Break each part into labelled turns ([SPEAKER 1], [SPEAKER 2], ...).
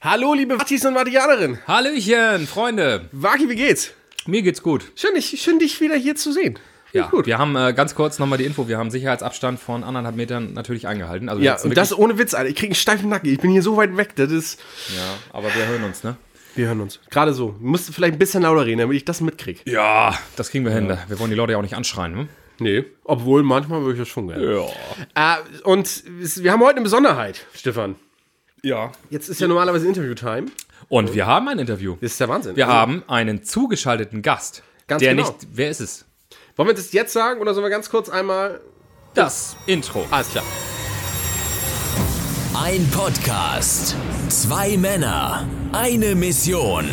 [SPEAKER 1] Hallo, liebe Wattis und Wattianerinnen.
[SPEAKER 2] Hallöchen, Freunde.
[SPEAKER 1] Waki, wie geht's?
[SPEAKER 2] Mir geht's gut.
[SPEAKER 1] Schön, dich- schön dich wieder hier zu sehen.
[SPEAKER 2] Ja, wir haben äh, ganz kurz nochmal die Info. Wir haben Sicherheitsabstand von anderthalb Metern natürlich eingehalten. Also wir
[SPEAKER 1] Ja,
[SPEAKER 2] sitzen
[SPEAKER 1] und das
[SPEAKER 2] wirklich-
[SPEAKER 1] ohne Witz, Alter. Ich krieg einen steifen Nacken. Ich bin hier so weit weg, das ist...
[SPEAKER 2] Ja, aber wir hören uns, ne?
[SPEAKER 1] Wir hören uns. Gerade so. Du musst vielleicht ein bisschen lauter reden, damit ich das mitkrieg.
[SPEAKER 2] Ja, das kriegen wir hin. Wir wollen die Leute ja auch nicht anschreien, ne?
[SPEAKER 1] Nee. Obwohl, manchmal würde ich das schon gerne.
[SPEAKER 2] Ja.
[SPEAKER 1] Äh, und es- wir haben heute eine Besonderheit, Stefan.
[SPEAKER 2] Ja.
[SPEAKER 1] Jetzt ist ja normalerweise Interview-Time.
[SPEAKER 2] Und wir haben ein Interview.
[SPEAKER 1] Das ist der Wahnsinn.
[SPEAKER 2] Wir
[SPEAKER 1] Also,
[SPEAKER 2] haben einen zugeschalteten Gast.
[SPEAKER 1] Ganz
[SPEAKER 2] der
[SPEAKER 1] genau.
[SPEAKER 2] nicht. Wer ist es?
[SPEAKER 1] Wollen wir das jetzt sagen oder sollen wir ganz kurz einmal...
[SPEAKER 2] Das Intro.
[SPEAKER 1] Alles klar.
[SPEAKER 3] Ein Podcast. Zwei Männer. Eine Mission.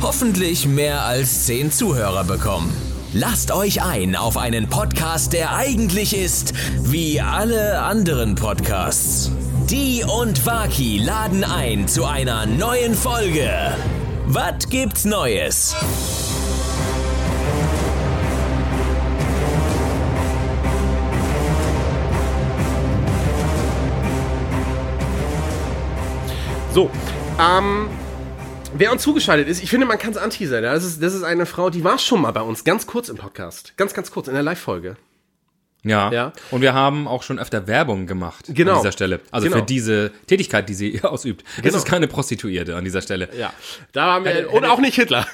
[SPEAKER 3] Hoffentlich mehr als zehn Zuhörer bekommen. Lasst euch ein auf einen Podcast, der eigentlich ist wie alle anderen Podcasts. Die und Waki laden ein zu einer neuen Folge. Was gibt's Neues?
[SPEAKER 1] So, ähm, wer uns zugeschaltet ist, ich finde, man kann es anteasern. ja. Das ist, das ist eine Frau, die war schon mal bei uns, ganz kurz im Podcast. Ganz, ganz kurz, in der Live-Folge.
[SPEAKER 2] Ja.
[SPEAKER 1] Ja.
[SPEAKER 2] Und wir haben auch schon öfter Werbung gemacht
[SPEAKER 1] Genau.
[SPEAKER 2] an dieser Stelle. Also
[SPEAKER 1] Genau.
[SPEAKER 2] für diese Tätigkeit, die sie ausübt.
[SPEAKER 1] Genau.
[SPEAKER 2] Es ist keine Prostituierte an dieser Stelle.
[SPEAKER 1] Ja, da waren wir,
[SPEAKER 2] Hätte-
[SPEAKER 1] und
[SPEAKER 2] hätte-
[SPEAKER 1] auch nicht Hitler.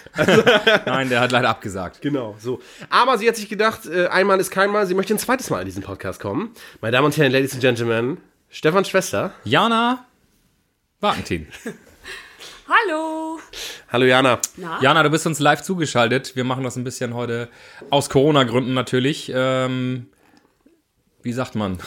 [SPEAKER 2] Nein, der hat leider abgesagt.
[SPEAKER 1] genau, so. Aber sie hat sich gedacht, äh, einmal ist kein Mal, sie möchte ein zweites Mal in diesen Podcast kommen. Meine Damen und Herren, Ladies and Gentlemen, Stefans Schwester.
[SPEAKER 2] Jana Wagentin.
[SPEAKER 4] Hallo!
[SPEAKER 1] Hallo Jana.
[SPEAKER 2] Jana, du bist uns live zugeschaltet. Wir machen das ein bisschen heute aus Corona-Gründen natürlich. Ähm, wie sagt man?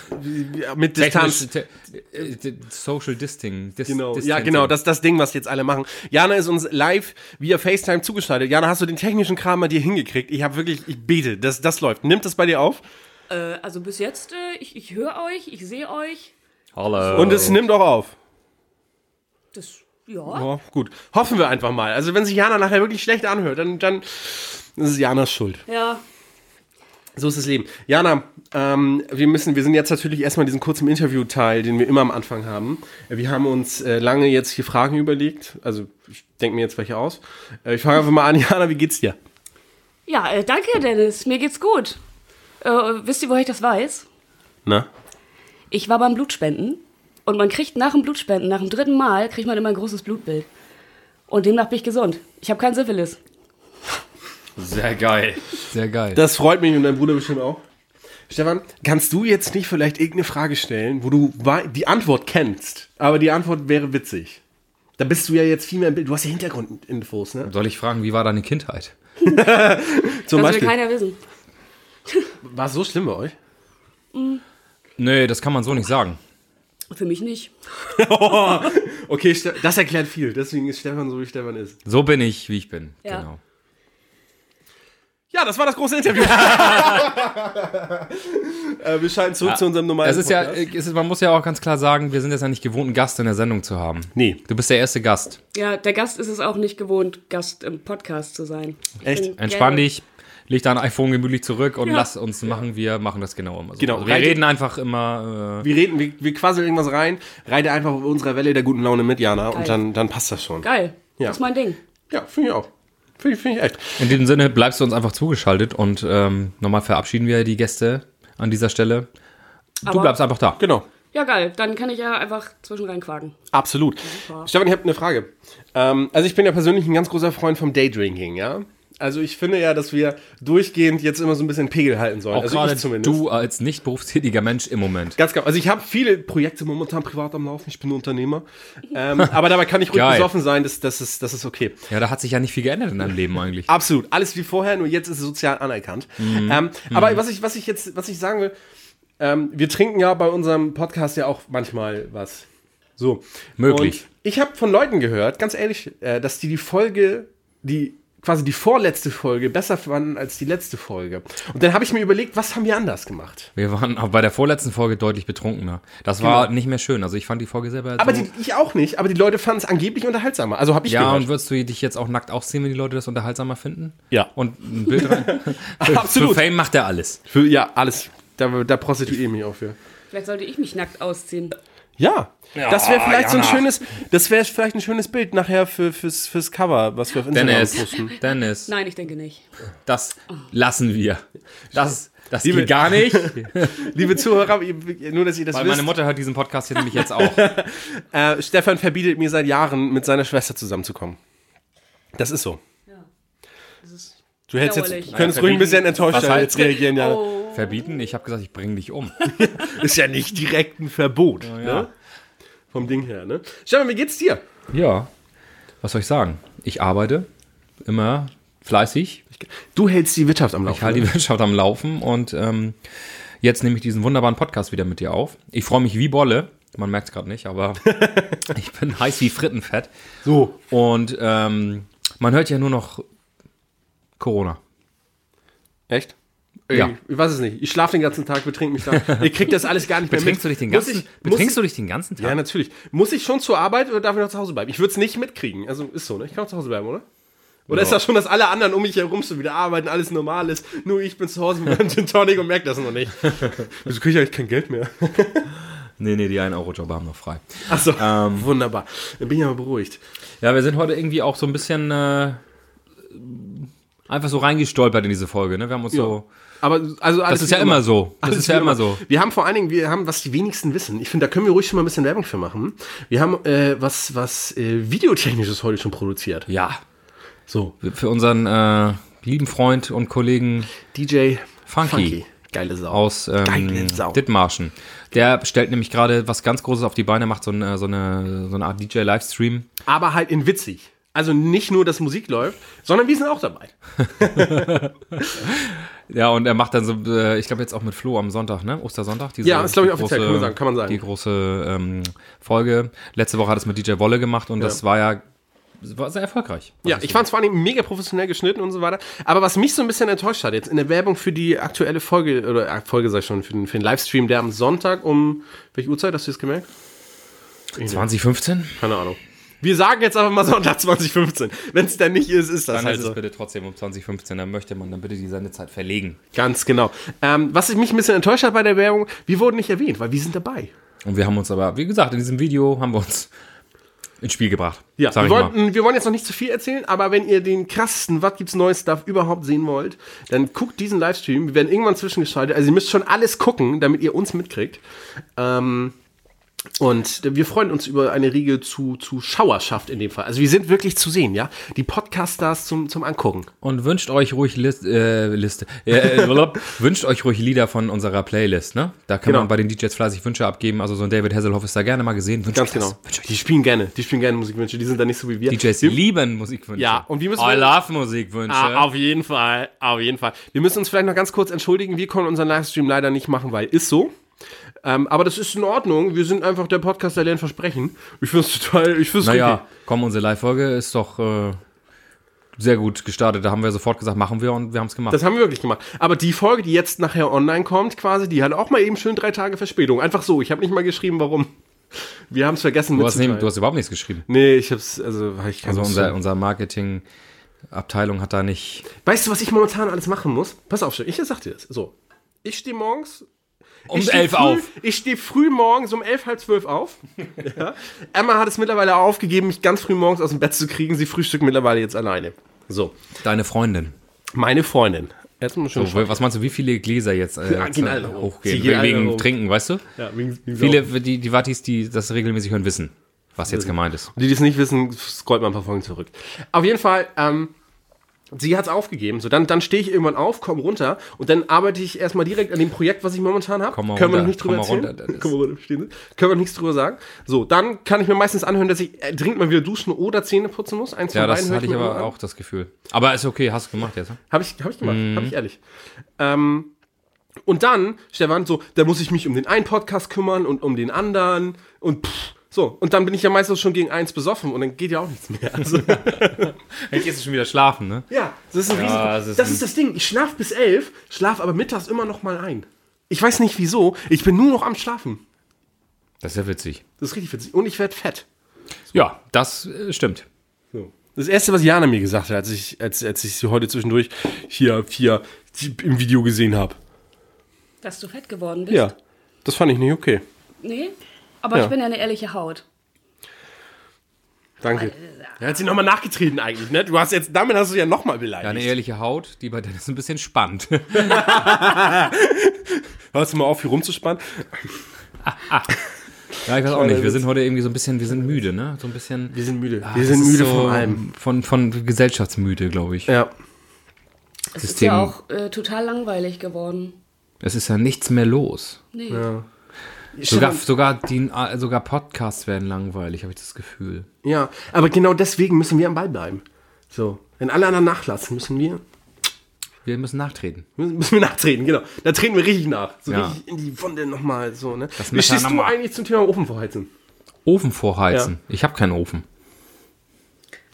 [SPEAKER 1] Ja, Mit Distanz.
[SPEAKER 2] Technisch- te- äh, d- Social Disting. Dis
[SPEAKER 1] Genau. Ja,
[SPEAKER 2] Distancing.
[SPEAKER 1] genau, das ist das Ding, was jetzt alle machen. Jana ist uns live via FaceTime zugeschaltet. Jana, hast du den technischen Kram bei dir hingekriegt? Ich habe wirklich, ich bete, das, das läuft. Nimmt das bei dir auf?
[SPEAKER 4] Äh, also bis jetzt, äh, ich, ich höre euch, ich sehe euch.
[SPEAKER 2] Hallo.
[SPEAKER 1] Und es nimmt auch auf.
[SPEAKER 4] Das, ja.
[SPEAKER 1] Oh, gut. Hoffen wir einfach mal. Also, wenn sich Jana nachher wirklich schlecht anhört, dann, dann ist es Janas Schuld.
[SPEAKER 4] Ja,
[SPEAKER 1] So ist das Leben. Jana, ähm, wir müssen, wir sind jetzt natürlich erstmal diesen kurzen Interviewteil, den wir immer am Anfang haben. Äh, Wir haben uns äh, lange jetzt hier Fragen überlegt. Also, ich denke mir jetzt welche aus. Äh, ich fange einfach mal an. Jana, wie geht's dir?
[SPEAKER 4] ja äh, danke Dennis, mir geht's gut. Äh, wisst ihr, woher ich das weiß?
[SPEAKER 1] Na?
[SPEAKER 4] Ich war beim Blutspenden und man kriegt nach dem Blutspenden, nach dem dritten Mal, kriegt man immer ein großes Blutbild. Und demnach bin ich gesund. Ich habe kein Syphilis.
[SPEAKER 2] Sehr geil. Sehr geil.
[SPEAKER 1] Das freut mich und dein Bruder bestimmt auch. Stefan, kannst du jetzt nicht vielleicht irgendeine Frage stellen, wo du wei- die Antwort kennst, aber die Antwort wäre witzig? Da bist du ja jetzt viel mehr im Bild. Du hast ja Hintergrundinfos, ne?
[SPEAKER 2] Soll ich fragen, wie war deine Kindheit?
[SPEAKER 1] Zum
[SPEAKER 4] Das will keiner wissen.
[SPEAKER 1] War es so schlimm bei euch?
[SPEAKER 2] Nee, das kann man so nicht sagen.
[SPEAKER 4] Für mich nicht.
[SPEAKER 1] Okay, Ste- das erklärt viel. Deswegen ist Stefan so, wie Stefan ist.
[SPEAKER 2] So bin ich, wie ich bin.
[SPEAKER 4] Ja.
[SPEAKER 2] Genau.
[SPEAKER 1] Ja, das war das große Interview. äh, wir schalten zurück zu unserem normalen
[SPEAKER 2] Es ist ja,
[SPEAKER 1] Podcast.
[SPEAKER 2] äh, es ist, man muss ja auch ganz klar sagen, wir sind jetzt ja nicht gewohnt, einen Gast in der Sendung zu haben.
[SPEAKER 1] Nee.
[SPEAKER 2] Du bist der erste Gast.
[SPEAKER 4] Ja, der Gast ist es auch nicht gewohnt, Gast im Podcast zu sein. Ich
[SPEAKER 2] äh,
[SPEAKER 1] Echt?
[SPEAKER 4] bin
[SPEAKER 2] Entspann
[SPEAKER 4] gerne-
[SPEAKER 2] dich, leg dein iPhone gemütlich zurück und lass uns machen. Wir machen das genau immer so.
[SPEAKER 1] Genau.
[SPEAKER 2] Also wir
[SPEAKER 1] Reite-
[SPEAKER 2] reden einfach immer. Äh,
[SPEAKER 1] Wir reden, wir, wir quasseln irgendwas rein, reite einfach auf unserer Welle der guten Laune mit, Jana, und
[SPEAKER 4] Geil.
[SPEAKER 1] dann, dann passt das schon.
[SPEAKER 4] Geil.
[SPEAKER 1] Ja.
[SPEAKER 4] Das ist mein Ding.
[SPEAKER 1] Ja, finde ich auch. Finde ich, find ich echt.
[SPEAKER 2] äh, in diesem Sinne bleibst du uns einfach zugeschaltet und ähm, nochmal verabschieden wir die Gäste an dieser Stelle. Du
[SPEAKER 4] Aber-
[SPEAKER 2] bleibst einfach da.
[SPEAKER 1] Genau.
[SPEAKER 4] Ja, geil. Dann kann ich ja einfach zwischenrein quaken.
[SPEAKER 1] Absolut. Stefan, ich habe eine Frage. Ähm, also ich bin ja persönlich ein ganz großer Freund vom Daydrinking, ja? Also ich finde ja, dass wir durchgehend jetzt immer so ein bisschen Pegel halten sollen.
[SPEAKER 2] Auch
[SPEAKER 1] also
[SPEAKER 2] Oh, gerade
[SPEAKER 1] ich zumindest.
[SPEAKER 2] du als nicht berufstätiger Mensch im Moment.
[SPEAKER 1] Ganz genau. Also ich habe viele Projekte momentan privat am Laufen. Ich bin Unternehmer. Ähm, aber dabei kann ich ruhig
[SPEAKER 2] Geil.
[SPEAKER 1] besoffen sein. Das, das, ist, das ist okay.
[SPEAKER 2] Ja, da hat sich ja nicht viel geändert in deinem Leben eigentlich.
[SPEAKER 1] Absolut. Alles wie vorher, nur jetzt ist es sozial anerkannt. Ähm,
[SPEAKER 2] Mhm.
[SPEAKER 1] aber was ich, was ich jetzt, was ich sagen will, ähm, wir trinken ja bei unserem Podcast ja auch manchmal was. So.
[SPEAKER 2] Möglich.
[SPEAKER 1] Und ich habe von Leuten gehört, ganz ehrlich, äh, dass die die Folge, die quasi die vorletzte Folge besser fanden als die letzte Folge. Und dann habe ich mir überlegt, was haben wir anders gemacht?
[SPEAKER 2] Wir waren auch bei der vorletzten Folge deutlich betrunkener. Das war nicht mehr schön. Also ich fand die Folge selber.
[SPEAKER 1] Genau. Aber
[SPEAKER 2] so,
[SPEAKER 1] die, ich auch nicht, aber die Leute fanden es angeblich unterhaltsamer. Also habe ich
[SPEAKER 2] ja, und
[SPEAKER 1] gehört.
[SPEAKER 2] würdest du dich jetzt auch nackt ausziehen, wenn die Leute das unterhaltsamer finden?
[SPEAKER 1] Ja.
[SPEAKER 2] Und ein Bild rein. Für- Für
[SPEAKER 1] Absolut.
[SPEAKER 2] Fame macht er alles.
[SPEAKER 1] Für, ja, alles. Da, da prostituiere ich mich auch für.
[SPEAKER 4] Vielleicht sollte ich mich nackt ausziehen.
[SPEAKER 1] Ja.
[SPEAKER 2] Ja,
[SPEAKER 1] das wäre vielleicht so ein
[SPEAKER 2] Jana.
[SPEAKER 1] schönes, das wäre vielleicht ein schönes Bild nachher für, fürs, fürs Cover, was wir auf Instagram
[SPEAKER 2] Dennis,
[SPEAKER 1] posten.
[SPEAKER 2] Dennis,
[SPEAKER 4] Nein, ich denke nicht.
[SPEAKER 2] das lassen wir. Das, das
[SPEAKER 1] Liebe-
[SPEAKER 2] geht gar nicht,
[SPEAKER 1] Liebe Zuhörer, ihr- nur dass ihr das
[SPEAKER 2] weil
[SPEAKER 1] wisst.
[SPEAKER 2] meine Mutter hört diesen Podcast hier nämlich jetzt auch.
[SPEAKER 1] äh, Stefan verbietet mir seit Jahren, mit seiner Schwester zusammenzukommen. Das ist so. Du hättest
[SPEAKER 4] Dauerlich.
[SPEAKER 1] jetzt, könntest ruhig ein bisschen enttäuscht
[SPEAKER 2] Was
[SPEAKER 1] sein,
[SPEAKER 2] heißt-
[SPEAKER 1] jetzt reagieren, ja.
[SPEAKER 2] Verbieten? Ich habe gesagt, ich bringe dich um.
[SPEAKER 1] Ist ja nicht direkt ein Verbot.
[SPEAKER 2] Oh,
[SPEAKER 1] Ne? Vom Ding her, ne? Stefan, wie geht's dir?
[SPEAKER 2] Ja, was soll ich sagen? Ich arbeite immer fleißig,
[SPEAKER 1] Du hältst die Wirtschaft am Laufen.
[SPEAKER 2] ich halte die Wirtschaft am Laufen und ähm, jetzt nehme ich diesen wunderbaren Podcast wieder mit dir auf. Ich freue mich wie Bolle, man merkt es gerade nicht, aber ich bin heiß wie Frittenfett
[SPEAKER 1] so.
[SPEAKER 2] und ähm, man hört ja nur noch Corona.
[SPEAKER 1] Echt?
[SPEAKER 2] Ja.
[SPEAKER 1] Ich, ich weiß es nicht. Ich schlafe den ganzen Tag, betrink mich da. Ihr kriegt das alles gar nicht mehr mit.
[SPEAKER 2] Betrinkst du dich den
[SPEAKER 1] Muss
[SPEAKER 2] ganzen,
[SPEAKER 1] ich- muss
[SPEAKER 2] betrinkst
[SPEAKER 1] ich-
[SPEAKER 2] du dich den ganzen Tag?
[SPEAKER 1] Ja, natürlich. Muss ich schon zur Arbeit oder darf ich noch zu Hause bleiben? Ich würde es nicht mitkriegen. Also ist so, ne? Ich kann auch zu Hause bleiben, oder? Oder ist das schon, dass alle anderen um mich herum schon wieder arbeiten, alles normal ist, nur ich bin zu Hause mit meinem Gin Tonic und merke das noch nicht. Wieso kriege ich eigentlich kein Geld mehr?
[SPEAKER 2] Nee, nee, die 1-Euro-Jobber haben noch frei.
[SPEAKER 1] Achso, Also, wunderbar. Dann bin ich aber beruhigt.
[SPEAKER 2] Ja, wir sind heute irgendwie auch so ein bisschen äh, einfach so reingestolpert in diese Folge. Ne? Wir haben uns so.
[SPEAKER 1] Aber also alles
[SPEAKER 2] Das ist ja
[SPEAKER 1] wie
[SPEAKER 2] immer so. Das
[SPEAKER 1] Alles
[SPEAKER 2] ist ja
[SPEAKER 1] wie
[SPEAKER 2] immer so.
[SPEAKER 1] Wir haben vor allen Dingen, wir haben, was die wenigsten wissen. Ich finde, da können wir ruhig schon mal ein bisschen Werbung für machen. Wir haben äh, was, was äh, Videotechnisches heute schon produziert.
[SPEAKER 2] Ja,
[SPEAKER 1] So,
[SPEAKER 2] für unseren äh, lieben Freund und Kollegen
[SPEAKER 1] DJ
[SPEAKER 2] Funky.
[SPEAKER 1] Geile Sau.
[SPEAKER 2] aus ähm,
[SPEAKER 1] Deine Sau.
[SPEAKER 2] Dithmarschen. Der stellt nämlich gerade was ganz Großes auf die Beine, macht so, ein, äh, so, eine, so eine Art DJ-Livestream.
[SPEAKER 1] Aber halt in witzig. Also nicht nur, dass Musik läuft, sondern wir sind auch dabei.
[SPEAKER 2] Ja, und er macht dann so, äh, ich glaube jetzt auch mit Flo am Sonntag, ne? Ostersonntag. Diese,
[SPEAKER 1] Ja, ist, glaub ich,
[SPEAKER 2] die
[SPEAKER 1] offiziell,
[SPEAKER 2] große-
[SPEAKER 1] kann man sagen, kann man sagen.
[SPEAKER 2] Die große ähm, Folge. Letzte Woche hat es mit DJ Wolle gemacht und das war ja war sehr erfolgreich.
[SPEAKER 1] Ja, ich fand es vor allen Dingen mega professionell geschnitten und so weiter. Aber was mich so ein bisschen enttäuscht hat, jetzt in der Werbung für die aktuelle Folge, oder äh, Folge sag ich schon, für den, für den Livestream, der am Sonntag um, welche Uhrzeit hast du das gemerkt?
[SPEAKER 2] 2015?
[SPEAKER 1] Keine Ahnung. Wir sagen jetzt einfach mal Sonntag 2015. Wenn es dann nicht ist, ist das
[SPEAKER 2] Dann
[SPEAKER 1] halt
[SPEAKER 2] ist
[SPEAKER 1] so.
[SPEAKER 2] es bitte trotzdem um 2015, dann möchte man dann bitte die Sendezeit verlegen.
[SPEAKER 1] Ganz genau. Ähm, was mich ein bisschen enttäuscht hat bei der Werbung, wir wurden nicht erwähnt, weil wir sind dabei.
[SPEAKER 2] Und wir haben uns aber, wie gesagt, in diesem Video haben wir uns ins Spiel gebracht.
[SPEAKER 1] Ja,
[SPEAKER 2] sag
[SPEAKER 1] wir,
[SPEAKER 2] ich mal.
[SPEAKER 1] wollten, wir wollen jetzt noch nicht zu viel erzählen, aber wenn ihr den krassesten Was gibt's neues Stuff überhaupt sehen wollt, dann guckt diesen Livestream. Wir werden irgendwann zwischengeschaltet. Also ihr müsst schon alles gucken, damit ihr uns mitkriegt. Ähm, und wir freuen uns über eine Riege zu Zuschauerschaft in dem Fall. Also wir sind wirklich zu sehen, ja? Die Podcasters zum, zum Angucken.
[SPEAKER 2] Und wünscht euch ruhig List, äh, Liste. Äh, äh, blub. wünscht euch ruhig Lieder von unserer Playlist, ne? Da kann
[SPEAKER 1] Genau.
[SPEAKER 2] man bei den DJs fleißig Wünsche abgeben. Also so ein David Hasselhoff ist da gerne mal gesehen. Wünscht
[SPEAKER 1] Ganz
[SPEAKER 2] euch
[SPEAKER 1] genau.
[SPEAKER 2] das. Wünscht euch
[SPEAKER 1] Die spielen gerne. Die spielen gerne Musikwünsche. Die sind da nicht so wie wir.
[SPEAKER 2] die DJs
[SPEAKER 1] wir
[SPEAKER 2] lieben Musikwünsche.
[SPEAKER 1] Ja, und wie müssen
[SPEAKER 2] I
[SPEAKER 1] wir-
[SPEAKER 2] love Musikwünsche.
[SPEAKER 1] Ah, auf jeden Fall, auf jeden Fall. Wir müssen uns vielleicht noch ganz kurz entschuldigen. Wir konnten unseren Livestream leider nicht machen, weil ist so. Ähm, aber das ist in Ordnung. Wir sind einfach der Podcast, der lernt Versprechen. Ich finde es total, ich finde es
[SPEAKER 2] naja, komm, unsere Live-Folge ist doch äh, sehr gut gestartet. Da haben wir sofort gesagt, machen wir und wir haben es gemacht.
[SPEAKER 1] Das haben wir wirklich gemacht. Aber die Folge, die jetzt nachher online kommt, quasi, die hat auch mal eben schön drei Tage Verspätung. Einfach so. Ich habe nicht mal geschrieben, warum. Wir haben es vergessen
[SPEAKER 2] du, hast
[SPEAKER 1] mitzuteilen.
[SPEAKER 2] nicht, du hast überhaupt nichts geschrieben.
[SPEAKER 1] Nee, ich hab's, also, ich kann
[SPEAKER 2] Also
[SPEAKER 1] nicht
[SPEAKER 2] unser,
[SPEAKER 1] so.
[SPEAKER 2] unser Marketing-Abteilung hat da nicht.
[SPEAKER 1] Weißt du, was ich momentan alles machen muss? Pass auf, Stefan, ich sag dir das. So. Ich stehe morgens
[SPEAKER 2] Um
[SPEAKER 1] Ich steh früh, Ich stehe früh morgens um elf, halb zwölf auf. ja. Emma hat es mittlerweile aufgegeben, mich ganz früh morgens aus dem Bett zu kriegen. Sie frühstückt mittlerweile jetzt alleine. So,
[SPEAKER 2] Deine Freundin.
[SPEAKER 1] meine Freundin. Jetzt muss schon
[SPEAKER 2] So, was meinst du, wie viele Gläser jetzt äh,
[SPEAKER 1] Ja, gehen alle hoch. Sie
[SPEAKER 2] hochgehen?
[SPEAKER 1] gehen
[SPEAKER 2] Wegen,
[SPEAKER 1] alle
[SPEAKER 2] wegen
[SPEAKER 1] hoch.
[SPEAKER 2] Trinken, weißt du?
[SPEAKER 1] ja, wegen, wegen
[SPEAKER 2] Viele, die, die Wattis, die das regelmäßig hören, wissen, was jetzt gemeint ist.
[SPEAKER 1] Die, die es nicht wissen, scrollt mal ein paar Folgen zurück. Auf jeden Fall, ähm, sie hat es aufgegeben. So, dann, dann stehe ich irgendwann auf, komm runter und dann arbeite ich erstmal direkt an dem Projekt, was ich momentan habe.
[SPEAKER 2] Komm mal
[SPEAKER 1] Können wir noch
[SPEAKER 2] runter,
[SPEAKER 1] nicht drüber
[SPEAKER 2] komm
[SPEAKER 1] erzählen?
[SPEAKER 2] mal runter, Dennis.
[SPEAKER 1] Komm mal runter, stehen Sie. Können wir noch nichts drüber sagen. So, dann kann ich mir meistens anhören, dass ich äh, dringend mal wieder duschen oder Zähne putzen muss. Eins
[SPEAKER 2] Ja,
[SPEAKER 1] von
[SPEAKER 2] das
[SPEAKER 1] beiden höre
[SPEAKER 2] hatte ich
[SPEAKER 1] mir immer
[SPEAKER 2] aber
[SPEAKER 1] an.
[SPEAKER 2] auch das Gefühl. Aber ist okay, hast du gemacht jetzt. ne?
[SPEAKER 1] Habe ich, hab ich gemacht, hab habe
[SPEAKER 2] Mhm.
[SPEAKER 1] ich ehrlich. Ähm, und dann, Stefan, so, da muss ich mich um den einen Podcast kümmern und um den anderen und pff, so. Und dann bin ich ja meistens schon gegen eins besoffen und dann geht ja auch nichts mehr. Also,
[SPEAKER 2] Jetzt ist schon wieder schlafen, ne?
[SPEAKER 1] ja, das ist ein Risiko.
[SPEAKER 2] das
[SPEAKER 1] Das
[SPEAKER 2] ist
[SPEAKER 1] ist,
[SPEAKER 2] ein-
[SPEAKER 1] das Ding. Ich schlaf bis elf, schlaf aber mittags immer noch mal ein. Ich weiß nicht wieso. Ich bin nur noch am Schlafen.
[SPEAKER 2] Das ist ja witzig.
[SPEAKER 1] Das ist richtig witzig. Und ich werde fett.
[SPEAKER 2] Ja, das äh, stimmt.
[SPEAKER 1] Das erste, was Jana mir gesagt hat, als ich, als, als ich sie heute zwischendurch hier, hier im Video gesehen habe.
[SPEAKER 4] Dass du fett geworden bist?
[SPEAKER 1] Ja, das fand ich nicht okay.
[SPEAKER 4] Nee? Aber
[SPEAKER 1] Ja.
[SPEAKER 4] ich bin ja eine ehrliche Haut.
[SPEAKER 1] Danke. Er hat sie nochmal nachgetreten eigentlich, ne? Du hast jetzt, damit hast du sie ja nochmal
[SPEAKER 2] Ja, eine
[SPEAKER 1] beleidigt.
[SPEAKER 2] ehrliche Haut, die bei Dennis ein bisschen spannt.
[SPEAKER 1] Hörst du mal auf, hier rumzuspannen?
[SPEAKER 2] Ja, ich weiß auch nicht. Wir sind heute irgendwie so ein bisschen, wir sind müde, ne? So ein bisschen.
[SPEAKER 1] Wir sind müde.
[SPEAKER 2] Ah,
[SPEAKER 1] wir
[SPEAKER 2] das
[SPEAKER 1] sind
[SPEAKER 2] ist
[SPEAKER 1] müde
[SPEAKER 2] so ähm,
[SPEAKER 1] von allem.
[SPEAKER 2] Von, von gesellschaftsmüde, glaube ich.
[SPEAKER 1] Ja.
[SPEAKER 4] Es ist
[SPEAKER 2] System-
[SPEAKER 4] ja auch äh, total langweilig geworden.
[SPEAKER 2] Es ist ja nichts mehr los.
[SPEAKER 4] Nee.
[SPEAKER 2] Sogar, sogar, die, äh, sogar Podcasts werden langweilig, habe ich das Gefühl.
[SPEAKER 1] Ja, aber genau deswegen müssen wir am Ball bleiben. So. Wenn alle anderen nachlassen, müssen wir,
[SPEAKER 2] Wir müssen nachtreten.
[SPEAKER 1] müssen müssen wir nachtreten, genau. Da treten wir richtig nach. So
[SPEAKER 2] Ja.
[SPEAKER 1] richtig in die Wunde nochmal, so, ne?
[SPEAKER 2] Das
[SPEAKER 1] Wie
[SPEAKER 2] Messer
[SPEAKER 1] stehst du
[SPEAKER 2] nochmal.
[SPEAKER 1] eigentlich zum Thema Ofen vorheizen?
[SPEAKER 2] Ofen vorheizen.
[SPEAKER 1] Ja.
[SPEAKER 2] Ich habe keinen Ofen.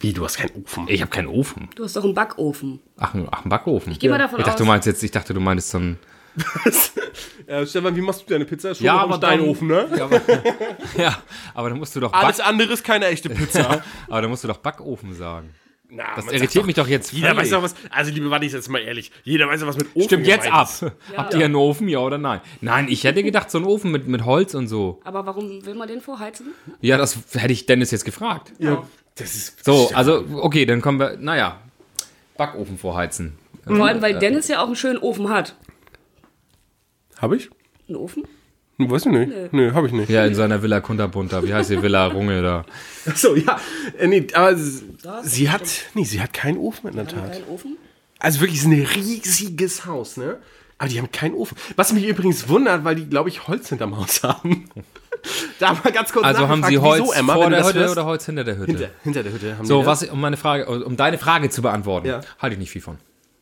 [SPEAKER 1] Wie, du hast keinen Ofen?
[SPEAKER 2] Ich habe keinen Ofen.
[SPEAKER 4] Du hast doch einen Backofen.
[SPEAKER 2] Ach, ein- ach ein Backofen. Ich
[SPEAKER 4] geh mal davon
[SPEAKER 2] ich dachte, Du
[SPEAKER 4] aus-
[SPEAKER 2] meinst jetzt, ich dachte, du meinst so ein.
[SPEAKER 1] äh, Stefan, wie machst du deine Pizza? Schon noch im Steinofen, ne?
[SPEAKER 2] Ja, aber, ja, aber dann musst du doch Back,
[SPEAKER 1] Alles andere ist keine echte Pizza.
[SPEAKER 2] aber dann musst du doch Backofen sagen.
[SPEAKER 1] Na,
[SPEAKER 2] Das
[SPEAKER 1] man sagt
[SPEAKER 2] irritiert
[SPEAKER 1] doch,
[SPEAKER 2] mich doch jetzt.
[SPEAKER 1] Jeder weiß
[SPEAKER 2] völlig.
[SPEAKER 1] doch was. Also, liebe Warte, ich jetzt mal ehrlich. Jeder weiß doch was mit Ofen.
[SPEAKER 2] Stimmt jetzt
[SPEAKER 1] gemeint
[SPEAKER 2] ab.
[SPEAKER 1] ist.
[SPEAKER 2] Habt ihr einen Ofen, ja oder nein? Nein, ich hätte gedacht, so einen Ofen mit, mit Holz und so.
[SPEAKER 4] Aber warum will man den vorheizen?
[SPEAKER 2] Ja, das hätte ich Dennis jetzt gefragt.
[SPEAKER 1] Ja. Das ist.
[SPEAKER 2] So,
[SPEAKER 1] Stefan.
[SPEAKER 2] also, okay, dann kommen wir, naja, Backofen vorheizen.
[SPEAKER 4] Vor allem, weil Dennis ja auch einen schönen Ofen hat.
[SPEAKER 1] Hab ich?
[SPEAKER 4] Einen Ofen?
[SPEAKER 1] Weiß ich nicht. Nö, hab ich nicht.
[SPEAKER 2] Ja, in seiner Villa Kunterbunter, wie heißt die Villa Runge da?
[SPEAKER 1] Ach so, ja. Äh, nee, aber s-
[SPEAKER 4] Das
[SPEAKER 1] sie hat. Nee, sie hat keinen Ofen in der Tat.
[SPEAKER 4] Kein Ofen?
[SPEAKER 1] Also wirklich, es ist ein riesiges Haus, ne? Aber die haben keinen Ofen. Was mich übrigens wundert, weil die, glaube ich, Holz hinterm Haus haben. da mal ganz kurz
[SPEAKER 2] Also haben sie
[SPEAKER 1] nachgefragt,
[SPEAKER 2] Holz
[SPEAKER 1] wieso, Emma,
[SPEAKER 2] vor
[SPEAKER 1] wenn du
[SPEAKER 2] der
[SPEAKER 1] das
[SPEAKER 2] Hütte
[SPEAKER 1] hörst?
[SPEAKER 2] oder Holz hinter der Hütte?
[SPEAKER 1] Hinter, hinter der Hütte haben die
[SPEAKER 2] So,
[SPEAKER 1] das.
[SPEAKER 2] was, um meine Frage, um deine Frage zu beantworten,
[SPEAKER 1] Ja.
[SPEAKER 2] halte ich nicht viel von.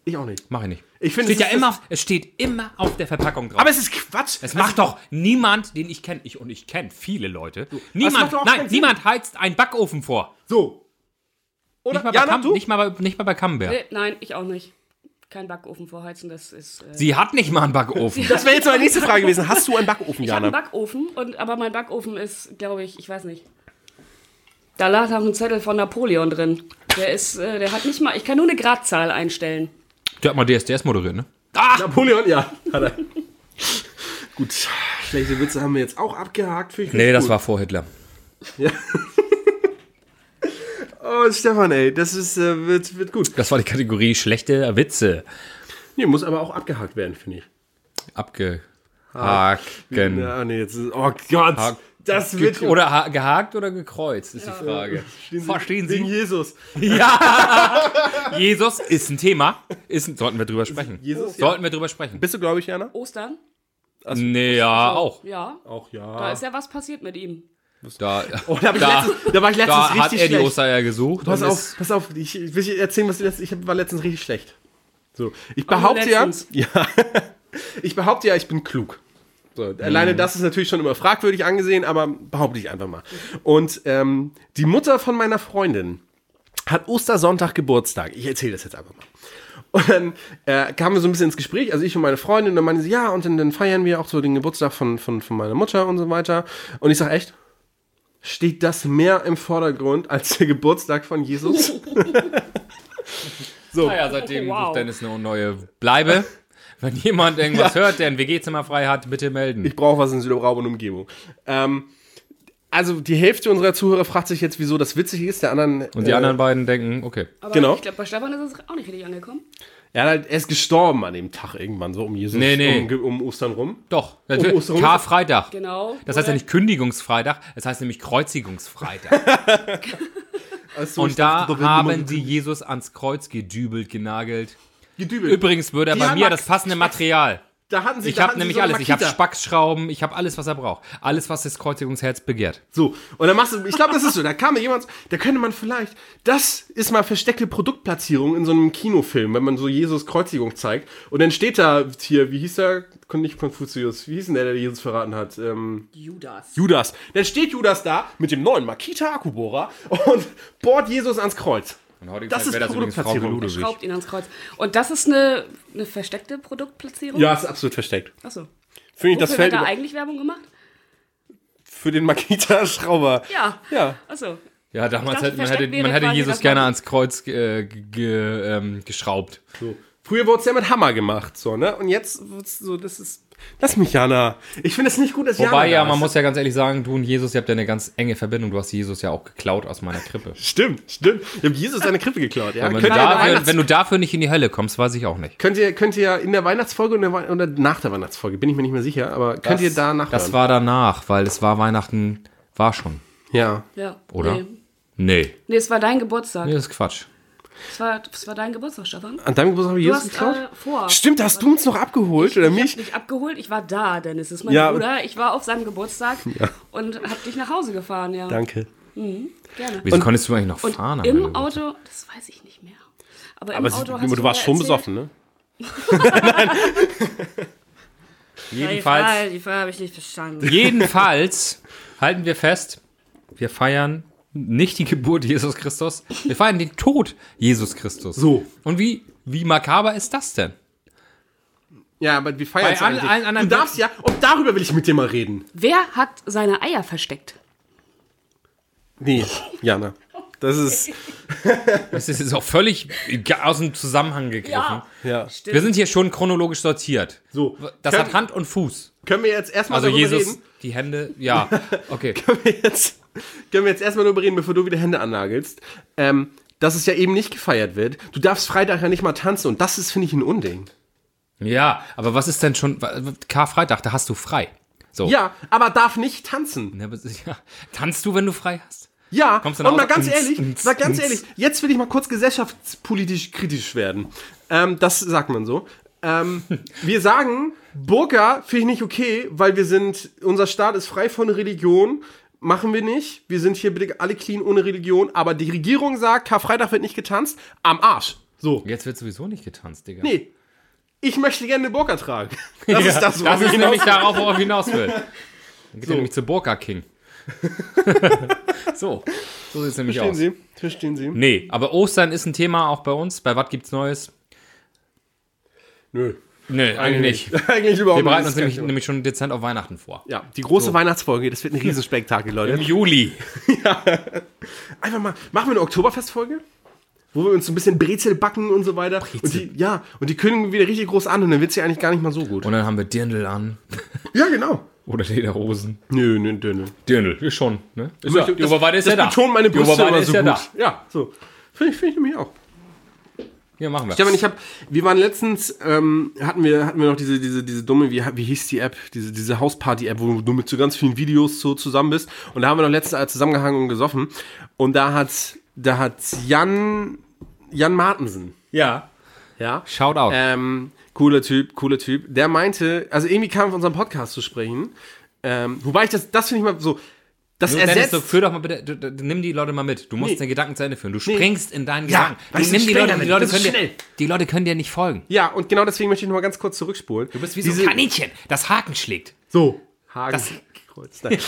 [SPEAKER 1] Ich auch nicht.
[SPEAKER 2] Mache ich nicht.
[SPEAKER 1] Ich finde,
[SPEAKER 2] steht
[SPEAKER 1] es
[SPEAKER 2] ja
[SPEAKER 1] ist-
[SPEAKER 2] immer, auf- es steht immer auf der Verpackung drauf.
[SPEAKER 1] Aber es ist Quatsch. Also,
[SPEAKER 2] Es macht doch niemand, den ich kenne, ich und ich kenne viele Leute. Niemand,
[SPEAKER 1] macht doch auch
[SPEAKER 2] nein,
[SPEAKER 1] keinen Sinn.
[SPEAKER 2] niemand heizt einen Backofen vor.
[SPEAKER 1] so. Oder?
[SPEAKER 2] Nicht mal bei,
[SPEAKER 1] Jana,
[SPEAKER 2] Kamm,
[SPEAKER 1] du? Äh.
[SPEAKER 2] nicht mal bei, nicht mal bei Camembert.
[SPEAKER 4] Nee, Äh, nein, ich auch nicht. Kein Backofen vorheizen, das ist. Äh,
[SPEAKER 2] Sie hat nicht mal einen Backofen.
[SPEAKER 1] Das wäre jetzt meine nächste Frage gewesen. Hast du einen Backofen,
[SPEAKER 4] ich habe einen
[SPEAKER 1] Jana?
[SPEAKER 4] Backofen, und, aber mein Backofen ist, glaube ich, ich weiß nicht. Da lag noch ein Zettel von Napoleon drin. Der ist, äh, der hat nicht mal, ich kann nur eine Gradzahl einstellen.
[SPEAKER 2] Der hat mal DSDS moderiert, ne?
[SPEAKER 1] Napoleon, ja. Hat er. Gut, schlechte Witze haben wir jetzt auch abgehakt. Finde ich
[SPEAKER 2] Nee,
[SPEAKER 1] richtig
[SPEAKER 2] das
[SPEAKER 1] gut.
[SPEAKER 2] war vor Hitler.
[SPEAKER 1] Oh, Stefan, ey, das ist, äh, wird, wird gut.
[SPEAKER 2] Das war die Kategorie schlechte Witze.
[SPEAKER 1] Nee, muss aber auch abgehakt werden, finde ich.
[SPEAKER 2] Abgehaken.
[SPEAKER 1] Ja, nee, jetzt ist, oh Gott,
[SPEAKER 2] Hak-
[SPEAKER 1] das
[SPEAKER 2] Ge
[SPEAKER 1] wird
[SPEAKER 2] oder ha- gehakt oder gekreuzt, ist die Frage. Verstehen
[SPEAKER 1] wegen
[SPEAKER 2] Sie?
[SPEAKER 1] Jesus.
[SPEAKER 2] Ja! Jesus ist ein Thema. Ist ein, sollten wir drüber sprechen.
[SPEAKER 1] Jesus, ja. also-
[SPEAKER 2] sollten wir drüber sprechen.
[SPEAKER 1] Bist du, glaube ich, Jana?
[SPEAKER 4] Ostern?
[SPEAKER 2] Nee, ja, auch.
[SPEAKER 4] Ja.
[SPEAKER 1] Auch
[SPEAKER 4] Da
[SPEAKER 1] ja.
[SPEAKER 4] ist ja was passiert mit ihm.
[SPEAKER 2] Da,
[SPEAKER 1] Oh, da, hab ich
[SPEAKER 2] Da-
[SPEAKER 1] letztens, da war ich letztens
[SPEAKER 2] da
[SPEAKER 1] richtig
[SPEAKER 2] hat er die
[SPEAKER 1] schlecht.
[SPEAKER 2] Ostereier gesucht.
[SPEAKER 1] pass
[SPEAKER 2] und
[SPEAKER 1] auf,
[SPEAKER 2] ist-
[SPEAKER 1] pass auf, ich, ich will dir erzählen, was ich letztens, ich war letztens richtig schlecht. So, ich behaupte ja,
[SPEAKER 4] letztens.
[SPEAKER 1] ja, ich behaupte ja, ich bin klug. So, Alleine das ist natürlich schon immer fragwürdig angesehen, aber behaupte ich einfach mal. Und ähm, die Mutter von meiner Freundin hat Ostersonntag Geburtstag. Ich erzähle das jetzt einfach mal. Und dann äh, kamen wir so ein bisschen ins Gespräch, also ich und meine Freundin, und dann meinte sie, ja, und dann, dann feiern wir auch so den Geburtstag von, von, von meiner Mutter und so weiter. Und ich sage, echt, steht das mehr im Vordergrund als der Geburtstag von Jesus?
[SPEAKER 2] Naja, seitdem
[SPEAKER 4] Oh, wow.
[SPEAKER 2] sucht Dennis eine neue Bleibe. Wenn jemand irgendwas hört, der ein WG-Zimmer frei hat, bitte melden.
[SPEAKER 1] ich brauche was in Südraum und Umgebung. Ähm, also die Hälfte unserer Zuhörer fragt sich jetzt, wieso das witzig ist. Der anderen, äh,
[SPEAKER 2] Und die anderen beiden denken, okay.
[SPEAKER 4] Aber
[SPEAKER 1] Genau.
[SPEAKER 4] ich glaube, bei Stefan ist es auch nicht richtig angekommen.
[SPEAKER 1] Er, hat halt, er ist gestorben an dem Tag irgendwann, so um Jesus,
[SPEAKER 2] Nee, nee.
[SPEAKER 1] Um, Ge- um Ostern rum.
[SPEAKER 2] Doch, das
[SPEAKER 1] Um
[SPEAKER 2] wird
[SPEAKER 1] Ostern-
[SPEAKER 2] Karfreitag.
[SPEAKER 4] Genau.
[SPEAKER 2] Das heißt ja nicht Kündigungsfreitag, es heißt nämlich Kreuzigungsfreitag.
[SPEAKER 1] Also, ich
[SPEAKER 2] Und da
[SPEAKER 1] dachte, wird immer
[SPEAKER 2] haben sie Jesus ans Kreuz gedübelt, genagelt.
[SPEAKER 1] gedübelt.
[SPEAKER 2] Übrigens würde er
[SPEAKER 1] Die
[SPEAKER 2] bei
[SPEAKER 1] haben
[SPEAKER 2] mir
[SPEAKER 1] Max-
[SPEAKER 2] das passende Material.
[SPEAKER 1] da hatten sie,
[SPEAKER 2] Ich
[SPEAKER 1] da
[SPEAKER 2] habe
[SPEAKER 1] hatten sie
[SPEAKER 2] nämlich
[SPEAKER 1] so eine
[SPEAKER 2] alles. Ich habe
[SPEAKER 1] Makita.
[SPEAKER 2] Spackschrauben, ich habe alles, was er braucht. Alles, was das Kreuzigungsherz begehrt.
[SPEAKER 1] So, und dann machst du, ich glaube, das ist so, da kam mir jemand, da könnte man vielleicht, das ist mal versteckte Produktplatzierung in so einem Kinofilm, wenn man so Jesus Kreuzigung zeigt. Und dann steht da hier, wie hieß der, nicht Konfuzius, wie hieß denn der, der Jesus verraten hat? Ähm,
[SPEAKER 4] Judas.
[SPEAKER 1] Judas. Dann steht Judas da mit dem neuen Makita Akkubohrer und bohrt Jesus ans Kreuz.
[SPEAKER 2] Und heute
[SPEAKER 1] Das ist Produktplatzierung.
[SPEAKER 4] Schraubt ihn ans Kreuz. Und das ist eine, eine versteckte Produktplatzierung?
[SPEAKER 1] Ja, ist absolut versteckt.
[SPEAKER 4] Achso.
[SPEAKER 1] Finde ich, das
[SPEAKER 4] Wofür wird
[SPEAKER 1] fällt
[SPEAKER 4] da
[SPEAKER 1] über-
[SPEAKER 4] eigentlich Werbung gemacht?
[SPEAKER 1] für den Makita Schrauber.
[SPEAKER 4] Ja.
[SPEAKER 1] Ja.
[SPEAKER 4] Achso.
[SPEAKER 2] Ja, damals
[SPEAKER 4] dachte,
[SPEAKER 2] hätte man,
[SPEAKER 4] versteckt
[SPEAKER 2] hätte,
[SPEAKER 4] wäre
[SPEAKER 2] man hätte
[SPEAKER 4] quasi,
[SPEAKER 2] Jesus
[SPEAKER 4] dass man-
[SPEAKER 2] gerne ans Kreuz äh, ge, ähm, geschraubt.
[SPEAKER 1] So. Früher wurde es ja mit Hammer gemacht, so, ne? Und jetzt wird's so, das ist. Lass mich, Jana. Ich finde es nicht gut, dass
[SPEAKER 2] Wobei ja,
[SPEAKER 1] Jana. da
[SPEAKER 2] man
[SPEAKER 1] ist.
[SPEAKER 2] muss ja ganz ehrlich sagen, du und Jesus, ihr habt ja eine ganz enge Verbindung. Du hast Jesus ja auch geklaut aus meiner Krippe.
[SPEAKER 1] Stimmt, stimmt. Ich habe Jesus seine Krippe geklaut. Ja?
[SPEAKER 2] Wenn
[SPEAKER 1] Könnt,
[SPEAKER 2] du,
[SPEAKER 1] ihr in der
[SPEAKER 2] dafür,
[SPEAKER 1] Weihnachts-
[SPEAKER 2] wenn du dafür nicht in die Hölle kommst, weiß ich auch nicht.
[SPEAKER 1] könnt, ihr, könnt ihr in der Weihnachtsfolge und der Wei- oder nach der Weihnachtsfolge, bin ich mir nicht mehr sicher, aber könnt ihr da nachhören?
[SPEAKER 2] Das war danach, weil es war Weihnachten, war schon,
[SPEAKER 1] ja.
[SPEAKER 4] Ja.
[SPEAKER 2] oder?
[SPEAKER 4] Nee.
[SPEAKER 2] Nee.
[SPEAKER 4] nee, es war dein Geburtstag.
[SPEAKER 2] Nee, das ist Quatsch.
[SPEAKER 4] Es, war, es war dein Geburtstag, Stefan.
[SPEAKER 1] An deinem Geburtstag habe ich
[SPEAKER 4] Du
[SPEAKER 1] Jesus
[SPEAKER 4] hast
[SPEAKER 1] geklaut?
[SPEAKER 4] äh, vor.
[SPEAKER 1] Stimmt, hast du uns noch abgeholt oder
[SPEAKER 4] Ich
[SPEAKER 1] mich?
[SPEAKER 4] hab dich abgeholt, ich war da, Dennis ist mein
[SPEAKER 1] Ja.
[SPEAKER 4] Bruder. Ich war auf seinem Geburtstag und hab dich nach Hause gefahren, ja.
[SPEAKER 1] Danke.
[SPEAKER 4] Gerne.
[SPEAKER 2] Wieso konntest du eigentlich noch
[SPEAKER 4] Und
[SPEAKER 2] fahren? am Ende?
[SPEAKER 4] im Auto, das weiß ich nicht mehr. Aber im
[SPEAKER 1] Aber
[SPEAKER 4] Auto
[SPEAKER 1] sie-
[SPEAKER 4] hast
[SPEAKER 1] du warst schon
[SPEAKER 4] mir erzählt-
[SPEAKER 1] besoffen, ne?
[SPEAKER 2] Jedenfalls,
[SPEAKER 4] Die Frage habe ich nicht verstanden.
[SPEAKER 2] jedenfalls halten wir fest, wir feiern nicht die Geburt Jesus Christus, wir feiern den Tod Jesus Christus.
[SPEAKER 1] So.
[SPEAKER 2] Und wie, wie makaber ist das denn?
[SPEAKER 1] Ja, aber wir feiern
[SPEAKER 2] Bei
[SPEAKER 1] es
[SPEAKER 2] allen-
[SPEAKER 1] eigentlich.
[SPEAKER 2] allen
[SPEAKER 1] Du
[SPEAKER 2] anderen-
[SPEAKER 1] darfst ja, und darüber will ich mit dir mal reden.
[SPEAKER 4] Wer hat seine Eier versteckt?
[SPEAKER 1] Nee, Jana. Das ist,
[SPEAKER 2] Das ist jetzt auch völlig aus dem Zusammenhang gegriffen.
[SPEAKER 1] ja.
[SPEAKER 2] Wir sind hier schon chronologisch sortiert.
[SPEAKER 1] So.
[SPEAKER 2] Das
[SPEAKER 1] Können-
[SPEAKER 2] hat Hand und Fuß.
[SPEAKER 1] Können wir jetzt erstmal
[SPEAKER 2] Also
[SPEAKER 1] darüber
[SPEAKER 2] Jesus,
[SPEAKER 1] reden?
[SPEAKER 2] die Hände, ja. Okay.
[SPEAKER 1] Können wir jetzt, können wir jetzt erstmal darüber reden, bevor du wieder Hände annagelst? Ähm, dass es ja eben nicht gefeiert wird. Du darfst Freitag ja nicht mal tanzen und das ist, finde ich, ein Unding.
[SPEAKER 2] Ja, aber was ist denn schon wa- Karfreitag, da hast du frei. So.
[SPEAKER 1] Ja, aber darf nicht tanzen.
[SPEAKER 2] Ne, aber- ja. Tanzt du, wenn du frei hast?
[SPEAKER 1] Ja,
[SPEAKER 2] Kommst
[SPEAKER 1] und
[SPEAKER 2] du nach
[SPEAKER 1] mal
[SPEAKER 2] Hause?
[SPEAKER 1] ganz
[SPEAKER 2] Ins,
[SPEAKER 1] ehrlich,
[SPEAKER 2] ins,
[SPEAKER 1] mal ganz
[SPEAKER 2] ins.
[SPEAKER 1] ehrlich, jetzt will ich mal kurz gesellschaftspolitisch kritisch werden. Ähm, das sagt man so. Ähm, wir sagen, Burka finde ich nicht okay, weil wir sind, unser Staat ist frei von Religion, machen wir nicht. Wir sind hier bitte alle clean ohne Religion, aber die Regierung sagt, Karfreitag wird nicht getanzt, am Arsch. So.
[SPEAKER 2] Jetzt wird sowieso nicht getanzt, Digga.
[SPEAKER 1] Nee. Ich möchte gerne eine Burka tragen. Das ist das,
[SPEAKER 2] Das
[SPEAKER 1] worauf
[SPEAKER 2] ist
[SPEAKER 1] ich
[SPEAKER 2] nämlich
[SPEAKER 1] hinaus
[SPEAKER 2] darauf, worauf ich hinaus will. Dann geht er nämlich zu Burka King. so, so sieht es nämlich
[SPEAKER 1] Verstehen
[SPEAKER 2] aus.
[SPEAKER 1] Sie? Verstehen Sie?
[SPEAKER 2] Nee, aber Ostern ist ein Thema auch bei uns. Bei was gibt's Neues?
[SPEAKER 1] Nö.
[SPEAKER 2] Nee, eigentlich nicht.
[SPEAKER 1] Eigentlich überhaupt
[SPEAKER 2] Wir bereiten
[SPEAKER 1] Das
[SPEAKER 2] uns
[SPEAKER 1] kann
[SPEAKER 2] nämlich,
[SPEAKER 1] ich-
[SPEAKER 2] nämlich schon dezent auf Weihnachten vor.
[SPEAKER 1] Ja, die große Weihnachtsfolge, das wird ein Riesenspektakel,
[SPEAKER 2] Im
[SPEAKER 1] Leute.
[SPEAKER 2] Juli.
[SPEAKER 1] Einfach mal, machen wir eine Oktoberfestfolge, wo wir uns so ein bisschen Brezel backen und so weiter. Und die, ja, und die kündigen wieder richtig groß an und dann wird's ja eigentlich gar nicht mal so gut.
[SPEAKER 2] Und dann haben wir Dirndl an.
[SPEAKER 1] ja, genau.
[SPEAKER 2] Oder Lederhosen.
[SPEAKER 1] Nö, nö, nö, nö.
[SPEAKER 2] Dirndl, wir schon. Ne? Ist ja, die
[SPEAKER 1] das-
[SPEAKER 2] Oberweide ist
[SPEAKER 1] das
[SPEAKER 2] ja da.
[SPEAKER 1] betont meine
[SPEAKER 2] Die
[SPEAKER 1] Brüste
[SPEAKER 2] Oberweide
[SPEAKER 1] immer
[SPEAKER 2] ist
[SPEAKER 1] so
[SPEAKER 2] ja
[SPEAKER 1] gut.
[SPEAKER 2] da.
[SPEAKER 1] Ja, so. Finde ich, find ich nämlich auch.
[SPEAKER 2] Ja, machen wir.
[SPEAKER 1] Stefan, ich habe, wir waren letztens, ähm, hatten wir, hatten wir noch diese, diese, diese dumme, wie, wie hieß die App, diese, diese Hausparty-App, wo du mit so ganz vielen Videos so zusammen bist. Und da haben wir noch letztens alle zusammengehangen und gesoffen. Und da hat, da hat Jan, Jan Martensen,
[SPEAKER 2] ja.
[SPEAKER 1] ja,
[SPEAKER 2] Shoutout.
[SPEAKER 1] ähm, cooler Typ, cooler Typ. Der meinte, also irgendwie kam auf unserem Podcast zu sprechen. Ähm, wobei ich das, das finde ich mal so, das
[SPEAKER 2] Du, Dennis,
[SPEAKER 1] ersetzt.
[SPEAKER 2] so, führ doch mal bitte, du, du, du, nimm die Leute mal mit. Du musst deine Gedanken zu Ende führen. Du springst in deinen
[SPEAKER 1] Ja,
[SPEAKER 2] Gedanken.
[SPEAKER 1] weißt
[SPEAKER 2] du,
[SPEAKER 1] du,
[SPEAKER 2] nimm die
[SPEAKER 1] ich
[SPEAKER 2] Leute,
[SPEAKER 1] spring
[SPEAKER 2] die
[SPEAKER 1] damit.
[SPEAKER 2] Leute,
[SPEAKER 1] Das ist
[SPEAKER 2] können dir,
[SPEAKER 1] schnell.
[SPEAKER 2] die Leute können dir nicht folgen.
[SPEAKER 1] ja, und genau deswegen möchte ich nochmal ganz kurz zurückspulen.
[SPEAKER 2] Du bist wie so ein Kaninchen, das Haken schlägt.
[SPEAKER 1] So. Hagen.
[SPEAKER 2] Das-
[SPEAKER 1] Kreuz. Nein.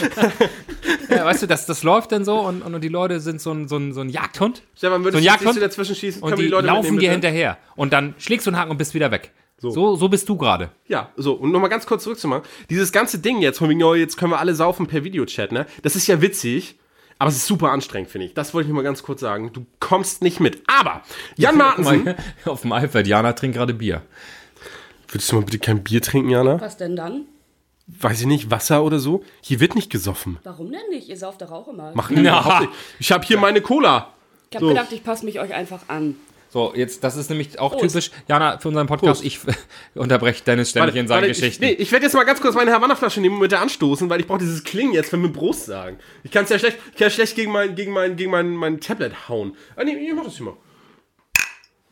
[SPEAKER 2] Ja, weißt du, das, das läuft dann so und, und die Leute sind so ein, so ein, so ein Jagdhund.
[SPEAKER 1] Stefan,
[SPEAKER 2] so ein
[SPEAKER 1] würdest du- siehst
[SPEAKER 2] Jagdhund
[SPEAKER 1] du dazwischen schießen?
[SPEAKER 2] und die, laufen dir hinterher. Und dann schlägst du einen Haken und bist wieder weg. So, so, bist du gerade.
[SPEAKER 1] Ja, so, und nochmal ganz kurz zurückzumachen. Dieses ganze Ding jetzt von wegen, oh, jetzt können wir alle saufen per Videochat, ne? Das ist ja witzig, aber es ist super anstrengend, finde ich. Das wollte ich nur mal ganz kurz sagen. Du kommst nicht mit. Aber, Jan Martensen.
[SPEAKER 2] Auf dem iPad, Jana trinkt gerade Bier.
[SPEAKER 1] Würdest du mal bitte kein Bier trinken, Jana?
[SPEAKER 4] Was denn dann?
[SPEAKER 1] Weiß ich nicht, Wasser oder so? Hier wird nicht gesoffen.
[SPEAKER 4] Warum denn nicht? Ihr sauft doch auch immer.
[SPEAKER 1] Machen die
[SPEAKER 2] Na.
[SPEAKER 1] überhaupt nicht. Ich habe hier meine Cola.
[SPEAKER 4] ich hab
[SPEAKER 1] so.
[SPEAKER 4] gedacht, ich passe mich euch einfach an.
[SPEAKER 2] So, jetzt, das ist nämlich auch
[SPEAKER 4] Prost.
[SPEAKER 2] typisch, Jana, für unseren Podcast, ich unterbreche Dennis ständig in seinen
[SPEAKER 1] ich,
[SPEAKER 2] Geschichten.
[SPEAKER 1] nee, ich werde jetzt mal ganz kurz meine Havanna-Flasche nehmen und mit der anstoßen, weil ich brauche dieses Klingen jetzt, wenn wir Brust sagen. Ich kann es ja schlecht, ich kann ja schlecht gegen mein, gegen mein, gegen mein, mein Tablet hauen. Ah, nee, ich mach das hier mal.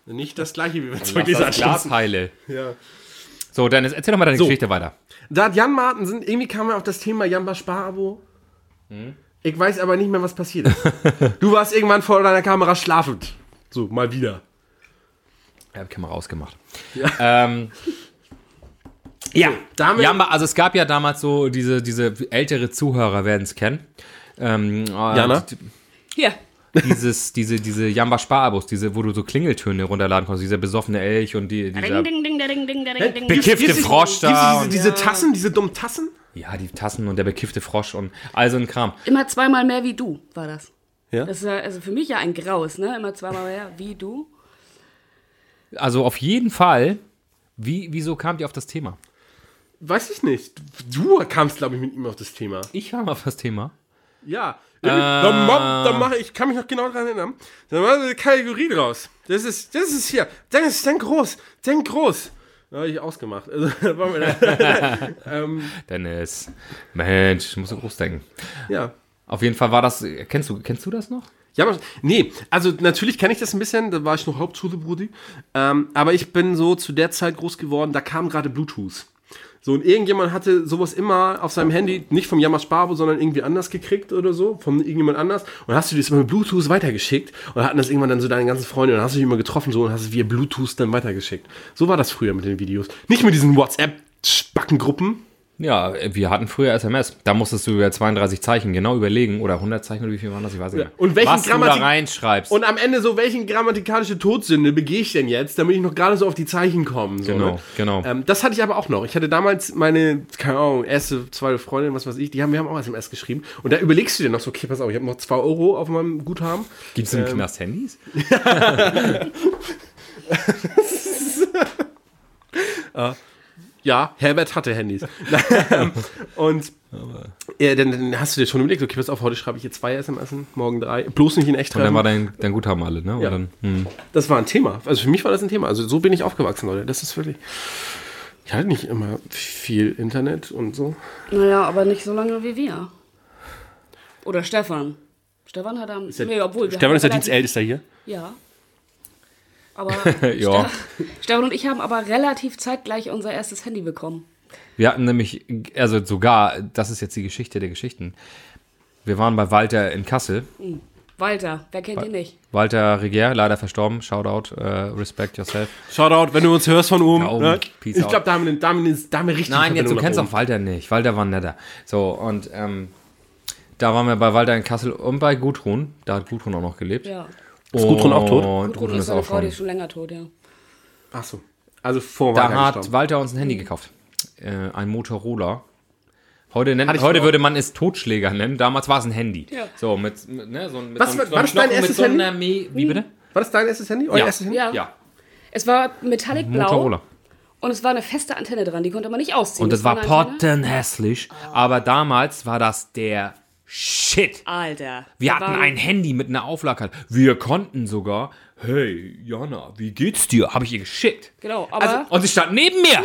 [SPEAKER 1] Nicht das gleiche, wie wenn es wirklich
[SPEAKER 2] das
[SPEAKER 1] anstoßen.
[SPEAKER 2] Glasheile.
[SPEAKER 1] Ja.
[SPEAKER 2] So, Dennis, erzähl doch mal deine Geschichte weiter.
[SPEAKER 1] Da hat Jan Martensen, irgendwie kam er auf das Thema Jamba Sparabo.
[SPEAKER 2] Hm?
[SPEAKER 1] Ich weiß aber nicht mehr, was passiert ist. du warst irgendwann vor deiner Kamera schlafend. So, mal wieder.
[SPEAKER 2] Ja, hab Kamera ausgemacht. Ja. Ähm, ja.
[SPEAKER 1] Damit,
[SPEAKER 2] Jamba, also es gab ja damals so diese, diese ältere Zuhörer werden es kennen. Ähm, äh,
[SPEAKER 1] Jana?
[SPEAKER 2] d-
[SPEAKER 4] Hier,
[SPEAKER 2] Dieses, diese, diese Jamba Sparabus, diese, wo du so Klingeltöne runterladen konntest, dieser besoffene Elch und die, dieser
[SPEAKER 5] Ding, ding, ding, ding, ding, ding, ding.
[SPEAKER 2] bekiffte Frosch da.
[SPEAKER 1] diese, diese Tassen, diese dummen Tassen?
[SPEAKER 2] und, ja, die Tassen und der bekiffte Frosch und all so ein Kram.
[SPEAKER 4] immer zweimal mehr wie du war das.
[SPEAKER 1] Ja?
[SPEAKER 4] Das ist ja, also für mich ja ein Graus, ne? Immer zweimal mehr wie du.
[SPEAKER 2] Also auf jeden Fall, wie, wieso kamt ihr auf das Thema?
[SPEAKER 1] Weiß ich nicht. Du kamst, glaube ich, mit ihm auf das Thema.
[SPEAKER 2] Ich war mal auf das Thema.
[SPEAKER 1] Ja. Dann, mach, dann mach, ich kann mich noch genau daran erinnern. Dann machen wir eine Kategorie draus. Das ist, das ist hier. Dennis, denk groß. Denk groß. Da habe ich ausgemacht. Also, da waren wir da.
[SPEAKER 2] Dennis. Mensch, musst du groß denken.
[SPEAKER 1] ja.
[SPEAKER 2] Auf jeden Fall war das. Kennst du, kennst du das noch?
[SPEAKER 1] Ja, aber, nee, also natürlich kenne ich das ein bisschen, da war ich noch Hauptschule-Brudi, ähm, aber ich bin so zu der Zeit groß geworden, da kam gerade Bluetooth. So, und irgendjemand hatte sowas immer auf seinem Handy, nicht vom Yamasparbo, sondern irgendwie anders gekriegt oder so, von irgendjemand anders. Und hast du das immer mit Bluetooth weitergeschickt und hatten das irgendwann dann so deine ganzen Freunde und dann hast du dich immer getroffen so und hast es via Bluetooth dann weitergeschickt. So war das früher mit den Videos. Nicht mit diesen WhatsApp-Spackengruppen.
[SPEAKER 2] Ja, wir hatten früher SMS. Da musstest du über 32 Zeichen genau überlegen oder 100 Zeichen oder wie viel waren das? Ich weiß nicht mehr.
[SPEAKER 1] Und welchen
[SPEAKER 2] Was du
[SPEAKER 1] Grammatik-
[SPEAKER 2] da reinschreibst.
[SPEAKER 1] Und am Ende so, welchen grammatikalische Todsünde begehe ich denn jetzt, damit ich noch gerade so auf die Zeichen komme. So,
[SPEAKER 2] Genau,
[SPEAKER 1] ne?
[SPEAKER 2] genau.
[SPEAKER 1] Ähm, das hatte ich aber auch noch. Ich hatte damals meine, keine Ahnung, erste, zweite Freundin, was weiß ich, die haben, wir haben auch SMS geschrieben. Und da überlegst du dir noch so, okay, pass auf, ich habe noch 2 Euro auf meinem Guthaben.
[SPEAKER 2] Gibt es im
[SPEAKER 1] ähm,
[SPEAKER 2] Knast Handys?
[SPEAKER 1] Ja, Herbert hatte Handys. Ähm, und äh, dann, dann hast du dir schon überlegt, okay, pass auf, heute schreibe ich hier zwei SMS, morgen drei, bloß nicht in echt
[SPEAKER 2] Und dann
[SPEAKER 1] treffen.
[SPEAKER 2] war dein, dein Guthaben alle, ne? Und
[SPEAKER 1] ähm, Ja.
[SPEAKER 2] dann, hm.
[SPEAKER 1] Das war ein Thema. Also für mich war das ein Thema. Also so bin ich aufgewachsen, Leute. Das ist wirklich. Ich hatte nicht immer viel Internet und so.
[SPEAKER 4] Naja, aber nicht so lange wie wir. Oder Stefan. Stefan hat am. nee, obwohl, wir haben relativ-
[SPEAKER 1] Dienstältester hier.
[SPEAKER 4] Ja. Aber
[SPEAKER 2] ja.
[SPEAKER 4] Stefan und ich haben aber relativ zeitgleich unser erstes Handy bekommen.
[SPEAKER 2] Wir hatten nämlich, also sogar, das ist jetzt die Geschichte der Geschichten. Wir waren bei Walter in Kassel.
[SPEAKER 4] Walter, wer kennt ihn nicht?
[SPEAKER 2] Walter Regier, leider verstorben. Shoutout, äh, respect yourself.
[SPEAKER 1] Shoutout, wenn du uns hörst von oben.
[SPEAKER 2] Da oben.
[SPEAKER 1] Ne?
[SPEAKER 2] Peace
[SPEAKER 1] ich
[SPEAKER 2] out.
[SPEAKER 1] glaube, da haben wir, da haben wir, da haben wir richtig
[SPEAKER 2] Nein, jetzt, du
[SPEAKER 1] Verbindung
[SPEAKER 2] kennst
[SPEAKER 1] nach
[SPEAKER 2] auch Walter nicht. Walter war netter. So, und ähm, da waren wir bei Walter in Kassel und bei Gudrun. Da hat Gudrun auch noch gelebt.
[SPEAKER 4] Ja.
[SPEAKER 2] Ist
[SPEAKER 1] Gudrun auch tot?
[SPEAKER 2] Und Gudrun ist
[SPEAKER 4] eine
[SPEAKER 2] auch
[SPEAKER 4] Frau, die
[SPEAKER 2] schon.
[SPEAKER 4] ist schon länger tot, ja.
[SPEAKER 1] oben. Ach so. Also vor
[SPEAKER 2] Da
[SPEAKER 1] Walter
[SPEAKER 2] hat
[SPEAKER 1] gestorben.
[SPEAKER 2] Walter uns ein Handy gekauft. Äh, ein Motorola. Heute,
[SPEAKER 1] Hatte
[SPEAKER 2] nennt,
[SPEAKER 1] ich
[SPEAKER 2] heute
[SPEAKER 1] auch.
[SPEAKER 2] würde man es Totschläger nennen. Damals war es ein Handy.
[SPEAKER 4] Ja.
[SPEAKER 2] So, mit, mit, ne, so, ein- mit
[SPEAKER 1] Was-
[SPEAKER 2] so einem, so
[SPEAKER 1] war
[SPEAKER 2] einem
[SPEAKER 1] das dein
[SPEAKER 2] Knochen, mit
[SPEAKER 1] erstes
[SPEAKER 2] so
[SPEAKER 1] Handy?
[SPEAKER 2] einer Me Wie bitte?
[SPEAKER 1] War das dein erstes Handy? Euer
[SPEAKER 2] Ja.
[SPEAKER 1] erstes Handy?
[SPEAKER 4] Hm. Ja.
[SPEAKER 2] Ja.
[SPEAKER 4] Es war metallic blau
[SPEAKER 2] Motorola.
[SPEAKER 4] und es war eine feste Antenne dran, die ne? konnte man nicht ausziehen.
[SPEAKER 2] Und das war
[SPEAKER 4] eine Antenne.
[SPEAKER 2] pottenhässlich. Aber damals war das der Shit.
[SPEAKER 4] Alter.
[SPEAKER 2] Wir
[SPEAKER 4] Da
[SPEAKER 2] hatten
[SPEAKER 4] waren-
[SPEAKER 2] ein Handy mit einer Auflage. Wir konnten sogar, hey, Jana, wie geht's dir? Habe ich ihr geschickt.
[SPEAKER 4] Genau, aber,
[SPEAKER 2] Also, und sie stand neben mir.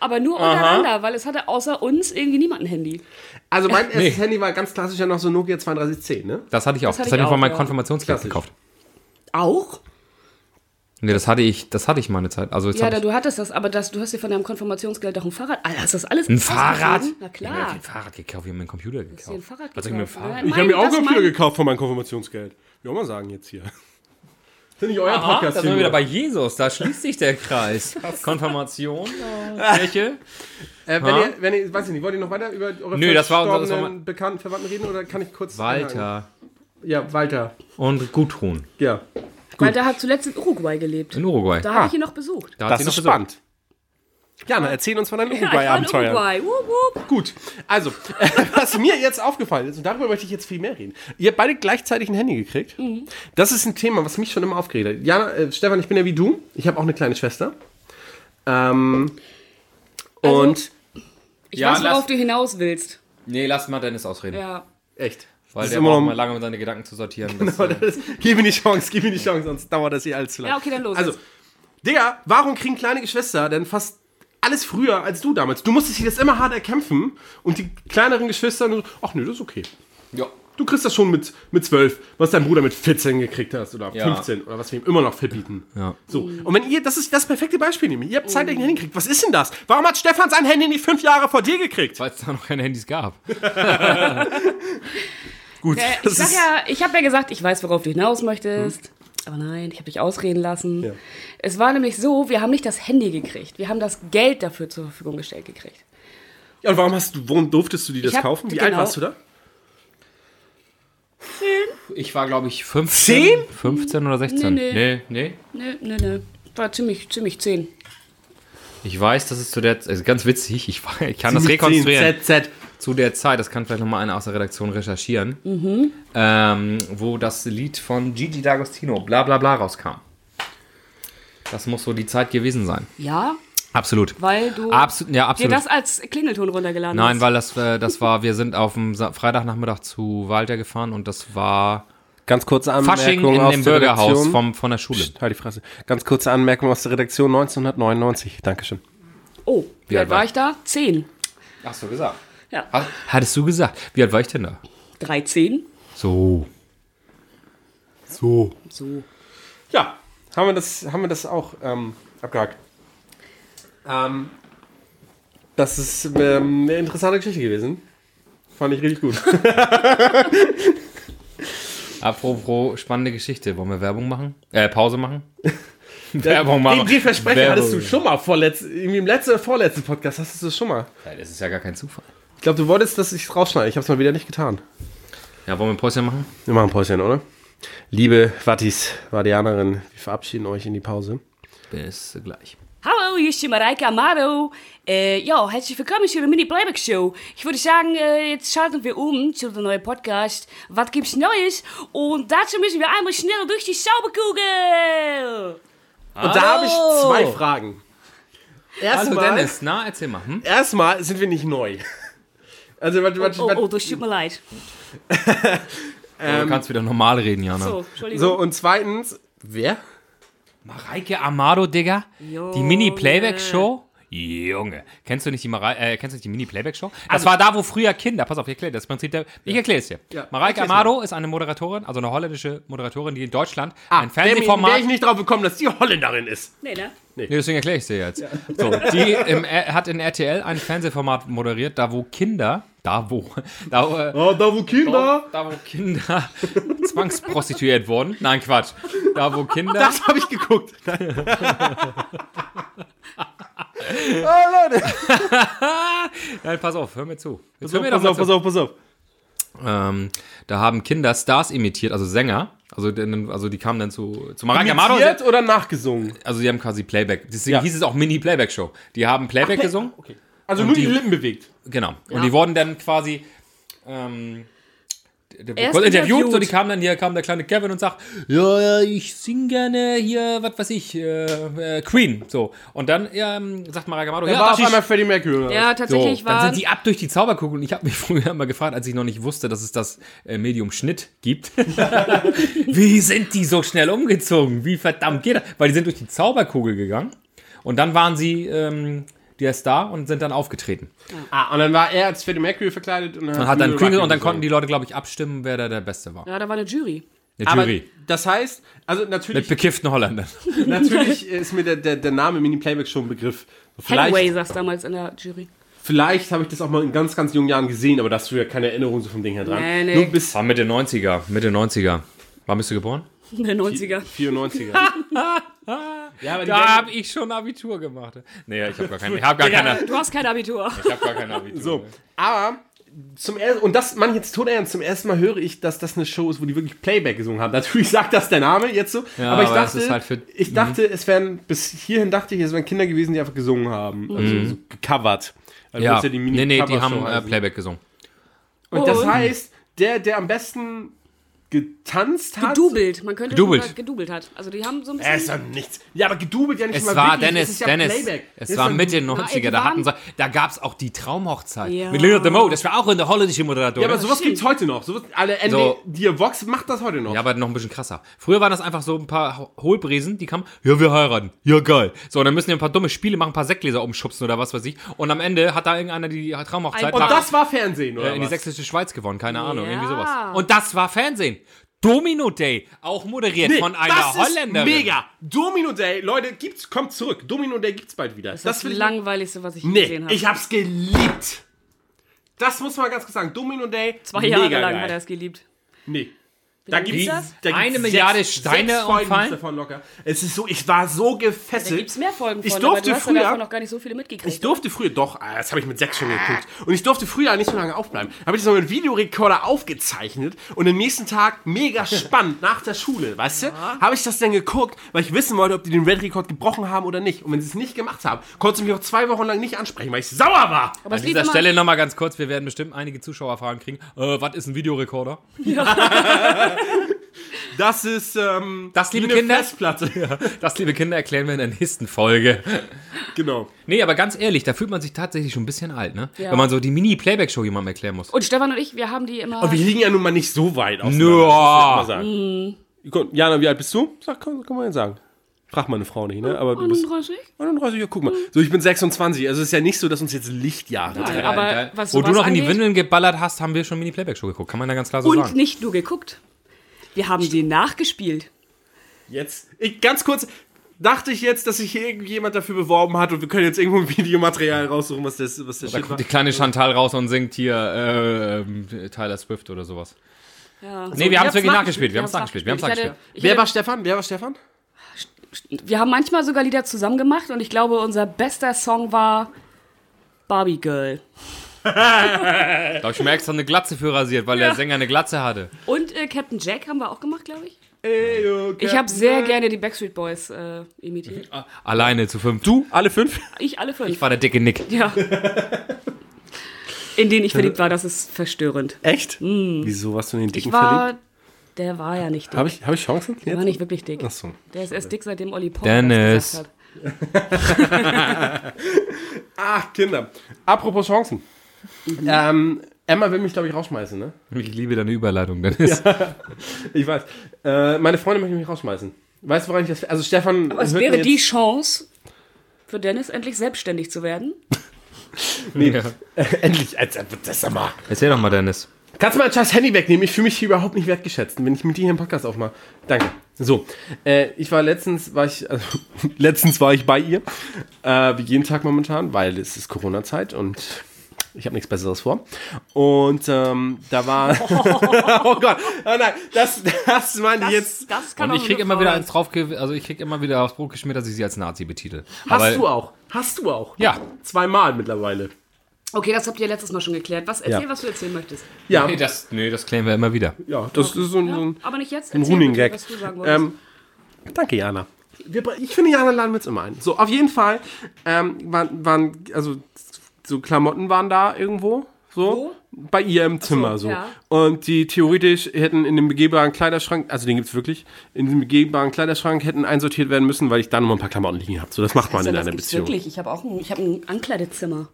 [SPEAKER 4] aber nur untereinander, weil es hatte außer uns irgendwie niemand ein Handy.
[SPEAKER 1] Also mein erstes Handy war ganz klassisch ja noch so Nokia 3210, ne?
[SPEAKER 2] Das hatte ich auch. Das,
[SPEAKER 4] hatte
[SPEAKER 2] hatte
[SPEAKER 4] ich
[SPEAKER 2] ich von
[SPEAKER 4] auch,
[SPEAKER 2] meinem
[SPEAKER 4] ja.
[SPEAKER 2] Konfirmationskleid
[SPEAKER 1] Klassisch.
[SPEAKER 2] gekauft.
[SPEAKER 4] Auch?
[SPEAKER 2] Nee, das hatte ich, das hatte ich meine Zeit. Also jetzt
[SPEAKER 4] Ja,
[SPEAKER 2] hab
[SPEAKER 4] da,
[SPEAKER 2] ich
[SPEAKER 4] du hattest das, aber das, du hast dir von deinem Konfirmationsgeld auch ein Fahrrad. Alter, hast du das alles
[SPEAKER 2] ein Fahrrad.
[SPEAKER 4] Na
[SPEAKER 2] Ich habe mir
[SPEAKER 4] klar.
[SPEAKER 2] kein Fahrrad gekauft, ich habe mir einen Computer gekauft.
[SPEAKER 4] dir ein Fahrrad
[SPEAKER 2] Was soll ich mir ein
[SPEAKER 4] gekauft?
[SPEAKER 2] Fahrrad?
[SPEAKER 4] Nein.
[SPEAKER 1] Ich habe mir auch
[SPEAKER 4] das
[SPEAKER 1] Computer
[SPEAKER 4] mein-
[SPEAKER 1] gekauft von meinem Konfirmationsgeld. Wie auch mal sagen jetzt hier. Sind nicht euer
[SPEAKER 2] Ah, da
[SPEAKER 1] Podcast
[SPEAKER 2] sind wir
[SPEAKER 1] hier.
[SPEAKER 2] wieder
[SPEAKER 1] nur.
[SPEAKER 2] bei Jesus, da schließt sich der Kreis. Konfirmation,
[SPEAKER 4] Genau.
[SPEAKER 2] äh, Kirche.
[SPEAKER 1] Äh, wenn, ihr, wenn ihr, weiß ich nicht, wollt ihr noch weiter über eure
[SPEAKER 2] Nö, das war unser- das war
[SPEAKER 1] verstorbenen bekannten Verwandten reden oder kann ich kurz einhaken?
[SPEAKER 2] Walter
[SPEAKER 1] Ja, genau. Walter.
[SPEAKER 2] und Gudrun
[SPEAKER 1] Ja.
[SPEAKER 4] Weil da hat zuletzt in Uruguay gelebt.
[SPEAKER 2] in Uruguay.
[SPEAKER 4] Da
[SPEAKER 1] Ah.
[SPEAKER 4] habe ich ihn noch besucht.
[SPEAKER 2] Da hat
[SPEAKER 1] Das
[SPEAKER 2] sie
[SPEAKER 1] ist
[SPEAKER 2] noch besucht.
[SPEAKER 1] spannend. Jana, erzähl uns von deinem
[SPEAKER 4] Ja, ich war in
[SPEAKER 1] Uruguay-Abenteuer.
[SPEAKER 4] Uruguay. Wup, wup.
[SPEAKER 1] Gut, also, äh, was mir jetzt aufgefallen ist, und darüber möchte ich jetzt viel mehr reden. Ihr habt beide gleichzeitig ein Handy gekriegt.
[SPEAKER 4] Mhm.
[SPEAKER 1] Das ist ein Thema, was mich schon immer aufgeregt hat. Jana, äh, Stefan, ich bin ja wie du. Ich habe auch eine kleine Schwester. Ähm,
[SPEAKER 4] Also-
[SPEAKER 1] und,
[SPEAKER 4] Ich
[SPEAKER 2] Ja,
[SPEAKER 4] weiß, worauf
[SPEAKER 2] lass-
[SPEAKER 4] du hinaus willst.
[SPEAKER 2] Nee, lass mal Dennis ausreden.
[SPEAKER 4] Ja.
[SPEAKER 1] echt.
[SPEAKER 2] Weil
[SPEAKER 1] Das
[SPEAKER 2] der
[SPEAKER 1] ist immer
[SPEAKER 2] braucht
[SPEAKER 1] noch- Genau,
[SPEAKER 2] mal lange, um seine Gedanken zu sortieren. Das,
[SPEAKER 1] Aber
[SPEAKER 2] äh,
[SPEAKER 1] das, gib mir die Chance, gib mir die Chance, sonst dauert das hier allzu lange.
[SPEAKER 4] Ja, okay, dann los
[SPEAKER 1] Also,
[SPEAKER 4] jetzt.
[SPEAKER 1] Digga, warum kriegen kleine Geschwister denn fast alles früher als du damals? Du musstest dir das immer hart erkämpfen und die kleineren Geschwister nur so, ach nö, das ist okay.
[SPEAKER 2] ja.
[SPEAKER 1] Du kriegst das schon mit, mit 12, was dein Bruder mit 14 gekriegt hast oder
[SPEAKER 2] Ja.
[SPEAKER 1] 15 oder was wir ihm immer noch verbieten.
[SPEAKER 2] Ja.
[SPEAKER 1] So. Und wenn ihr, das ist das perfekte Beispiel nämlich, ihr habt
[SPEAKER 4] Oh.
[SPEAKER 1] zeitgleich ein Handy gekriegt. Was ist denn das? Warum hat Stefan sein Handy nicht fünf Jahre vor dir gekriegt?
[SPEAKER 2] Weil es da noch keine Handys gab.
[SPEAKER 1] Gut,
[SPEAKER 4] Äh, ich
[SPEAKER 1] das
[SPEAKER 4] sag
[SPEAKER 1] ist,
[SPEAKER 4] ja, ich habe ja gesagt, ich weiß, worauf du hinaus möchtest. Aber nein, ich habe dich ausreden lassen.
[SPEAKER 1] Ja.
[SPEAKER 4] Es war nämlich so, wir haben nicht das Handy gekriegt. Wir haben das Geld dafür zur Verfügung gestellt gekriegt.
[SPEAKER 1] ja. Und warum hast du, warum durftest du dir das
[SPEAKER 4] hab-
[SPEAKER 1] kaufen? Wie
[SPEAKER 4] genau.
[SPEAKER 1] alt warst du da?
[SPEAKER 2] Ich war, glaube ich, 15. 15 oder 16.
[SPEAKER 4] Nee,
[SPEAKER 2] nee.
[SPEAKER 4] nee.
[SPEAKER 2] nee.
[SPEAKER 4] Nö, nö, nö. War ziemlich, ziemlich zehn.
[SPEAKER 2] Ich weiß, dass es zu der Zeit, also ganz witzig, ich, war, ich kann das
[SPEAKER 1] Ziemlich
[SPEAKER 2] rekonstruieren.
[SPEAKER 1] zehn, ZZ.
[SPEAKER 2] Zu der Zeit, das kann vielleicht nochmal einer aus der Redaktion recherchieren,
[SPEAKER 4] Mhm.
[SPEAKER 2] ähm, wo das Lied von Gigi D'Agostino, bla bla bla, rauskam. Das muss so die Zeit gewesen sein.
[SPEAKER 4] Ja?
[SPEAKER 2] Absolut.
[SPEAKER 4] Weil du
[SPEAKER 2] Absu ja,
[SPEAKER 4] dir
[SPEAKER 2] absolut.
[SPEAKER 4] das als Klingelton runtergeladen
[SPEAKER 2] Nein,
[SPEAKER 4] hast.
[SPEAKER 2] weil das, äh, das war, wir sind auf dem Sa- Freitagnachmittag zu Walter gefahren und das war
[SPEAKER 1] Ganz kurze Anmerkung
[SPEAKER 2] Fasching in
[SPEAKER 1] aus
[SPEAKER 2] dem
[SPEAKER 1] der
[SPEAKER 2] Bürgerhaus
[SPEAKER 1] Redaktion.
[SPEAKER 2] vom, von der Schule.
[SPEAKER 1] Psst, halt die Fresse. Ganz kurze Anmerkung aus der Redaktion 1999. Dankeschön.
[SPEAKER 4] oh, wie
[SPEAKER 2] alt
[SPEAKER 4] alt
[SPEAKER 2] war
[SPEAKER 4] war ich da? Zehn.
[SPEAKER 2] Hast du gesagt?
[SPEAKER 4] Ja.
[SPEAKER 2] Hattest du gesagt? Wie alt war ich denn da?
[SPEAKER 4] 13.
[SPEAKER 2] So.
[SPEAKER 1] So.
[SPEAKER 4] So.
[SPEAKER 1] Ja, haben wir das, haben wir das auch ähm, abgehakt. Ähm, das ist ähm, eine interessante Geschichte gewesen. Fand ich richtig gut.
[SPEAKER 2] Apropos spannende Geschichte. Wollen wir Werbung machen? Äh, Pause machen? Werbung
[SPEAKER 1] Den, den Versprecher
[SPEAKER 2] Werbung.
[SPEAKER 1] hattest du schon mal vorletz, irgendwie im letzten oder vorletzten Podcast hast du das schon mal.
[SPEAKER 2] Ja, Das ist ja gar kein Zufall.
[SPEAKER 1] Ich glaube, du wolltest, dass ich es rausschneide. Ich habe es mal wieder nicht getan.
[SPEAKER 2] Ja, wollen wir ein Päuschen machen?
[SPEAKER 1] Wir machen Päuschen, oder? Liebe Wattis, Vadianerinnen, wir verabschieden euch in die Pause.
[SPEAKER 2] Bis gleich.
[SPEAKER 4] Hallo, hier ist die Mareike Amaro. Äh, ja, herzlich willkommen zu der Mini-Playback-Show. Ich würde sagen, äh, jetzt schalten wir um zu dem neuen Podcast. Was gibt's Neues? Und dazu müssen wir einmal schnell durch die Zauberkugel.
[SPEAKER 1] Und da habe ich zwei Fragen.
[SPEAKER 2] Also
[SPEAKER 1] Erstmal,
[SPEAKER 2] Dennis, na, erzähl mal. Hm?
[SPEAKER 1] erstmal sind wir nicht neu. Also, was, was,
[SPEAKER 4] Oh,
[SPEAKER 1] was,
[SPEAKER 4] oh, das tut mir leid.
[SPEAKER 2] du kannst wieder normal reden, Jana.
[SPEAKER 4] So, Oh, Entschuldigung.
[SPEAKER 1] ähm, So, und zweitens, wer?
[SPEAKER 2] Mareike Amado, Digga. Die
[SPEAKER 4] Junge.
[SPEAKER 2] Mini-Playback-Show. Junge. Kennst du nicht die, Marei äh, kennst du nicht die Mini-Playback-Show? Das war da, wo früher Kinder. Pass auf, ich erkläre das Prinzip der. Ich erkläre es dir.
[SPEAKER 1] Also Ja,
[SPEAKER 2] Mareike
[SPEAKER 1] erklär's
[SPEAKER 2] Amado ist eine Moderatorin, also eine holländische Moderatorin, die in Deutschland ein
[SPEAKER 1] Wäre
[SPEAKER 2] Fernsehformat.
[SPEAKER 1] ich nicht drauf gekommen, dass die Holländerin ist.
[SPEAKER 4] Nee, ne?
[SPEAKER 2] Nee, deswegen erkläre ich es dir jetzt. So, die im, R- hat in RTL ein Fernsehformat moderiert, da wo Kinder. Da wo. Da, wo, äh,
[SPEAKER 1] Oh, da wo Kinder.
[SPEAKER 2] da wo Kinder zwangsprostituiert wurden. Nein, Quatsch. Da wo Kinder.
[SPEAKER 1] Das habe ich geguckt. Nein. oh, Leute.
[SPEAKER 2] Nein, pass auf, hör mir zu. Jetzt
[SPEAKER 1] So,
[SPEAKER 2] hör mir doch
[SPEAKER 1] pass
[SPEAKER 2] mal
[SPEAKER 1] auf,
[SPEAKER 2] zu.
[SPEAKER 1] pass auf, pass auf.
[SPEAKER 2] Ähm, da haben Kinder Stars imitiert, also Sänger. Also, denn- also die kamen dann zu, zu Mareike Amado.
[SPEAKER 1] Imitiert oder nachgesungen?
[SPEAKER 2] Also die haben quasi Playback. Deswegen
[SPEAKER 1] Ja.
[SPEAKER 2] hieß es auch Mini-Playback-Show. Die haben Playback gesungen.
[SPEAKER 1] Okay. Also nur die,
[SPEAKER 2] die-
[SPEAKER 1] Lippen bewegt.
[SPEAKER 2] Genau. Und die wurden dann quasi ähm, d- d-
[SPEAKER 4] Erst
[SPEAKER 2] kurz interviewt.
[SPEAKER 4] interviewt.
[SPEAKER 2] So, die kamen dann hier, kam der kleine Kevin und sagt, ja, ja, ich sing gerne hier, was weiß ich, äh, äh, Queen. So. Und dann ähm, sagt Mareike Amado,
[SPEAKER 1] Da war auf
[SPEAKER 2] das ist-
[SPEAKER 1] einmal Freddie Mercury.
[SPEAKER 4] Ja,
[SPEAKER 2] So,
[SPEAKER 4] tatsächlich
[SPEAKER 2] dann
[SPEAKER 4] war.
[SPEAKER 2] sind die ab durch die Zauberkugel und ich habe mich früher immer gefragt, als ich noch nicht wusste, dass es das äh, Medium Schnitt gibt. wie sind die so schnell umgezogen? Wie verdammt geht das? Weil die sind durch die Zauberkugel gegangen und dann waren sie ähm, der Star und sind dann aufgetreten.
[SPEAKER 1] Ah, und dann war er als Freddie Mercury verkleidet und
[SPEAKER 2] Man hat dann Kringel und dann konnten die Leute, glaube ich, abstimmen, wer da der Beste war.
[SPEAKER 4] ja, da war eine Jury.
[SPEAKER 2] Eine
[SPEAKER 1] Aber
[SPEAKER 2] Jury.
[SPEAKER 1] das heißt, also
[SPEAKER 2] Mit
[SPEAKER 1] natürlich,
[SPEAKER 2] bekifften Holländern.
[SPEAKER 1] natürlich ist mir der, der, der Name Mini-Playback schon ein Begriff.
[SPEAKER 4] Hathaway
[SPEAKER 1] Vielleicht,
[SPEAKER 4] saß damals in der Jury.
[SPEAKER 1] vielleicht habe ich das auch mal in ganz, ganz jungen Jahren gesehen, aber da hast du ja keine Erinnerung so vom Ding her dran.
[SPEAKER 4] Nee, nee.
[SPEAKER 1] Nur bis
[SPEAKER 2] War Mitte 90er. Mitte 90er. Wann bist du geboren?
[SPEAKER 4] In den 90er.
[SPEAKER 1] 94er. ja, aber die
[SPEAKER 2] Da
[SPEAKER 1] werden,
[SPEAKER 2] habe ich schon Abitur gemacht. Nee, ich habe gar, keine- ich hab gar, keine-
[SPEAKER 4] Du hast kein Abitur.
[SPEAKER 2] ich hab gar kein Abitur.
[SPEAKER 1] so. Aber zum ersten, und das man jetzt tot ernst, zum ersten Mal höre ich, dass das eine Show ist, wo die wirklich Playback gesungen haben. Natürlich sagt das der Name jetzt so,
[SPEAKER 2] Ja,
[SPEAKER 1] aber ich
[SPEAKER 2] aber das
[SPEAKER 1] dachte,
[SPEAKER 2] ist halt für-
[SPEAKER 1] ich dachte, es wären bis hierhin dachte ich, es wären Kinder gewesen, die einfach gesungen haben, also so gecovert. Also
[SPEAKER 2] Mhm. Ja,
[SPEAKER 1] wird's
[SPEAKER 2] die nee, nee, die
[SPEAKER 1] Cover-Show
[SPEAKER 2] haben äh,
[SPEAKER 1] heißen.
[SPEAKER 2] Playback gesungen.
[SPEAKER 1] Und das
[SPEAKER 4] Oh.
[SPEAKER 1] heißt, der der am besten getanzt hat,
[SPEAKER 4] Gedoubelt. Man könnte
[SPEAKER 2] Gedoubelt.
[SPEAKER 4] schon sagen, gedoubelt hat. Also die haben so ein
[SPEAKER 1] Äh, ist
[SPEAKER 4] bisschen.
[SPEAKER 1] doch nichts. Ja, aber gedubelt ja nicht
[SPEAKER 2] Es
[SPEAKER 1] mal
[SPEAKER 2] war
[SPEAKER 1] wirklich,
[SPEAKER 2] Dennis,
[SPEAKER 1] es ist ja
[SPEAKER 2] Dennis.
[SPEAKER 1] Playback.
[SPEAKER 2] Es
[SPEAKER 1] Ist
[SPEAKER 2] war
[SPEAKER 1] dann-
[SPEAKER 2] Mitte
[SPEAKER 4] ey,
[SPEAKER 2] 90er,
[SPEAKER 4] die
[SPEAKER 2] da hatten
[SPEAKER 4] waren-
[SPEAKER 2] sie, da gab's auch die Traumhochzeit
[SPEAKER 4] Ja.
[SPEAKER 2] mit Leonard the Mo, das war auch eine holländische Moderatorin.
[SPEAKER 1] Ja, aber sowas gibt's heute noch. Sowas, alle ND,
[SPEAKER 2] So.
[SPEAKER 1] die Vox macht das heute noch.
[SPEAKER 2] Ja, aber noch ein bisschen krasser. Früher waren das einfach so ein paar Ho- Hohlbresen, die kamen, ja, wir heiraten, ja, geil. So, und dann müssen die ein paar dumme Spiele machen, ein paar Sektgläser umschubsen oder was weiß ich. Und am Ende hat da irgendeiner die Traumhochzeit
[SPEAKER 4] Ein-
[SPEAKER 1] Und
[SPEAKER 2] nach-
[SPEAKER 1] das war Fernsehen, oder?
[SPEAKER 2] äh, in die
[SPEAKER 1] was?
[SPEAKER 2] sächsische Schweiz gewonnen, keine Ahnung,
[SPEAKER 4] Ja.
[SPEAKER 2] irgendwie sowas. Und das war Fernsehen. Domino Day, auch moderiert
[SPEAKER 1] Nee,
[SPEAKER 2] von einer
[SPEAKER 1] das
[SPEAKER 2] Holländerin.
[SPEAKER 1] Ist mega. Domino Day, Leute, gibt's, kommt zurück. Domino Day gibt's bald wieder.
[SPEAKER 4] Das,
[SPEAKER 1] will ich-
[SPEAKER 4] langweiligste, was ich je
[SPEAKER 1] Nee,
[SPEAKER 4] gesehen habe.
[SPEAKER 1] ich hab's geliebt. Das muss man ganz kurz sagen. Domino Day.
[SPEAKER 4] Zwei Jahre
[SPEAKER 1] mega
[SPEAKER 4] lang
[SPEAKER 1] geil.
[SPEAKER 4] hat er es geliebt.
[SPEAKER 1] Nee. Da
[SPEAKER 4] lange
[SPEAKER 1] gibt's,
[SPEAKER 4] gibt's
[SPEAKER 1] da
[SPEAKER 4] das?
[SPEAKER 1] gibt's
[SPEAKER 2] Eine Milliarde Steine
[SPEAKER 1] sechs Folgen
[SPEAKER 2] umfallen?
[SPEAKER 1] gibt's davon locker. Es ist so, ich war so gefesselt.
[SPEAKER 4] Da gibt es mehr Folgen von,
[SPEAKER 1] Ich
[SPEAKER 4] aber
[SPEAKER 1] durfte
[SPEAKER 4] du hast ja davon
[SPEAKER 1] früher.
[SPEAKER 4] noch gar nicht so viele mitgekriegt.
[SPEAKER 1] Ich durfte früher, doch, ah, das habe ich mit sechs schon geguckt. Und ich durfte früher nicht so lange aufbleiben. Habe ich das noch mit Videorekorder aufgezeichnet und am nächsten Tag mega spannend nach der Schule, weißt du, habe ich das dann geguckt, weil ich wissen wollte, ob die den Weltrekord gebrochen haben oder nicht. Und wenn sie es nicht gemacht haben, konnte ich mich auch zwei Wochen lang nicht ansprechen, weil ich sauer war.
[SPEAKER 4] aber es
[SPEAKER 2] An
[SPEAKER 4] lief
[SPEAKER 2] dieser
[SPEAKER 4] immer-
[SPEAKER 2] Stelle nochmal ganz kurz, wir werden bestimmt einige Zuschauerfragen kriegen. Äh, was ist ein Videorekorder?
[SPEAKER 1] Das ist ähm,
[SPEAKER 2] Das,
[SPEAKER 1] wie
[SPEAKER 2] liebe
[SPEAKER 1] eine
[SPEAKER 2] Kinder?
[SPEAKER 1] Festplatte.
[SPEAKER 2] Das, liebe Kinder, erklären wir in der nächsten Folge.
[SPEAKER 1] Genau.
[SPEAKER 2] Nee, aber ganz ehrlich, da fühlt man sich tatsächlich schon ein bisschen alt, ne?
[SPEAKER 4] Ja.
[SPEAKER 2] Wenn man so die Mini-Playback-Show jemandem erklären muss.
[SPEAKER 4] Und Stefan und ich, wir haben die immer.
[SPEAKER 1] Aber wir liegen ja nun mal nicht so weit aus.
[SPEAKER 2] Nö.
[SPEAKER 1] Jana, wie alt bist du? Sag, kann, kann man ja sagen. Frag mal eine Frau nicht, ne? Aber du bist
[SPEAKER 4] 31?
[SPEAKER 1] 31, ja, guck mal. So, ich bin 26. Also es ist ja nicht so, dass uns jetzt Lichtjahre trennen.
[SPEAKER 4] Aber was
[SPEAKER 2] Wo du
[SPEAKER 4] sowas
[SPEAKER 2] noch in die
[SPEAKER 4] angeht-
[SPEAKER 2] Windeln geballert hast, haben wir schon Mini-Playback-Show geguckt. Kann man da ganz klar so
[SPEAKER 4] Und
[SPEAKER 2] sagen.
[SPEAKER 4] nicht nur geguckt. Wir haben die nachgespielt.
[SPEAKER 1] Jetzt, ich, ganz kurz, dachte ich jetzt, dass sich hier irgendjemand dafür beworben hat und wir können jetzt irgendwo ein Videomaterial raussuchen, was das, was das
[SPEAKER 2] Da
[SPEAKER 1] Shit war.
[SPEAKER 2] kommt die kleine Chantal raus und singt hier äh, ähm, Tyler Swift oder sowas.
[SPEAKER 4] Ja. Also,
[SPEAKER 2] Nee, wir haben es wirklich nachgespielt. Wir haben
[SPEAKER 4] haben's
[SPEAKER 2] es nachgespielt. Wir haben es nachgespielt.
[SPEAKER 4] Ich hatte- ich
[SPEAKER 1] Wer war
[SPEAKER 4] hatte-
[SPEAKER 1] Stefan? Wer war Stefan?
[SPEAKER 4] Wir haben manchmal sogar Lieder zusammen gemacht und ich glaube, unser bester Song war Barbie Girl.
[SPEAKER 2] Da ich merkst, hat eine Glatze für rasiert, weil der Sänger eine Glatze hatte.
[SPEAKER 4] Und äh, Captain Jack haben wir auch gemacht, glaube ich.
[SPEAKER 1] Ey, yo,
[SPEAKER 4] Ich habe sehr gerne die Backstreet Boys äh, imitiert.
[SPEAKER 1] Mhm. Ah.
[SPEAKER 2] Alleine zu fünf. Du?
[SPEAKER 1] alle fünf?
[SPEAKER 4] Ich alle fünf.
[SPEAKER 2] Ich war der dicke Nick.
[SPEAKER 4] ja. In den ich verliebt war, das ist verstörend.
[SPEAKER 1] Echt? Wieso warst du in den
[SPEAKER 4] Mm. Ich
[SPEAKER 1] Dicken verliebt?
[SPEAKER 4] war. Der war ja nicht dick.
[SPEAKER 1] Habe ich, hab ich Chancen?
[SPEAKER 4] der
[SPEAKER 1] Jetzt?
[SPEAKER 4] war nicht wirklich dick.
[SPEAKER 1] Ach so.
[SPEAKER 4] Der ist erst dick, seitdem Olli Pocher
[SPEAKER 2] Dennis.
[SPEAKER 4] das gesagt hat.
[SPEAKER 1] Ach, Ah, Kinder. Apropos Chancen.
[SPEAKER 4] Mhm.
[SPEAKER 1] ähm, Emma will mich, glaube ich, rausschmeißen, ne?
[SPEAKER 2] Ich liebe deine Überleitung, Dennis.
[SPEAKER 1] Ich weiß. Äh, meine Freunde möchten mich rausschmeißen. Weißt du, woran ich das. Also, Stefan.
[SPEAKER 4] Aber es
[SPEAKER 1] hört
[SPEAKER 4] wäre
[SPEAKER 1] mir
[SPEAKER 4] die
[SPEAKER 1] jetzt-
[SPEAKER 4] Chance für Dennis, endlich selbstständig zu werden.
[SPEAKER 2] Ja.
[SPEAKER 1] Endlich. Als, als, das sag mal.
[SPEAKER 2] Erzähl doch mal, Dennis.
[SPEAKER 1] Kannst du mal ein scheiß Handy wegnehmen? Ich fühle mich hier überhaupt nicht wertgeschätzt, wenn ich mit dir hier einen Podcast aufmache. Danke. So, äh, ich war letztens, war ich, also, letztens war ich bei ihr, äh, wie jeden Tag momentan, weil es ist Corona-Zeit und ich habe nichts Besseres vor. Und ähm, da war, oh Gott, oh nein, das, das meine ich jetzt.
[SPEAKER 4] das
[SPEAKER 2] Und
[SPEAKER 4] auch
[SPEAKER 2] ich
[SPEAKER 4] eine
[SPEAKER 2] krieg immer
[SPEAKER 4] Frau
[SPEAKER 2] wieder
[SPEAKER 4] sein.
[SPEAKER 2] eins drauf, ge- also ich krieg immer wieder aufs Brot geschmiert, dass ich sie als Nazi betitel.
[SPEAKER 1] Hast
[SPEAKER 2] Aber-
[SPEAKER 1] du auch, hast du auch.
[SPEAKER 2] Ja.
[SPEAKER 1] Zweimal mittlerweile.
[SPEAKER 4] Okay, das habt ihr letztes Mal schon geklärt. Was, erzähl,
[SPEAKER 1] Ja.
[SPEAKER 4] was du erzählen möchtest.
[SPEAKER 1] Ja,
[SPEAKER 2] Nee, das, nee, das klären wir immer wieder.
[SPEAKER 1] ja das ist so ein,
[SPEAKER 4] Ja,
[SPEAKER 1] so ein
[SPEAKER 4] aber nicht jetzt.
[SPEAKER 1] Ein
[SPEAKER 4] Erzähl
[SPEAKER 1] Ähm, Running
[SPEAKER 4] bitte,
[SPEAKER 1] Gag.
[SPEAKER 4] Was du sagen wolltest.
[SPEAKER 1] Ähm, danke, Jana. Wir, bra- ich finde, Jana laden wir jetzt immer ein. So, auf jeden Fall ähm, waren, waren, also so Klamotten waren da irgendwo. So. Bei ihr im Zimmer so.
[SPEAKER 4] ja.
[SPEAKER 1] Und die theoretisch hätten in dem begehbaren Kleiderschrank, also den gibt es wirklich, in dem begehbaren Kleiderschrank hätten einsortiert werden müssen, weil ich da nochmal ein paar Klamotten liegen habe. So, das macht man
[SPEAKER 4] Also,
[SPEAKER 1] in
[SPEAKER 4] das
[SPEAKER 1] einer
[SPEAKER 4] gibt's
[SPEAKER 1] Beziehung.
[SPEAKER 4] Wirklich, ich habe auch ein, ich hab ein Ankleidezimmer.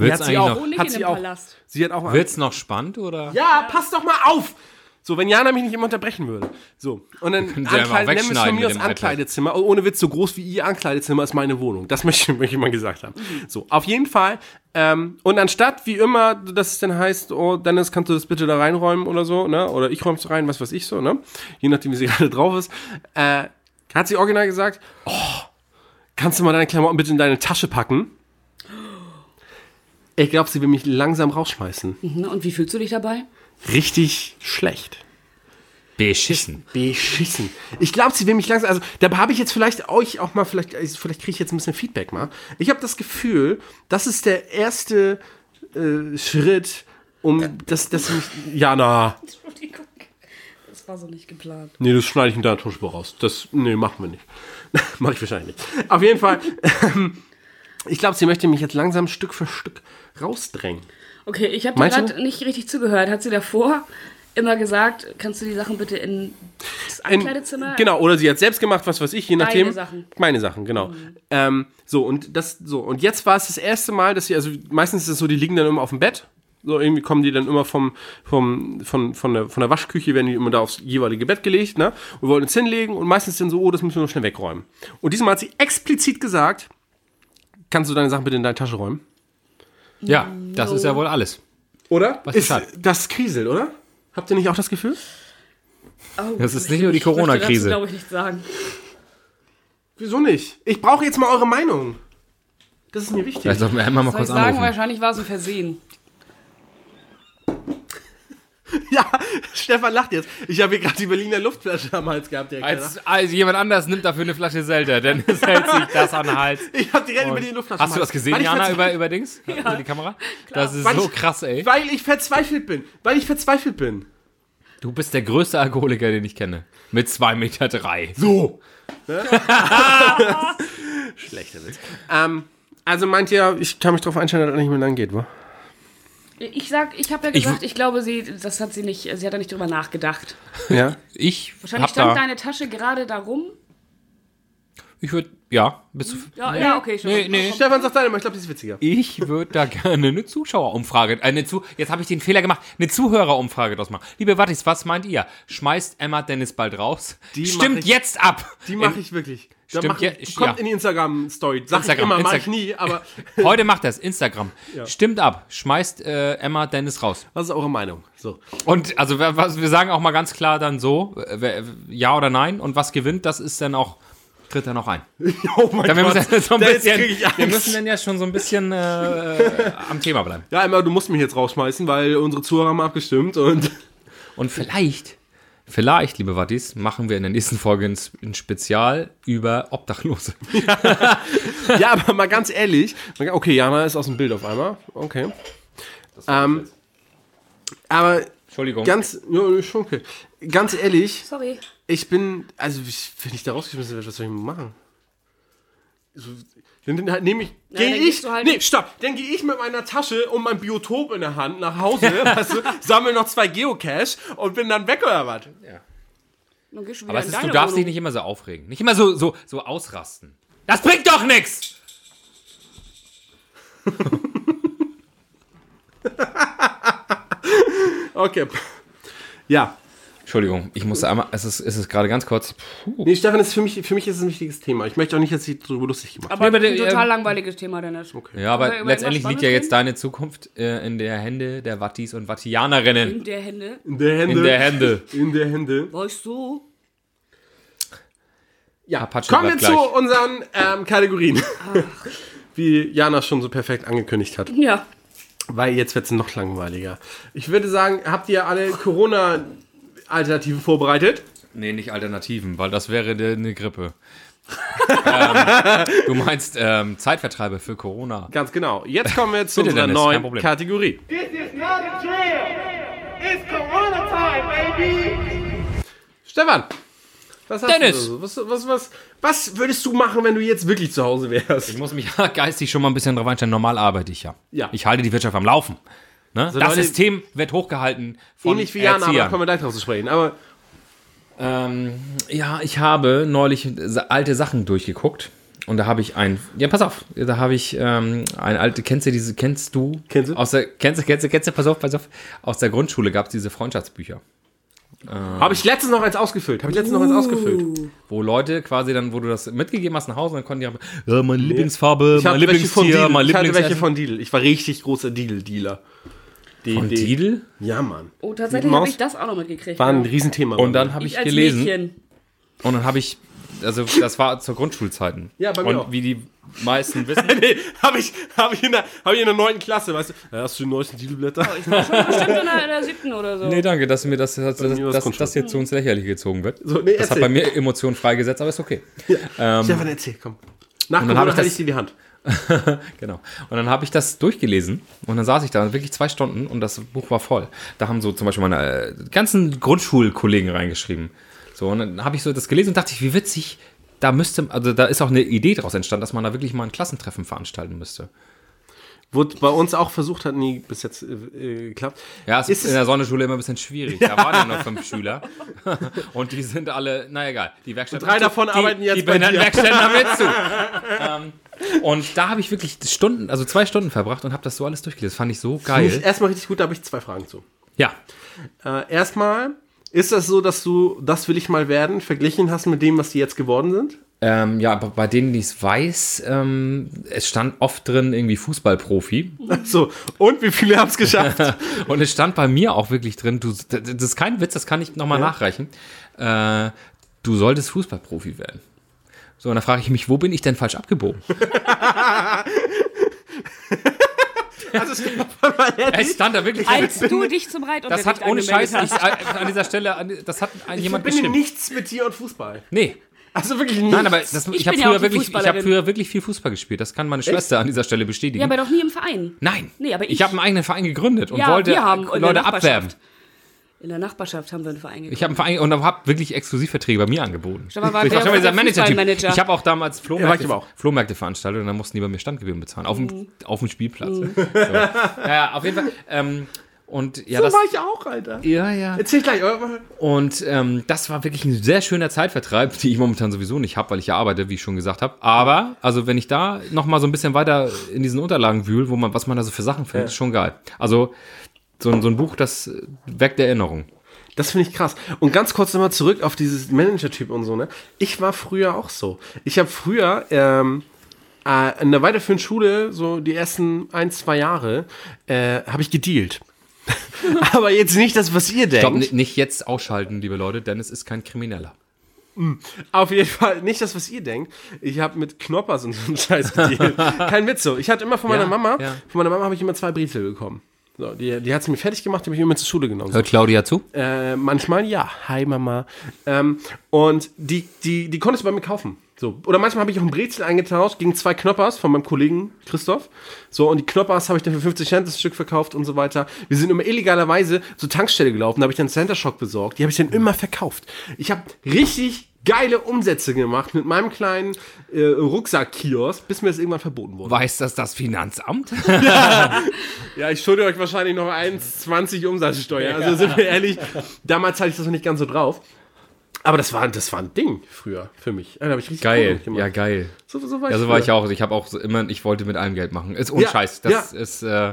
[SPEAKER 2] Wird's
[SPEAKER 1] hat sie
[SPEAKER 2] eigentlich
[SPEAKER 1] auch.
[SPEAKER 2] noch,
[SPEAKER 4] Oh, nicht
[SPEAKER 1] Hat
[SPEAKER 4] in
[SPEAKER 1] sie
[SPEAKER 4] dem
[SPEAKER 1] auch.
[SPEAKER 4] Palast.
[SPEAKER 1] Sie hat auch
[SPEAKER 2] wird's noch spannend oder?
[SPEAKER 1] Ja, pass doch mal auf! So, wenn Jana mich nicht immer unterbrechen würde. So. Und dann
[SPEAKER 2] können sie ja mal
[SPEAKER 1] Ankleide- nennen wir es
[SPEAKER 2] wegschneiden
[SPEAKER 1] von
[SPEAKER 2] mit
[SPEAKER 1] mir aus
[SPEAKER 2] dem iPad.
[SPEAKER 1] Ankleidezimmer. Oh, Ohne Witz, so groß wie ihr Ankleidezimmer ist meine Wohnung. Das möchte, möchte ich mal gesagt haben.
[SPEAKER 2] Mhm.
[SPEAKER 1] So, auf jeden Fall. Ähm, und anstatt, wie immer, dass es dann heißt, oh, Dennis, kannst du das bitte da reinräumen oder so, ne? Oder ich räum's rein, was weiß ich so, ne? Je nachdem, wie sie gerade drauf ist. Äh, hat sie original gesagt, oh, kannst du mal deine Klamotten bitte in deine Tasche packen? Ich glaube, sie will mich langsam rausschmeißen.
[SPEAKER 4] Mhm, Und wie fühlst du dich dabei?
[SPEAKER 1] Richtig schlecht.
[SPEAKER 2] Beschissen.
[SPEAKER 1] Beschissen. Ich glaube, sie will mich langsam. Also, da habe ich jetzt vielleicht euch auch mal, vielleicht, also, vielleicht kriege ich jetzt ein bisschen Feedback mal. Ich habe das Gefühl, das ist der erste äh, Schritt, um das, das mich. Jana.
[SPEAKER 4] Entschuldigung. Das war so nicht geplant.
[SPEAKER 1] Nee, das schneide ich in deiner Tonspur raus. Das, nee, machen wir nicht. Mache ich wahrscheinlich nicht. Auf jeden Fall, ähm, ich glaube, sie möchte mich jetzt langsam Stück für Stück rausdrängen.
[SPEAKER 4] Okay, ich habe
[SPEAKER 1] Meinst du?
[SPEAKER 4] gerade nicht richtig zugehört. Hat sie davor immer gesagt, kannst du die Sachen bitte in das
[SPEAKER 1] In-
[SPEAKER 4] Ankleidezimmer?
[SPEAKER 1] Genau, oder sie hat selbst gemacht, was weiß ich, je nachdem.
[SPEAKER 4] Sachen.
[SPEAKER 1] Meine Sachen, genau. Ähm, so, und das, so, und jetzt war es das erste Mal, dass sie, also meistens ist es so, die liegen dann immer auf dem Bett. So, irgendwie kommen die dann immer vom, vom, von, von, der, von der Waschküche, werden die immer da aufs jeweilige Bett gelegt, ne? Und wollten es hinlegen und meistens dann so, oh, das müssen wir noch schnell wegräumen. Und diesmal hat sie explizit gesagt, kannst du deine Sachen bitte in deine Tasche räumen?
[SPEAKER 2] Ja, das ist ja wohl alles.
[SPEAKER 1] Oder?
[SPEAKER 2] Was
[SPEAKER 1] ist
[SPEAKER 2] ist das?
[SPEAKER 1] das kriselt, oder? Habt ihr nicht auch das Gefühl?
[SPEAKER 4] Oh,
[SPEAKER 2] Das ist
[SPEAKER 4] ich-
[SPEAKER 2] nicht nur die
[SPEAKER 4] ich möchte
[SPEAKER 2] Corona-Krise.
[SPEAKER 4] dazu, glaube ich, nicht sagen.
[SPEAKER 1] Wieso nicht? Ich brauche jetzt mal eure Meinung. Das ist mir wichtig.
[SPEAKER 2] Vielleicht sollten Also, wir einmal mal
[SPEAKER 4] Soll ich
[SPEAKER 2] kurz
[SPEAKER 4] sagen,
[SPEAKER 2] anrufen.
[SPEAKER 4] wahrscheinlich war es ein Versehen.
[SPEAKER 1] Ja, Stefan lacht jetzt. Ich habe hier gerade die Berliner Luftflasche am Hals gehabt. Direkt danach.
[SPEAKER 2] Als, als jemand anders nimmt dafür eine Flasche Zelda, Dennis hält sich das an den Hals.
[SPEAKER 1] ich habe direkt die Berliner Luftflasche am
[SPEAKER 2] Hast du
[SPEAKER 1] Hals.
[SPEAKER 2] das gesehen,
[SPEAKER 1] Weil ich
[SPEAKER 2] Jana,
[SPEAKER 1] verz-
[SPEAKER 2] über, über Dings? Über die Kamera? Das ist
[SPEAKER 1] Weil
[SPEAKER 2] so
[SPEAKER 1] ich-
[SPEAKER 2] krass, ey.
[SPEAKER 1] Weil ich verzweifelt bin. Weil ich verzweifelt bin.
[SPEAKER 2] Du bist der größte Alkoholiker, den ich kenne. Mit 2,3 Meter. Drei.
[SPEAKER 1] So. Schlechter Witz. Ähm, also meint ihr, ich kann mich drauf einstellen, dass das nicht mehr lang geht, wa?
[SPEAKER 4] Ich sag, ich habe ja
[SPEAKER 2] Ich w-
[SPEAKER 4] gesagt, ich, glaube, sie, das hat sie nicht, sie hat da nicht drüber nachgedacht.
[SPEAKER 1] Ja.
[SPEAKER 2] Ich
[SPEAKER 4] Wahrscheinlich
[SPEAKER 2] hab
[SPEAKER 4] stand
[SPEAKER 2] da,
[SPEAKER 4] deine Tasche gerade da rum.
[SPEAKER 2] ich würde, ja, bist du,
[SPEAKER 4] Ja, ja okay, schon.
[SPEAKER 2] Nee, nee.
[SPEAKER 1] Stefan sagt deine, aber ich glaube, die ist witziger.
[SPEAKER 2] ich würde da gerne eine Zuschauerumfrage, äh, eine Zu, jetzt habe ich den Fehler gemacht, eine Zuhörerumfrage draus machen. Liebe Wattis, was meint ihr? Schmeißt Emma Dennis bald raus?
[SPEAKER 1] Die mach
[SPEAKER 2] Stimmt
[SPEAKER 1] ich-
[SPEAKER 2] jetzt ab!
[SPEAKER 1] Die mache ich wirklich. Da
[SPEAKER 2] Stimmt,
[SPEAKER 1] mach
[SPEAKER 2] ja,
[SPEAKER 1] ich, kommt
[SPEAKER 2] ja.
[SPEAKER 1] in die Instagram-Story. Sag
[SPEAKER 2] Instagram,
[SPEAKER 1] ich immer, mach
[SPEAKER 2] Insta-
[SPEAKER 1] ich nie, aber
[SPEAKER 2] Heute macht das, Instagram. Stimmt ab, schmeißt äh, Emma Dennis raus.
[SPEAKER 1] was ist eure Meinung? So.
[SPEAKER 2] Und also wer- was, wir sagen auch mal ganz klar dann so, äh, wer, ja oder nein. Und was gewinnt, das ist dann auch, tritt dann auch ein.
[SPEAKER 1] Oh mein
[SPEAKER 2] Dann wir müssen so ein
[SPEAKER 1] Da jetzt
[SPEAKER 2] bisschen,
[SPEAKER 1] krieg ich Angst.
[SPEAKER 2] wir müssen dann ja schon so ein bisschen äh, am Thema bleiben.
[SPEAKER 1] Ja, Emma, du musst mich jetzt rausschmeißen, weil unsere Zuhörer haben abgestimmt und
[SPEAKER 2] Und vielleicht, vielleicht, liebe Wattis, machen wir in der nächsten Folge ein, S- ein Spezial über Obdachlose.
[SPEAKER 1] Ja, aber mal ganz ehrlich. Okay, Jana ist aus dem Bild auf einmal. Okay. Ähm, aber
[SPEAKER 2] Entschuldigung.
[SPEAKER 1] ganz, ja, schon okay. Ganz ehrlich,
[SPEAKER 4] Sorry.
[SPEAKER 1] ich bin, also ich, wenn ich da rausgeschmissen werde, was soll ich denn machen? So, dann dann nehme ich, gehe
[SPEAKER 4] dann
[SPEAKER 1] ich,
[SPEAKER 4] gehst du halt-
[SPEAKER 1] nee, stopp, dann gehe ich mit meiner Tasche und meinem Biotop in der Hand nach Hause, weißt du, sammle noch zwei Geocache und bin dann weg oder was?
[SPEAKER 4] Dann gehst du wieder
[SPEAKER 2] Aber es
[SPEAKER 4] in
[SPEAKER 2] ist,
[SPEAKER 4] deine
[SPEAKER 2] du darfst dich
[SPEAKER 4] Wohnung.
[SPEAKER 2] nicht immer so aufregen. Nicht immer so, so, so ausrasten. Das bringt doch nichts!
[SPEAKER 1] Okay. Ja.
[SPEAKER 2] Entschuldigung, ich musste einmal, es ist, es ist gerade ganz kurz. Puh.
[SPEAKER 1] Nee, Stefan, das ist für mich, für mich ist es ein wichtiges Thema. Ich möchte auch nicht, dass sie darüber lustig gemacht
[SPEAKER 4] Aber
[SPEAKER 2] Nee, aber
[SPEAKER 4] ein
[SPEAKER 2] der-
[SPEAKER 4] total
[SPEAKER 2] ähm,
[SPEAKER 4] langweiliges Thema, Dennis. Okay.
[SPEAKER 2] Ja,
[SPEAKER 4] Wollen wir
[SPEAKER 2] aber
[SPEAKER 4] über
[SPEAKER 2] letztendlich liegt
[SPEAKER 4] irgendwas
[SPEAKER 2] ja
[SPEAKER 4] Spannendes
[SPEAKER 2] jetzt deine Zukunft äh, in der Hände der Wattis und Wattianerinnen.
[SPEAKER 4] In der Hände.
[SPEAKER 1] In der Hände.
[SPEAKER 2] In der Hände.
[SPEAKER 1] In der Hände.
[SPEAKER 4] Weißt du?
[SPEAKER 1] Ja,
[SPEAKER 2] Apache
[SPEAKER 1] kommen wir
[SPEAKER 2] bleibt
[SPEAKER 1] zu
[SPEAKER 2] gleich.
[SPEAKER 1] unseren ähm, Kategorien. Wie Jana schon so perfekt angekündigt hat.
[SPEAKER 4] Ja.
[SPEAKER 1] Weil jetzt wird es noch langweiliger. Ich würde sagen, habt ihr alle Corona-Alternativen vorbereitet?
[SPEAKER 2] Nee, nicht Alternativen, weil das wäre de- eine Grippe. ähm, du meinst ähm, Zeitvertreibe für Corona.
[SPEAKER 1] Ganz genau. Jetzt kommen wir zu
[SPEAKER 2] Bitte,
[SPEAKER 1] unserer
[SPEAKER 2] Dennis, kein
[SPEAKER 1] neuen
[SPEAKER 2] Problem.
[SPEAKER 1] Kategorie.
[SPEAKER 5] This is not a drill. It's Corona time, baby.
[SPEAKER 1] Stefan, was hast
[SPEAKER 2] Dennis.
[SPEAKER 1] du da so? was, was, was, was würdest du machen, wenn du jetzt wirklich zu Hause wärst?
[SPEAKER 2] Ich muss mich geistig schon mal ein bisschen drauf einstellen. Normal arbeite ich ja.
[SPEAKER 1] Ja.
[SPEAKER 2] Ich halte die Wirtschaft am Laufen. Ne? das
[SPEAKER 1] Leute-
[SPEAKER 2] System wird hochgehalten von
[SPEAKER 1] Ähnlich wie Jana, aber da
[SPEAKER 2] Erziehern.
[SPEAKER 1] kommen wir gleich drauf zu sprechen. Aber
[SPEAKER 2] Ähm, ja, ich habe neulich sa- alte Sachen durchgeguckt und da habe ich ein. Ja, pass auf, da habe ich ähm, ein alte. Kennst du diese? Kennst du?
[SPEAKER 1] Kennst du?
[SPEAKER 2] Aus der, kennst du? Kennst du? Kennst du? Pass auf, pass auf. Aus der Grundschule gab es diese Freundschaftsbücher,
[SPEAKER 1] habe ich letztens noch eins ausgefüllt? Habe ich letztens noch
[SPEAKER 2] Uh.
[SPEAKER 1] eins ausgefüllt?
[SPEAKER 2] wo Leute quasi dann, wo du das mitgegeben hast nach Hause, dann konnten die haben, äh, meine Lieblingsfarbe,
[SPEAKER 1] Ich
[SPEAKER 2] mein
[SPEAKER 1] hatte welche von
[SPEAKER 2] Lieblingstier,
[SPEAKER 1] Lidl.
[SPEAKER 2] mein
[SPEAKER 1] Ich hatte welche
[SPEAKER 2] Lieblingsessen.
[SPEAKER 1] von Deal. Ich war richtig großer Deal-Dealer.
[SPEAKER 2] Von Lidl.
[SPEAKER 1] Ja, Mann.
[SPEAKER 4] Oh, tatsächlich
[SPEAKER 1] Maus-
[SPEAKER 4] habe ich das auch noch mitgekriegt.
[SPEAKER 1] War ein
[SPEAKER 4] ja.
[SPEAKER 1] Riesenthema.
[SPEAKER 2] Und dann habe ich,
[SPEAKER 4] ich als
[SPEAKER 2] gelesen.
[SPEAKER 4] Mädchen.
[SPEAKER 2] Und dann habe ich, also das war zur Grundschulzeiten.
[SPEAKER 1] Ja, bei mir
[SPEAKER 2] Und
[SPEAKER 1] auch.
[SPEAKER 2] wie die meisten wissen,
[SPEAKER 1] nee, habe ich, hab ich, in der- hab ich in der neunten Klasse, weißt du? Ja, hast du die neuesten Titelblätter?
[SPEAKER 2] Oh,
[SPEAKER 4] Bestimmt in der, in der siebten oder so.
[SPEAKER 2] Nee, danke, dass mir das, das, das,
[SPEAKER 1] mir war's
[SPEAKER 2] das,
[SPEAKER 1] Grundschule.
[SPEAKER 2] das hier zu uns lächerlich gezogen wird.
[SPEAKER 1] So, nee,
[SPEAKER 2] das
[SPEAKER 1] erzähl.
[SPEAKER 2] hat bei mir Emotionen freigesetzt, aber ist okay.
[SPEAKER 1] Stefan, erzähl, komm. Nach
[SPEAKER 2] Ähm, dann
[SPEAKER 1] Corona
[SPEAKER 2] hab ich
[SPEAKER 1] hatte
[SPEAKER 2] das-
[SPEAKER 1] ich dir die Hand.
[SPEAKER 2] Genau. Und dann habe ich das durchgelesen und dann saß ich da wirklich zwei Stunden und das Buch war voll. Da haben so zum Beispiel meine äh, ganzen Grundschulkollegen reingeschrieben. So, und dann habe ich so das gelesen und dachte ich, wie witzig, da müsste, also da ist auch eine Idee daraus entstanden, dass man da wirklich mal ein Klassentreffen veranstalten müsste.
[SPEAKER 1] Wurde bei uns auch versucht, hat nie bis jetzt äh, äh, geklappt.
[SPEAKER 2] Ja, es
[SPEAKER 1] Ist
[SPEAKER 2] ist,
[SPEAKER 1] es-
[SPEAKER 2] in der Sonderschule immer ein bisschen schwierig. Da waren ja nur fünf Schüler. Und die sind alle, na egal, die Werkstatt.
[SPEAKER 1] Drei davon
[SPEAKER 2] die,
[SPEAKER 1] arbeiten jetzt
[SPEAKER 2] die
[SPEAKER 1] bei dir.
[SPEAKER 2] behinderten Werkstätten haben jetzt zu. ähm, und da habe ich wirklich Stunden, also zwei Stunden verbracht und habe das so alles durchgelesen. Fand ich so
[SPEAKER 1] Finde ich
[SPEAKER 2] geil.
[SPEAKER 1] Erstmal richtig gut, da habe ich zwei Fragen zu.
[SPEAKER 2] Ja.
[SPEAKER 1] Äh, erstmal, ist das so, dass du das will ich mal werden verglichen hast mit dem, was die jetzt geworden sind?
[SPEAKER 2] Ähm, ja, aber bei denen, die es weiß, ähm, es stand oft drin irgendwie Fußballprofi.
[SPEAKER 1] So, und wie viele haben es geschafft?
[SPEAKER 2] Und es stand bei mir auch wirklich drin, du, das das ist kein Witz, das kann ich nochmal nachreichen. Äh, du solltest Fußballprofi werden. So, und da frage ich mich, wo bin ich denn falsch abgebogen?
[SPEAKER 1] also, Stefan, mal
[SPEAKER 2] Es
[SPEAKER 1] ehrlich,
[SPEAKER 2] stand da wirklich.
[SPEAKER 4] Als du dich zum
[SPEAKER 2] das
[SPEAKER 4] Reitunterricht
[SPEAKER 2] hat ohne
[SPEAKER 4] angemeldet
[SPEAKER 2] Scheiß,
[SPEAKER 4] hast.
[SPEAKER 2] ich, äh, an dieser Stelle, an, das hat ein,
[SPEAKER 1] ich
[SPEAKER 2] jemand
[SPEAKER 1] verbinde
[SPEAKER 2] geschrieben.
[SPEAKER 1] nichts mit dir und Fußball.
[SPEAKER 2] Nee,
[SPEAKER 1] Also wirklich nichts.
[SPEAKER 2] nein, aber das, ich, habe
[SPEAKER 4] bin ja auch
[SPEAKER 2] früher,
[SPEAKER 4] die
[SPEAKER 2] wirklich, ich hab
[SPEAKER 4] Fußballerin.
[SPEAKER 2] früher wirklich viel Fußball gespielt. Das kann meine Schwester an dieser Stelle bestätigen.
[SPEAKER 4] Ja, aber doch nie im Verein.
[SPEAKER 2] nein,
[SPEAKER 4] Nee, aber
[SPEAKER 2] ich,
[SPEAKER 4] ich-
[SPEAKER 2] habe einen eigenen Verein gegründet und
[SPEAKER 4] Ja,
[SPEAKER 2] wollte
[SPEAKER 4] wir haben in der
[SPEAKER 2] Leute
[SPEAKER 4] Nachbarschaft.
[SPEAKER 2] abwerben.
[SPEAKER 4] In der Nachbarschaft haben wir einen Verein
[SPEAKER 2] Ich habe einen Verein und habe wirklich Exklusivverträge bei mir angeboten.
[SPEAKER 4] Stefan war
[SPEAKER 2] ich
[SPEAKER 4] der
[SPEAKER 2] war schon wieder dieser
[SPEAKER 4] Fußballmanager.
[SPEAKER 2] Manager-Typ. Ich habe auch
[SPEAKER 1] Ja, war
[SPEAKER 2] damals
[SPEAKER 1] ich
[SPEAKER 2] Flohmärkte,
[SPEAKER 1] aber auch.
[SPEAKER 2] Flohmärkte veranstaltet und dann mussten die bei mir Standgebühren bezahlen. Auf,
[SPEAKER 4] Mhm.
[SPEAKER 2] dem, auf dem Spielplatz. So. Naja, auf jeden Fall. Ähm, und ja, das,
[SPEAKER 1] ich auch, Alter.
[SPEAKER 2] ja, ja.
[SPEAKER 1] Erzähl gleich. aber-
[SPEAKER 2] Und ähm, das war wirklich ein sehr schöner Zeitvertreib, die ich momentan sowieso nicht habe, weil ich ja arbeite, wie ich schon gesagt habe. Aber, also wenn ich da nochmal so ein bisschen weiter in diesen Unterlagen wühle, wo man, was man da so für Sachen findet, ist schon geil. Also so, ein- so ein Buch, das äh, weckt Erinnerung.
[SPEAKER 1] Das finde ich krass. Und ganz kurz nochmal zurück auf dieses Manager-Typ und so, ne? Ich war früher auch so. Ich habe früher ähm, äh, in der weiterführenden Schule, so die ersten ein, zwei Jahre, äh, habe ich gedealt. Aber jetzt nicht das, was ihr denkt.
[SPEAKER 2] Ich glaube, nicht jetzt ausschalten, liebe Leute, denn es ist kein Krimineller.
[SPEAKER 1] Auf jeden Fall nicht das, was ihr denkt. Ich habe mit Knoppers und so einen Scheiß gedealt. Kein Witz so. Ich hatte immer von meiner
[SPEAKER 2] Ja,
[SPEAKER 1] Mama,
[SPEAKER 2] ja.
[SPEAKER 1] von meiner Mama habe ich immer zwei Briefe bekommen. So, die, die hat sie mir fertig gemacht, die habe ich immer zur Schule genommen. So.
[SPEAKER 2] Hört Claudia zu?
[SPEAKER 1] Äh, manchmal ja. Hi Mama. Ähm, und die, die, die konntest du bei mir kaufen. So. Oder manchmal habe ich auch einen Brezel eingetauscht gegen zwei Knoppers von meinem Kollegen Christoph. So, und die Knoppers habe ich dann für 50 Cent das Stück verkauft und so weiter. Wir sind immer illegalerweise zur Tankstelle gelaufen, da habe ich dann Center Shock besorgt. Die habe ich dann immer verkauft. Ich habe richtig geile Umsätze gemacht mit meinem kleinen äh, Rucksackkiosk, bis mir das irgendwann verboten wurde.
[SPEAKER 2] Weiß das das Finanzamt?
[SPEAKER 1] Ja, ich schulde euch wahrscheinlich noch 1,20 Umsatzsteuer. Also sind wir ehrlich, damals hatte ich das noch nicht ganz so drauf. Aber das war, das war ein Ding früher für mich. Da habe ich richtig
[SPEAKER 2] Geil,
[SPEAKER 1] Kohle gemacht.
[SPEAKER 2] ja geil.
[SPEAKER 1] So, so war
[SPEAKER 2] Ja, so war
[SPEAKER 1] früher.
[SPEAKER 2] ich auch. Ich habe auch so immer, ich wollte mit allem Geld machen. Ist ohne
[SPEAKER 1] Ja,
[SPEAKER 2] Scheiß. Das
[SPEAKER 1] ja.
[SPEAKER 2] ist äh,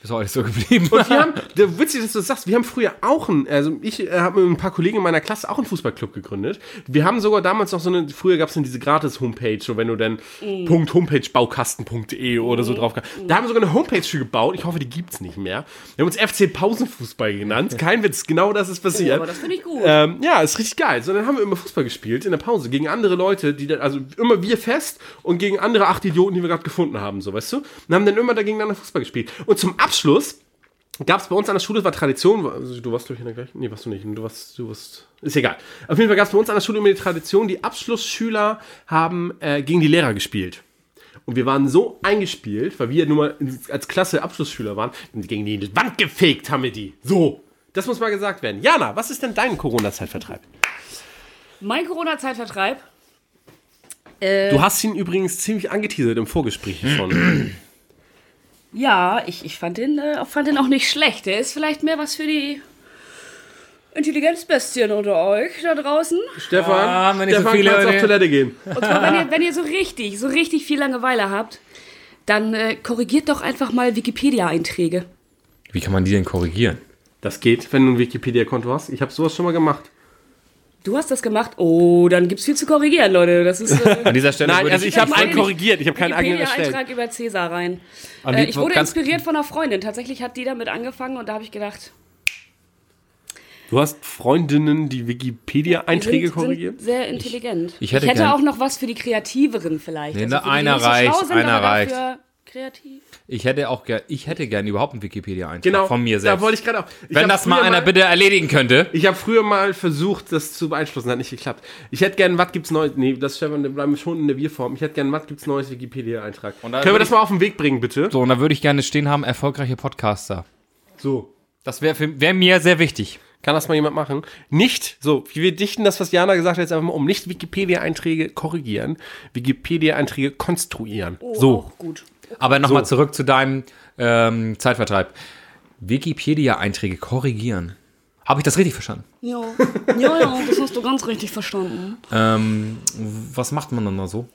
[SPEAKER 2] bis heute so geblieben.
[SPEAKER 1] Und wir haben, der witzig, dass du das sagst, wir haben früher auch einen, also ich äh, habe mit ein paar Kollegen in meiner Klasse auch einen Fußballclub gegründet. Wir haben sogar damals noch so eine, früher gab es dann diese Gratis-Homepage, so wenn du dann Punkt .homepagebaukasten.de oder so drauf kam. Da haben wir sogar eine Homepage für gebaut, ich hoffe, die gibt's nicht mehr. Wir haben uns FC Pausenfußball genannt, kein Witz, genau das ist passiert.
[SPEAKER 4] aber das finde ich gut.
[SPEAKER 1] Ähm, ja, ist richtig geil. So, dann haben wir immer Fußball gespielt in der Pause gegen andere Leute, die dann, also immer wir fest und gegen andere acht Idioten, die wir gerade gefunden haben, so, weißt du? Und haben dann immer da gegeneinander Fußball gespielt. Und zum Abschluss gab es bei uns an der Schule, das war Tradition, also du warst glaube ich in der gleichen, nee, warst du nicht, du warst, du warst, ist egal. Auf jeden Fall gab es bei uns an der Schule immer die Tradition, die Abschlussschüler haben äh, gegen die Lehrer gespielt. Und wir waren so eingespielt, weil wir nun mal in- als Klasse Abschlussschüler waren, und gegen die Wand gefegt haben wir die. So. Das muss mal gesagt werden. Jana, was ist denn dein Corona-Zeitvertreib?
[SPEAKER 4] Mein Corona-Zeitvertreib.
[SPEAKER 2] Äh.
[SPEAKER 1] Du hast ihn übrigens ziemlich angeteasert im Vorgespräch schon.
[SPEAKER 4] Ja, ich, ich fand, den, äh, fand den auch nicht schlecht. Der ist vielleicht mehr was für die Intelligenzbestien unter euch da draußen.
[SPEAKER 1] Stefan,
[SPEAKER 2] Ah, wenn nicht so
[SPEAKER 1] Stefan
[SPEAKER 2] viele
[SPEAKER 1] kannst auf
[SPEAKER 2] Leute-
[SPEAKER 1] Toilette gehen.
[SPEAKER 4] Und zwar, wenn ihr, wenn ihr so richtig, so richtig viel Langeweile habt, dann äh, korrigiert doch einfach mal Wikipedia-Einträge.
[SPEAKER 2] Wie kann man die denn korrigieren?
[SPEAKER 1] Das geht, wenn du ein Wikipedia-Konto hast. Ich habe sowas schon mal gemacht.
[SPEAKER 4] Du hast das gemacht. Oh, dann gibt's viel zu korrigieren, Leute. Das ist.
[SPEAKER 2] An
[SPEAKER 4] Äh,
[SPEAKER 2] dieser Stelle
[SPEAKER 1] Nein,
[SPEAKER 2] würde
[SPEAKER 1] also
[SPEAKER 2] ich,
[SPEAKER 1] ich habe
[SPEAKER 4] meine
[SPEAKER 1] einen
[SPEAKER 4] nicht.
[SPEAKER 1] korrigiert. Ich habe keinen eigenen erstellt.
[SPEAKER 4] Wikipedia-Eintrag über Cäsar rein.
[SPEAKER 2] Am
[SPEAKER 4] Äh,
[SPEAKER 2] liebsten
[SPEAKER 4] ich wurde
[SPEAKER 2] ganz-
[SPEAKER 4] inspiriert von einer Freundin. Tatsächlich hat die damit angefangen und da habe ich gedacht,
[SPEAKER 1] Du hast Freundinnen, die
[SPEAKER 4] die sind,
[SPEAKER 1] Wikipedia-Einträge korrigieren?
[SPEAKER 4] sind sehr intelligent.
[SPEAKER 2] Ich hätte gern-
[SPEAKER 4] auch noch was für die Kreativeren vielleicht. Also
[SPEAKER 2] Nee,
[SPEAKER 4] für die, die
[SPEAKER 2] einer
[SPEAKER 4] nicht so schlau
[SPEAKER 2] reicht,
[SPEAKER 4] sind,
[SPEAKER 2] einer
[SPEAKER 4] aber
[SPEAKER 2] reicht.
[SPEAKER 4] dafür Kreativ.
[SPEAKER 2] ich hätte auch gerne, ich hätte gerne überhaupt einen Wikipedia-Eintrag
[SPEAKER 1] Genau.
[SPEAKER 2] von mir selbst.
[SPEAKER 1] Da wollte ich gerade auch. Ich
[SPEAKER 2] Wenn
[SPEAKER 1] hab
[SPEAKER 2] das
[SPEAKER 1] früher
[SPEAKER 2] mal einer bitte erledigen könnte.
[SPEAKER 1] Ich habe früher mal versucht, das zu beeinflussen, hat nicht geklappt. Ich hätte gern, was gibt's Neues? Nee, das Stefan, wir bleiben schon in der Wir-Form. Ich hätte gern, was gibt's Neues Wikipedia-Eintrag.
[SPEAKER 2] Und
[SPEAKER 1] Können
[SPEAKER 2] da
[SPEAKER 1] wir
[SPEAKER 2] würde
[SPEAKER 1] das
[SPEAKER 2] ich-
[SPEAKER 1] mal auf den Weg bringen, bitte?
[SPEAKER 2] So, und da würde ich gerne stehen haben, erfolgreiche Podcaster.
[SPEAKER 1] So.
[SPEAKER 2] Das wäre wär mir sehr wichtig.
[SPEAKER 1] Kann das mal jemand machen? Nicht, so, wir dichten das, was Jana gesagt hat, jetzt einfach mal um. Nicht Wikipedia-Einträge korrigieren, Wikipedia-Einträge konstruieren.
[SPEAKER 4] Oh,
[SPEAKER 2] So.
[SPEAKER 4] auch gut.
[SPEAKER 2] Aber nochmal zurück zu deinem ähm, Zeitvertreib. Wikipedia-Einträge korrigieren. Habe ich das richtig verstanden?
[SPEAKER 4] Ja. ja, ja, das hast du ganz richtig verstanden.
[SPEAKER 2] Ähm, was macht man dann da so?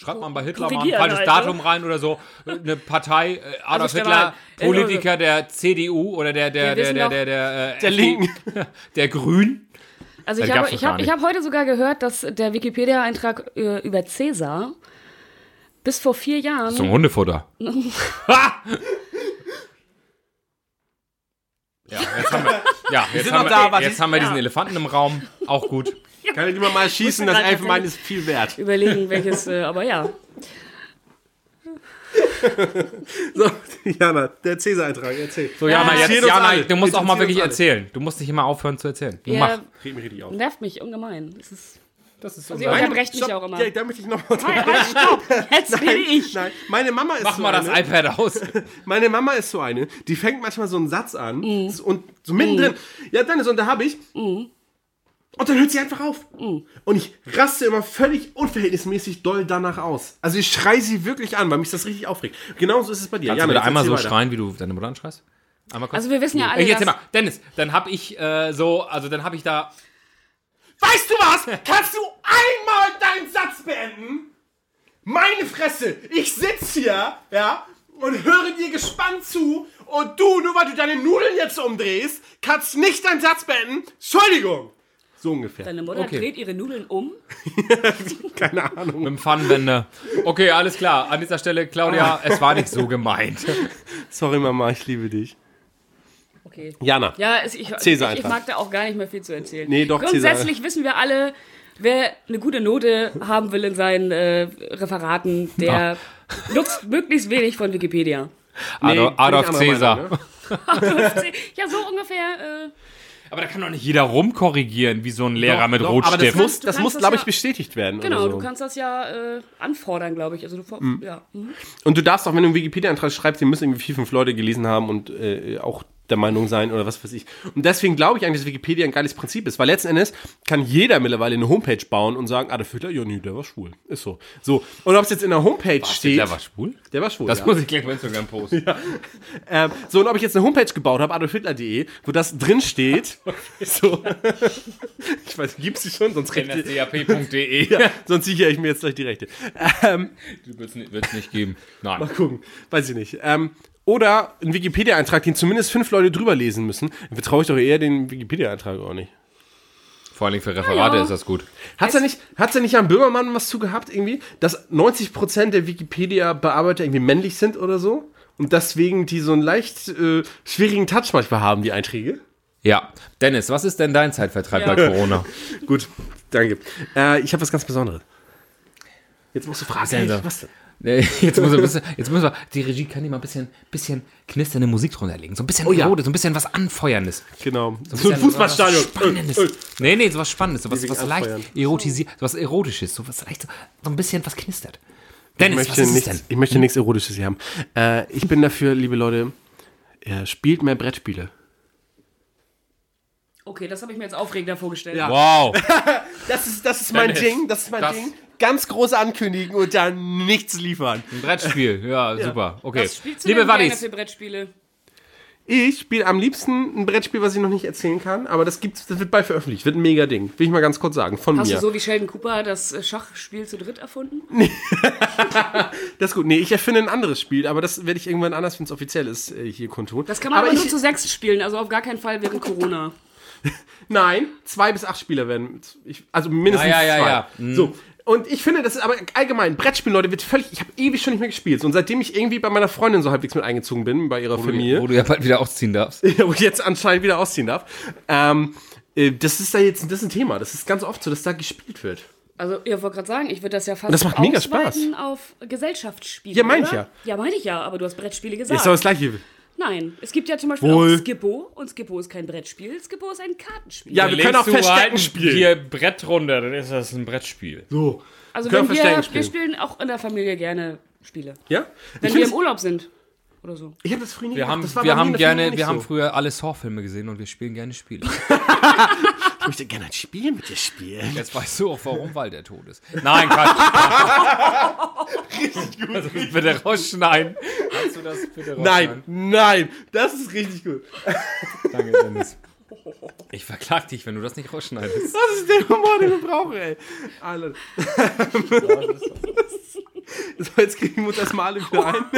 [SPEAKER 2] Schreibt man bei Hitler mal ein
[SPEAKER 4] Korrigieren
[SPEAKER 2] falsches
[SPEAKER 4] halt,
[SPEAKER 2] Datum rein oder so? Eine Partei, äh, Adolf
[SPEAKER 4] Also
[SPEAKER 2] Hitler,
[SPEAKER 4] Stefan, äh,
[SPEAKER 2] Politiker der CDU oder der, der,
[SPEAKER 4] Wir
[SPEAKER 2] der,
[SPEAKER 4] wissen
[SPEAKER 2] der,
[SPEAKER 4] doch-
[SPEAKER 2] der, der, äh,
[SPEAKER 1] Der Linken.
[SPEAKER 2] der Grün.
[SPEAKER 4] Also ich
[SPEAKER 2] Den
[SPEAKER 4] habe
[SPEAKER 2] gab's
[SPEAKER 4] ich
[SPEAKER 2] noch
[SPEAKER 4] hab,
[SPEAKER 2] gar
[SPEAKER 4] ich hab heute sogar gehört, dass der Wikipedia-Eintrag äh, über Cäsar bis vor vier Jahren
[SPEAKER 2] Zum Hundefutter. Ha! ja, jetzt haben wir, ja, jetzt
[SPEAKER 1] sind
[SPEAKER 2] haben
[SPEAKER 1] noch
[SPEAKER 2] wir,
[SPEAKER 1] da, warte.
[SPEAKER 2] jetzt haben wir diesen Elefanten im Raum. Auch gut.
[SPEAKER 1] Kann ich immer mal schießen, das
[SPEAKER 4] gerade
[SPEAKER 1] Elfenbein ist viel wert.
[SPEAKER 4] überlegen, welches, äh, aber ja.
[SPEAKER 1] So, Jana, der Cäsar-Eintrag, erzähl.
[SPEAKER 2] So, Jana,
[SPEAKER 1] Interessiert
[SPEAKER 2] jetzt,
[SPEAKER 1] uns
[SPEAKER 2] Jana,
[SPEAKER 1] alle.
[SPEAKER 2] du musst auch mal
[SPEAKER 1] Interessiert
[SPEAKER 2] wirklich
[SPEAKER 1] uns alle.
[SPEAKER 2] erzählen. Du musst nicht immer aufhören zu erzählen. Du
[SPEAKER 4] Der
[SPEAKER 2] mach.
[SPEAKER 1] Reg mich richtig auf.
[SPEAKER 4] nervt mich ungemein. Es ist
[SPEAKER 2] Das ist
[SPEAKER 4] Sie unterbrechen mich auch immer.
[SPEAKER 1] Ja, da möchte ich noch mal
[SPEAKER 4] Halt, halt, stopp! Jetzt rede ich.
[SPEAKER 1] Nein, meine Mama ist
[SPEAKER 2] Mach
[SPEAKER 1] so
[SPEAKER 2] mal das
[SPEAKER 1] eine.
[SPEAKER 2] iPad aus.
[SPEAKER 1] Meine Mama ist so eine, die fängt manchmal so einen Satz an und so mittendrin, ja Dennis, und da habe ich. Und dann hört sie einfach auf. Und ich raste immer völlig unverhältnismäßig doll danach aus. Also ich schrei sie wirklich an, weil mich das richtig aufregt. Genauso ist es bei dir.
[SPEAKER 2] Kannst du wieder
[SPEAKER 1] jetzt
[SPEAKER 2] einmal so
[SPEAKER 1] erzähl weiter.
[SPEAKER 2] schreien, wie du deine Mutter anschreist? Einmal kurz.
[SPEAKER 4] Also wir wissen ja alle,
[SPEAKER 2] Ey, jetzt
[SPEAKER 4] dass-
[SPEAKER 2] mal, Dennis, dann hab ich äh, so, also dann hab ich da.
[SPEAKER 1] Weißt du was? Kannst du einmal deinen Satz beenden? Meine Fresse, ich sitz hier, ja, und höre dir gespannt zu und du, nur weil du deine Nudeln jetzt umdrehst, kannst nicht deinen Satz beenden. Entschuldigung. So ungefähr.
[SPEAKER 4] Deine Mutter
[SPEAKER 2] Okay.
[SPEAKER 4] dreht ihre Nudeln um.
[SPEAKER 1] Keine Ahnung.
[SPEAKER 2] Mit dem Pfannenwender. Okay, alles klar. An dieser Stelle,
[SPEAKER 4] Ah.
[SPEAKER 2] Claudia, es war nicht so gemeint.
[SPEAKER 1] Sorry Mama, ich liebe dich.
[SPEAKER 4] Okay.
[SPEAKER 1] Jana.
[SPEAKER 4] Ja, es- ich,
[SPEAKER 1] Erzähl
[SPEAKER 4] ich,
[SPEAKER 1] sie
[SPEAKER 4] ich
[SPEAKER 1] einfach.
[SPEAKER 4] mag da auch gar nicht mehr viel zu erzählen.
[SPEAKER 1] Nee, doch, erzähl sie
[SPEAKER 4] Grundsätzlich wissen wir alle, wer eine gute Note haben will in seinen äh, Referaten, der nutzt möglichst wenig von Wikipedia.
[SPEAKER 2] Adolf, Adolf Cäsar.
[SPEAKER 4] ne? Ja, so ungefähr.
[SPEAKER 1] Also
[SPEAKER 4] Äh,
[SPEAKER 2] Aber da kann doch nicht jeder rumkorrigieren, wie so ein Lehrer mit
[SPEAKER 1] Doch,
[SPEAKER 2] Rotstift.
[SPEAKER 1] Aber das muss, das
[SPEAKER 4] kannst
[SPEAKER 1] muss
[SPEAKER 4] das
[SPEAKER 1] glaube ich,
[SPEAKER 4] ja-
[SPEAKER 1] bestätigt werden.
[SPEAKER 4] genau,
[SPEAKER 1] oder
[SPEAKER 4] du
[SPEAKER 1] so. Hm.
[SPEAKER 4] kannst das ja äh, anfordern, glaube ich. Also du, vor- ja. mhm.
[SPEAKER 1] Und du darfst auch, wenn du einen Wikipedia-Antrag schreibst, den müssen irgendwie vier, fünf Leute gelesen haben und äh, auch der Meinung sein oder was weiß ich. Und deswegen glaube ich eigentlich, dass Wikipedia ein geiles Prinzip ist, weil letzten Endes kann jeder mittlerweile eine Homepage bauen und sagen, ah, der Hitler, ja, nee, der war schwul. Ist so. So. Und ob es jetzt in der Homepage steht.
[SPEAKER 2] Der war schwul?
[SPEAKER 1] der war schwul.
[SPEAKER 2] Das
[SPEAKER 1] ja.
[SPEAKER 2] muss ich gleich bei Instagram posten.
[SPEAKER 1] Ähm, so, und ob ich jetzt eine Homepage gebaut habe, adolfhitler.de, wo das drin steht. So. ich weiß, gibt's die schon, sonst rechte,
[SPEAKER 2] nsdap.de.
[SPEAKER 1] ja, sonst sichere ich mir jetzt gleich die Rechte.
[SPEAKER 2] Wird's nicht, wird's nicht geben. Nein.
[SPEAKER 1] Mal gucken. Weiß ich nicht. Ähm, oder ein Wikipedia-Eintrag, den zumindest fünf Leute drüber lesen müssen. Vertraue ich doch eher den Wikipedia-Eintrag auch nicht.
[SPEAKER 2] Vor allem für Referate
[SPEAKER 4] Ah, Ja, ja.
[SPEAKER 2] ist das gut.
[SPEAKER 1] Hat's da nicht, hat's da nicht am Böhmermann was zu gehabt, irgendwie, dass 90% der Wikipedia-Bearbeiter irgendwie männlich sind oder so? Und deswegen die so einen leicht äh, schwierigen Touch manchmal haben, die Einträge?
[SPEAKER 2] Ja. Dennis, was ist denn dein Zeitvertreib bei Corona?
[SPEAKER 1] Gut, danke. Äh, ich habe was ganz Besonderes. Jetzt musst du fragen.
[SPEAKER 2] Sensor.
[SPEAKER 1] Was denn?
[SPEAKER 2] Nee, Äh, Jetzt, muss er ein bisschen, jetzt müssen wir, die Regie kann immer ein bisschen, bisschen knisternde Musik drunter legen. So ein bisschen
[SPEAKER 1] Oh ja.
[SPEAKER 2] Rote, so ein bisschen was Anfeuerndes.
[SPEAKER 1] Genau. So,
[SPEAKER 2] bisschen
[SPEAKER 1] ein Fußballstadion.
[SPEAKER 2] Was Spannendes.
[SPEAKER 1] Äh, äh.
[SPEAKER 2] Nee, nee, sowas Spannendes, sowas,
[SPEAKER 1] wegen
[SPEAKER 2] was leicht
[SPEAKER 1] Anfeuern.
[SPEAKER 2] erotisiert, sowas Erotisches, sowas leicht, so, so ein bisschen was knistert. Dennis,
[SPEAKER 1] möchte
[SPEAKER 2] was ist es
[SPEAKER 1] nichts,
[SPEAKER 2] denn?
[SPEAKER 1] ich
[SPEAKER 4] Hm.
[SPEAKER 1] möchte nichts Erotisches hier haben. Äh, ich bin dafür, liebe Leute, äh, spielt mehr Brettspiele.
[SPEAKER 4] Okay, das habe ich mir jetzt aufregender vorgestellt.
[SPEAKER 1] Ja.
[SPEAKER 2] Wow.
[SPEAKER 1] Das ist, das ist
[SPEAKER 2] mein Ding,
[SPEAKER 1] das ist mein
[SPEAKER 2] das- Ding.
[SPEAKER 1] Ganz groß ankündigen und dann nichts liefern.
[SPEAKER 2] Ein Brettspiel, ja, super. Okay.
[SPEAKER 4] Was spielst du
[SPEAKER 2] Liebe
[SPEAKER 4] denn gerne
[SPEAKER 2] Wadis,
[SPEAKER 4] für Brettspiele?
[SPEAKER 1] Ich spiele am liebsten ein Brettspiel, was ich noch nicht erzählen kann, aber das gibt's, das wird bald veröffentlicht. Wird ein mega Ding. Will ich mal ganz kurz sagen. Von
[SPEAKER 4] Hast
[SPEAKER 1] mir.
[SPEAKER 4] du so wie Sheldon Cooper das äh, Schachspiel zu dritt erfunden?
[SPEAKER 1] das ist gut. Nee, ich erfinde ein anderes Spiel, aber das werde ich irgendwann anders, wenn es offiziell ist, äh, hier kundtun.
[SPEAKER 4] Das kann man aber,
[SPEAKER 1] ich,
[SPEAKER 4] nur zu sechs spielen, also auf gar keinen Fall während Corona.
[SPEAKER 1] Nein, zwei bis acht Spieler werden. Ich, also mindestens
[SPEAKER 2] Ja, ja, ja,
[SPEAKER 1] zwei.
[SPEAKER 2] ja. Mhm.
[SPEAKER 1] So. Und ich finde, das ist aber allgemein, Brettspielen, Leute, wird völlig, ich habe ewig schon nicht mehr gespielt. So, Und seitdem ich irgendwie bei meiner Freundin so halbwegs mit eingezogen bin, bei ihrer Familie,
[SPEAKER 2] wo du ja bald wieder ausziehen darfst.
[SPEAKER 1] wo ich jetzt anscheinend wieder ausziehen darf, ähm, äh, das ist da jetzt das ist ein Thema. Das ist ganz oft so, dass da gespielt wird.
[SPEAKER 4] Also, ihr wollt gerade sagen, ich würde das ja fast
[SPEAKER 1] Das macht mega
[SPEAKER 4] ausweiten auf Gesellschaftsspiele.
[SPEAKER 1] Ja, mein ich
[SPEAKER 4] oder? Ja, meine ich ja, aber du hast Brettspiele gesagt.
[SPEAKER 1] Ist doch das gleiche.
[SPEAKER 4] Nein, es gibt ja zum Beispiel
[SPEAKER 1] Wohl.
[SPEAKER 4] auch Skippo und Skippo ist kein Brettspiel, Skippo ist ein Kartenspiel. Also
[SPEAKER 1] Ja, wir können auch
[SPEAKER 2] halt
[SPEAKER 1] Verstecken spielen.
[SPEAKER 2] Hier Brett runter, dann ist das ein Brettspiel.
[SPEAKER 1] So.
[SPEAKER 4] also
[SPEAKER 1] können
[SPEAKER 4] wenn wir,
[SPEAKER 1] Verstecken
[SPEAKER 4] wir spielen auch in der Familie gerne Spiele.
[SPEAKER 1] Ja?
[SPEAKER 4] Wenn
[SPEAKER 1] ich
[SPEAKER 4] wir
[SPEAKER 1] find's-
[SPEAKER 4] im Urlaub sind oder so.
[SPEAKER 1] ich habe das früher nie
[SPEAKER 2] Wir
[SPEAKER 1] gemacht.
[SPEAKER 2] haben,
[SPEAKER 1] das war bei mir
[SPEAKER 2] wir
[SPEAKER 1] in
[SPEAKER 2] haben
[SPEAKER 1] der
[SPEAKER 2] gerne,
[SPEAKER 1] Familie
[SPEAKER 2] wir
[SPEAKER 1] nicht
[SPEAKER 2] haben
[SPEAKER 1] so.
[SPEAKER 2] früher alle Saw-Filme gesehen und wir spielen gerne Spiele.
[SPEAKER 1] Ich möchte gerne ein Spiel mit dir spielen.
[SPEAKER 2] Jetzt weißt du auch, warum, weil der tot ist. Nein, Quatsch. Richtig gut. Also, bitte rausschneiden. Kannst du das bitte
[SPEAKER 1] Nein, nein, das ist richtig gut.
[SPEAKER 2] Danke, Dennis. Ich verklag dich, wenn du das nicht rausschneidest.
[SPEAKER 1] Das ist der Humor, den wir brauchen, ey. Alle. so, jetzt kriegen wir uns erstmal alle wieder ein.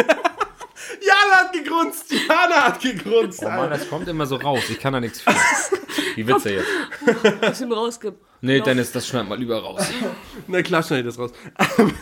[SPEAKER 1] Jana hat gegrunzt, Jana hat gegrunzt.
[SPEAKER 2] Oh Mann,
[SPEAKER 1] Alter.
[SPEAKER 2] das kommt immer so raus. Ich kann da nichts für. Die Witze jetzt.
[SPEAKER 4] Aus dem rausge.
[SPEAKER 2] Nee, Dennis, das schneid mal lieber raus.
[SPEAKER 1] Na klar, schneide ich das raus.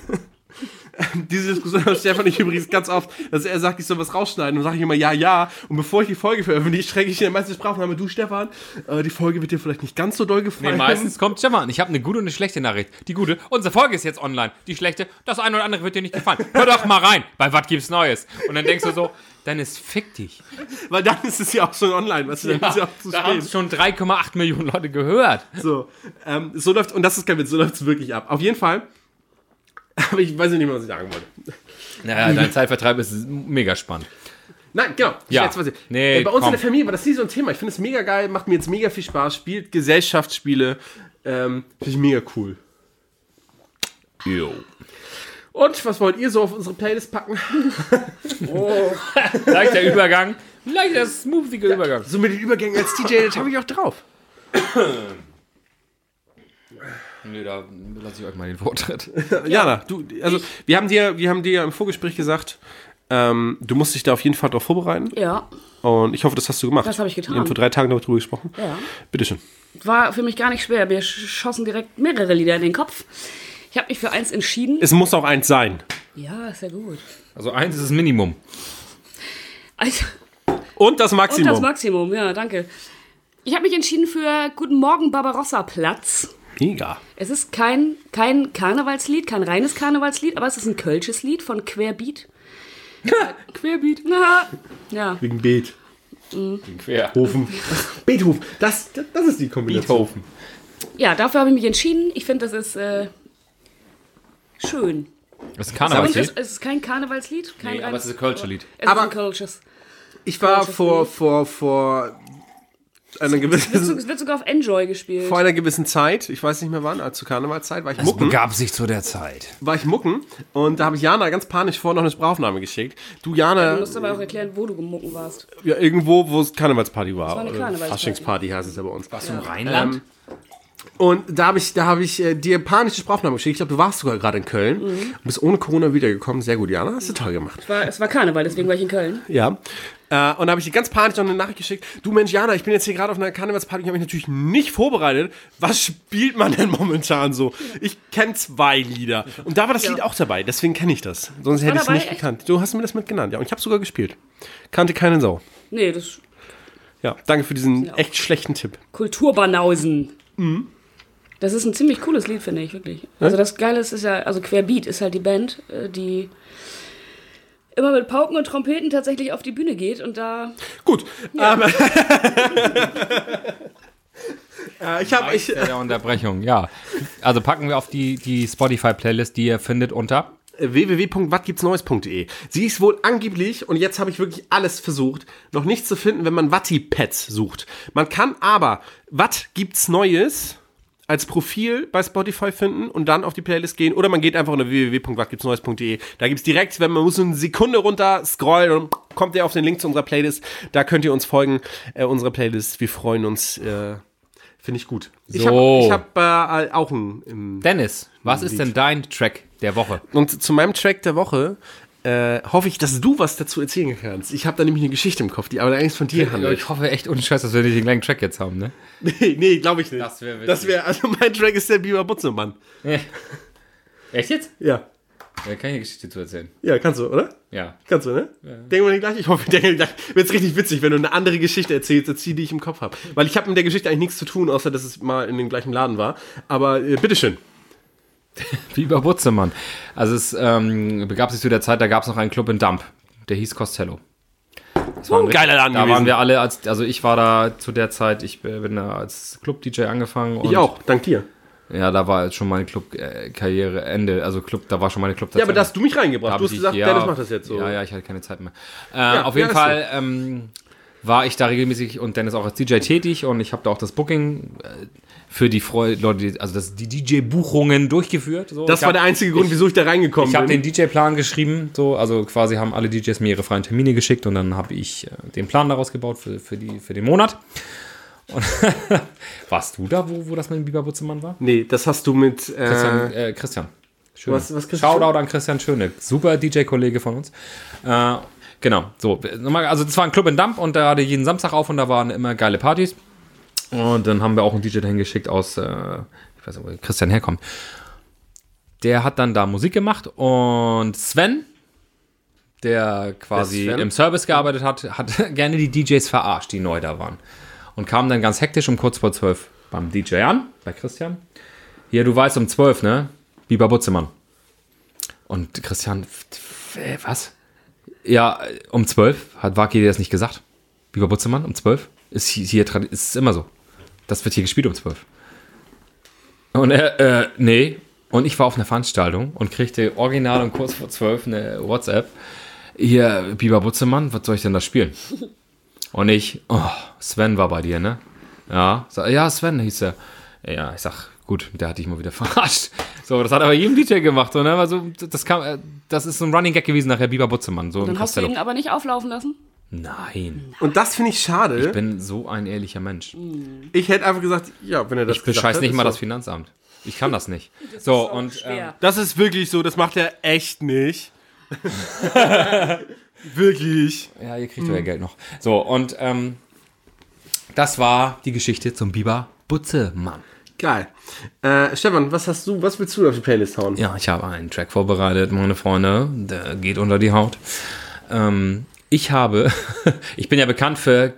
[SPEAKER 1] diese Diskussion hat Stefan ich übrigens ganz oft, dass er sagt, ich soll was rausschneiden und sage ich immer ja, ja. Und bevor ich die Folge veröffentliche, schrecke ich in der meisten Sprachnahme, du Stefan, äh, die Folge wird dir vielleicht nicht ganz so doll gefallen.
[SPEAKER 2] Nee, meistens kommt Stefan. Ich habe eine gute und eine schlechte Nachricht. Die gute, unsere Folge ist jetzt online. Die schlechte, das eine oder andere wird dir nicht gefallen. Hör doch mal rein, bei was gibt's Neues? Und dann denkst du so, Dennis, fick dich.
[SPEAKER 1] Weil dann ist es ja auch schon online, weißt du, dann ist es ja auch zu
[SPEAKER 2] da haben
[SPEAKER 1] spät.
[SPEAKER 2] es schon 3,8 Millionen Leute gehört.
[SPEAKER 1] So, ähm, so läuft, und das ist kein Witz, so läuft es wirklich ab. Auf jeden Fall, aber ich weiß nicht mehr, was ich sagen wollte.
[SPEAKER 2] Naja, dein Zeitvertreib ist mega spannend.
[SPEAKER 1] Nein, genau.
[SPEAKER 2] Ja.
[SPEAKER 1] Jetzt weiß ich.
[SPEAKER 2] Nee,
[SPEAKER 1] Äh, Bei uns
[SPEAKER 2] komm.
[SPEAKER 1] in der Familie war das nie so ein Thema. Ich finde es mega geil, macht mir jetzt mega viel Spaß, spielt Gesellschaftsspiele. Ähm, finde ich mega cool.
[SPEAKER 2] Jo.
[SPEAKER 1] Und was wollt ihr so auf unsere Playlist packen?
[SPEAKER 2] Leichter Übergang. Leichter, smoothiger Übergang.
[SPEAKER 1] So mit den Übergängen als DJ, das habe ich auch drauf.
[SPEAKER 2] Nee, da lasse ich euch mal den Vortritt.
[SPEAKER 1] Jana, du, also wir haben dir, wir haben dir ja im Vorgespräch gesagt, ähm, du musst dich da auf jeden Fall drauf vorbereiten.
[SPEAKER 4] Ja,
[SPEAKER 1] Und ich hoffe, das hast du gemacht.
[SPEAKER 4] Das habe ich getan.
[SPEAKER 1] Wir haben vor drei Tagen darüber gesprochen.
[SPEAKER 4] ja.
[SPEAKER 1] Bitteschön.
[SPEAKER 4] War für mich gar nicht schwer. Mir sch- schossen direkt mehrere Lieder in den Kopf. Ich habe mich für eins entschieden.
[SPEAKER 1] Es muss auch eins sein.
[SPEAKER 4] Ja, ist ja gut.
[SPEAKER 2] Also eins ist das Minimum.
[SPEAKER 4] Also,
[SPEAKER 1] Und das
[SPEAKER 4] und
[SPEAKER 1] Maximum.
[SPEAKER 4] das Maximum, ja, danke. Ich habe mich entschieden für Guten Morgen Barbarossa Platz.
[SPEAKER 1] mega.
[SPEAKER 4] Es ist kein, kein Karnevalslied, kein reines Karnevalslied, aber es ist ein kölsches Lied von Querbeat. Querbeat. Na, ja,
[SPEAKER 1] Wegen Beet.
[SPEAKER 2] Quer.
[SPEAKER 1] Hofen. Beethoven. Das, das, das ist die Kombination.
[SPEAKER 2] Beethoven.
[SPEAKER 4] ja, dafür habe ich mich entschieden. Ich finde, das ist äh, schön.
[SPEAKER 2] Das ist ein
[SPEAKER 4] Und es,
[SPEAKER 2] Karnevalslied.
[SPEAKER 4] es ist kein Karnevalslied, kein
[SPEAKER 2] Nee, aber
[SPEAKER 4] reines-
[SPEAKER 2] es ist ein Kölscher-Lied.
[SPEAKER 4] Es ist ein
[SPEAKER 1] Aber-
[SPEAKER 4] kölsches.
[SPEAKER 1] Ich war vor, vor, vor einer
[SPEAKER 4] Es
[SPEAKER 1] gewissen,
[SPEAKER 4] wird- es wird sogar auf Enjoy gespielt.
[SPEAKER 1] vor einer gewissen Zeit, ich weiß nicht mehr wann, also zur Karnevalszeit, war ich
[SPEAKER 2] Es
[SPEAKER 1] mucken.
[SPEAKER 2] begab sich zu der Zeit.
[SPEAKER 1] War ich mucken und da habe ich Jana ganz panisch vor noch eine Sprachaufnahme geschickt. Du, Jana,
[SPEAKER 4] Du musst aber auch erklären, wo du gemucken warst.
[SPEAKER 1] ja, irgendwo, wo es Karnevalsparty war.
[SPEAKER 4] war eine
[SPEAKER 1] oder
[SPEAKER 4] Karnevalsparty.
[SPEAKER 1] Faschingsparty heißt es ja bei uns.
[SPEAKER 2] Warst du im Rheinland?
[SPEAKER 1] Und da habe ich, da habe ich äh, dir panische Sprachaufnahme geschickt. Ich glaube, du warst sogar gerade in Köln und bist ohne Corona wiedergekommen. Sehr gut, Jana. Hast du toll gemacht.
[SPEAKER 4] War, es war Karneval, deswegen war ich in Köln.
[SPEAKER 1] Ja. Äh, und da habe ich dir ganz panisch noch eine Nachricht geschickt. Du Mensch, Jana, ich bin jetzt hier gerade auf einer Karnevalsparty und habe mich natürlich nicht vorbereitet. Was spielt man denn momentan so? Ich kenne zwei Lieder. Und da war das Lied auch dabei, deswegen kenne ich das. Sonst hätte ich es
[SPEAKER 4] dabei,
[SPEAKER 1] nicht
[SPEAKER 4] echt?
[SPEAKER 1] gekannt. Du hast mir das mitgenannt, ja. Und ich habe sogar gespielt. Kannte keinen Sau.
[SPEAKER 4] Nee, das
[SPEAKER 1] Ja, danke für diesen echt schlechten Tipp.
[SPEAKER 4] Kulturbanausen.
[SPEAKER 1] Mhm.
[SPEAKER 4] Das ist ein ziemlich cooles Lied, finde ich, wirklich. Also das Geile ist, ist ja, also Querbeat ist halt die Band, äh, die immer mit Pauken und Trompeten tatsächlich auf die Bühne geht und da
[SPEAKER 1] Gut. Ähm, äh, ich habe ich,
[SPEAKER 2] Meister der Unterbrechung, ja. Also packen wir auf die, die Spotify-Playlist, die ihr findet, unter.
[SPEAKER 1] www.watgibtsneues.de. Sie ist wohl angeblich, und jetzt habe ich wirklich alles versucht, noch nicht zu finden, wenn man Wattipads sucht. Man kann aber Watt gibt's Neues als Profil bei Spotify finden und dann auf die Playlist gehen. Oder man geht einfach unter www.watgibtsneues.de. Da gibt's direkt, wenn man muss eine Sekunde runter scrollen und kommt ihr auf den Link zu unserer Playlist. Da könnt ihr uns folgen, äh, unserer Playlist. Wir freuen uns. Äh, Finde ich gut. Ich
[SPEAKER 2] So.
[SPEAKER 1] habe hab, äh, auch ein, ein
[SPEAKER 2] Dennis, was ist denn dein Track der Woche?
[SPEAKER 1] und zu meinem Track der Woche äh, hoffe ich, dass du was dazu erzählen kannst. Ich habe da nämlich eine Geschichte im Kopf, die aber eigentlich von dir handelt.
[SPEAKER 2] Ich hoffe echt ohne Scheiß, dass wir nicht den gleichen Track jetzt haben, ne?
[SPEAKER 1] Nee, nee glaube ich nicht.
[SPEAKER 2] Das wär witzig.
[SPEAKER 1] Das wär- also mein Track ist der Biber Butzemann.
[SPEAKER 2] Echt jetzt?
[SPEAKER 1] Ja.
[SPEAKER 2] Ja, keine Geschichte zu erzählen.
[SPEAKER 1] Ja, kannst du, oder?
[SPEAKER 2] Ja.
[SPEAKER 1] Kannst du, ne? Denken wir nicht gleich? Ich hoffe, wir denken gleich. Wird's richtig witzig, wenn du eine andere Geschichte erzählst, als die, die ich im Kopf habe. Weil ich habe mit der Geschichte eigentlich nichts zu tun, außer dass es mal in dem gleichen Laden war. Aber äh, bitteschön.
[SPEAKER 2] Wie bei Butzemann. Also es ähm, begab sich zu der Zeit, da gab es noch einen Club in Dump. Der hieß Costello. Das war ein richtig-
[SPEAKER 1] Oh, geiler Laden
[SPEAKER 2] Da
[SPEAKER 1] gewesen.
[SPEAKER 2] waren wir alle, als, also ich war da zu der Zeit, ich bin da als Club-DJ angefangen. Und
[SPEAKER 1] Ich auch, dank dir.
[SPEAKER 2] Ja, da war schon meine Club-Karriere Ende. Also Club, da war schon meine club
[SPEAKER 1] Ja, aber da hast du mich reingebracht.
[SPEAKER 2] Hab
[SPEAKER 1] Du hast
[SPEAKER 2] ich-
[SPEAKER 1] gesagt,
[SPEAKER 2] ja,
[SPEAKER 1] Dennis macht das jetzt so.
[SPEAKER 2] Ja, ja, ich hatte keine Zeit mehr. Äh, auf
[SPEAKER 1] ja,
[SPEAKER 2] jeden
[SPEAKER 1] ist
[SPEAKER 2] Fall ähm, war ich da regelmäßig und Dennis auch als DJ tätig und ich habe da auch das Booking äh, für die Freu Leute, die- also das, die DJ-Buchungen durchgeführt. So.
[SPEAKER 1] Das
[SPEAKER 2] Ich
[SPEAKER 1] war
[SPEAKER 2] hab-
[SPEAKER 1] der einzige Grund, wieso ich da reingekommen
[SPEAKER 2] ich habe
[SPEAKER 1] bin.
[SPEAKER 2] den DJ-Plan geschrieben, so, also quasi haben alle DJs mir ihre freien Termine geschickt und dann habe ich äh, den Plan daraus gebaut für, für, die, für den Monat. Und warst du da, wo, wo das mit dem Biberbutzemann war?
[SPEAKER 1] nee, das hast du mit. Äh,
[SPEAKER 2] Christian. Äh, Christian. Schöne.
[SPEAKER 1] Was- was Christian?
[SPEAKER 2] Shoutout an Christian Schöne. Super DJ-Kollege von uns. Äh, genau. So, nochmal, also das war ein Club in Damp und da hatte jeden Samstag auf und da waren immer geile Partys. Und dann haben wir auch einen DJ dahin geschickt aus, äh, ich weiß nicht, wo Christian herkommt. Der hat dann da Musik gemacht und Sven, der quasi
[SPEAKER 1] Der Sven?
[SPEAKER 2] im Service gearbeitet hat, hat gerne die DJs verarscht, die neu da waren. Und kam dann ganz hektisch um kurz vor zwölf beim DJ an, bei Christian. Hier, du weißt, um zwölf, ne? Biber Butzemann. Und Christian, f- f- äh, was? Ja, äh, um zwölf hat Waki dir das nicht gesagt. Biber Butzemann, um zwölf? Ist hi- hier, tradi- ist immer so. Das wird hier gespielt um zwölf. Und er, äh, nee. Und ich war auf einer Veranstaltung und kriegte original und kurz vor zwölf eine WhatsApp. Hier, Biber Butzemann, was soll ich denn da spielen? Und ich, oh, Sven war bei dir, ne? Ja, sag, ja, Sven hieß er. Ja, ich sag, gut, der hat dich mal wieder verarscht. So, das hat aber jedem DJ gemacht, so, ne? Also, das kam, äh, das ist so ein Running Gag gewesen nachher, Biber Butzemann, so im
[SPEAKER 4] Dann hast du
[SPEAKER 2] Costello.
[SPEAKER 4] ihn aber nicht auflaufen lassen.
[SPEAKER 2] Nein,
[SPEAKER 1] Und das finde ich
[SPEAKER 2] ich
[SPEAKER 1] schade.
[SPEAKER 2] bin so ein ehrlicher Mensch.
[SPEAKER 1] Ich, hätte einfach gesagt, ja, wenn er das
[SPEAKER 2] Ich
[SPEAKER 1] gesagt
[SPEAKER 2] bescheiß
[SPEAKER 1] hat,
[SPEAKER 2] nicht
[SPEAKER 1] ist
[SPEAKER 2] mal
[SPEAKER 1] so.
[SPEAKER 2] das Finanzamt. Ich kann das nicht. So, und, ähm,
[SPEAKER 4] Schwer.
[SPEAKER 1] Das ist wirklich so, das macht er echt nicht. wirklich.
[SPEAKER 2] ähm, Ja, ihr kriegt euer Geld noch. So, und ähm, das war die Geschichte zum Biber Butzemann.
[SPEAKER 1] Geil. Äh, Stefan, was hast du, was willst du auf die Playlist hauen?
[SPEAKER 2] Ja, ich habe einen Track vorbereitet, meine Freunde. Der geht unter die Haut. Ähm, ich habe, ich bin ja bekannt für,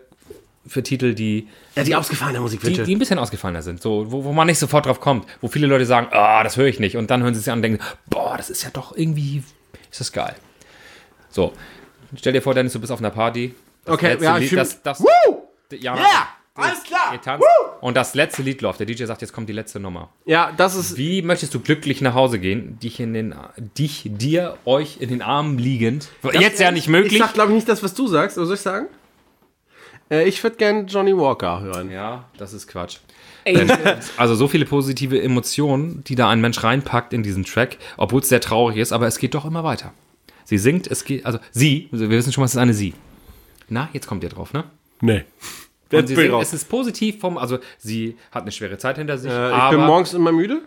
[SPEAKER 2] für Titel, die,
[SPEAKER 1] Ja, die ausgefallene Musik,
[SPEAKER 2] die, die ein bisschen ausgefallener sind. So, wo, wo man nicht sofort drauf kommt. Wo viele Leute sagen, ah, das höre ich nicht. Und dann hören sie es an und denken, boah, das ist ja doch irgendwie, ist das geil. So, stell dir vor, Dennis, du bist auf einer Party. Das
[SPEAKER 1] Okay,
[SPEAKER 2] letzte
[SPEAKER 1] ja, ich
[SPEAKER 2] Lied,
[SPEAKER 1] fühl-
[SPEAKER 2] das, das,
[SPEAKER 1] Woo!
[SPEAKER 2] Ja,
[SPEAKER 1] Yeah! Alles klar!
[SPEAKER 2] Ihr tanzt. Und das letzte Lied läuft. Der DJ sagt, jetzt kommt die letzte Nummer.
[SPEAKER 1] Ja, das ist.
[SPEAKER 2] Wie möchtest du glücklich nach Hause gehen? Dich in den, dich, dir, euch in den Armen liegend. jetzt ja nicht
[SPEAKER 1] Ich
[SPEAKER 2] möglich.
[SPEAKER 1] sag, glaube ich, nicht das, was du sagst, aber soll ich sagen? Äh, ich würde gerne Johnny Walker hören.
[SPEAKER 2] ja, das ist Quatsch.
[SPEAKER 4] Ey,
[SPEAKER 2] Also so viele positive Emotionen, die da ein Mensch reinpackt in diesen Track, obwohl es sehr traurig ist, aber es geht doch immer weiter. Sie singt, es geht, also sie, also wir wissen schon, was ist eine sie. Na, jetzt kommt ihr drauf, ne?
[SPEAKER 1] Nee.
[SPEAKER 2] Und
[SPEAKER 1] Jetzt
[SPEAKER 2] sie
[SPEAKER 1] bin ich
[SPEAKER 2] singt, es
[SPEAKER 1] raus.
[SPEAKER 2] ist positiv vom, also sie hat eine schwere Zeit hinter sich,
[SPEAKER 1] Äh, ich
[SPEAKER 2] aber
[SPEAKER 1] bin morgens immer müde.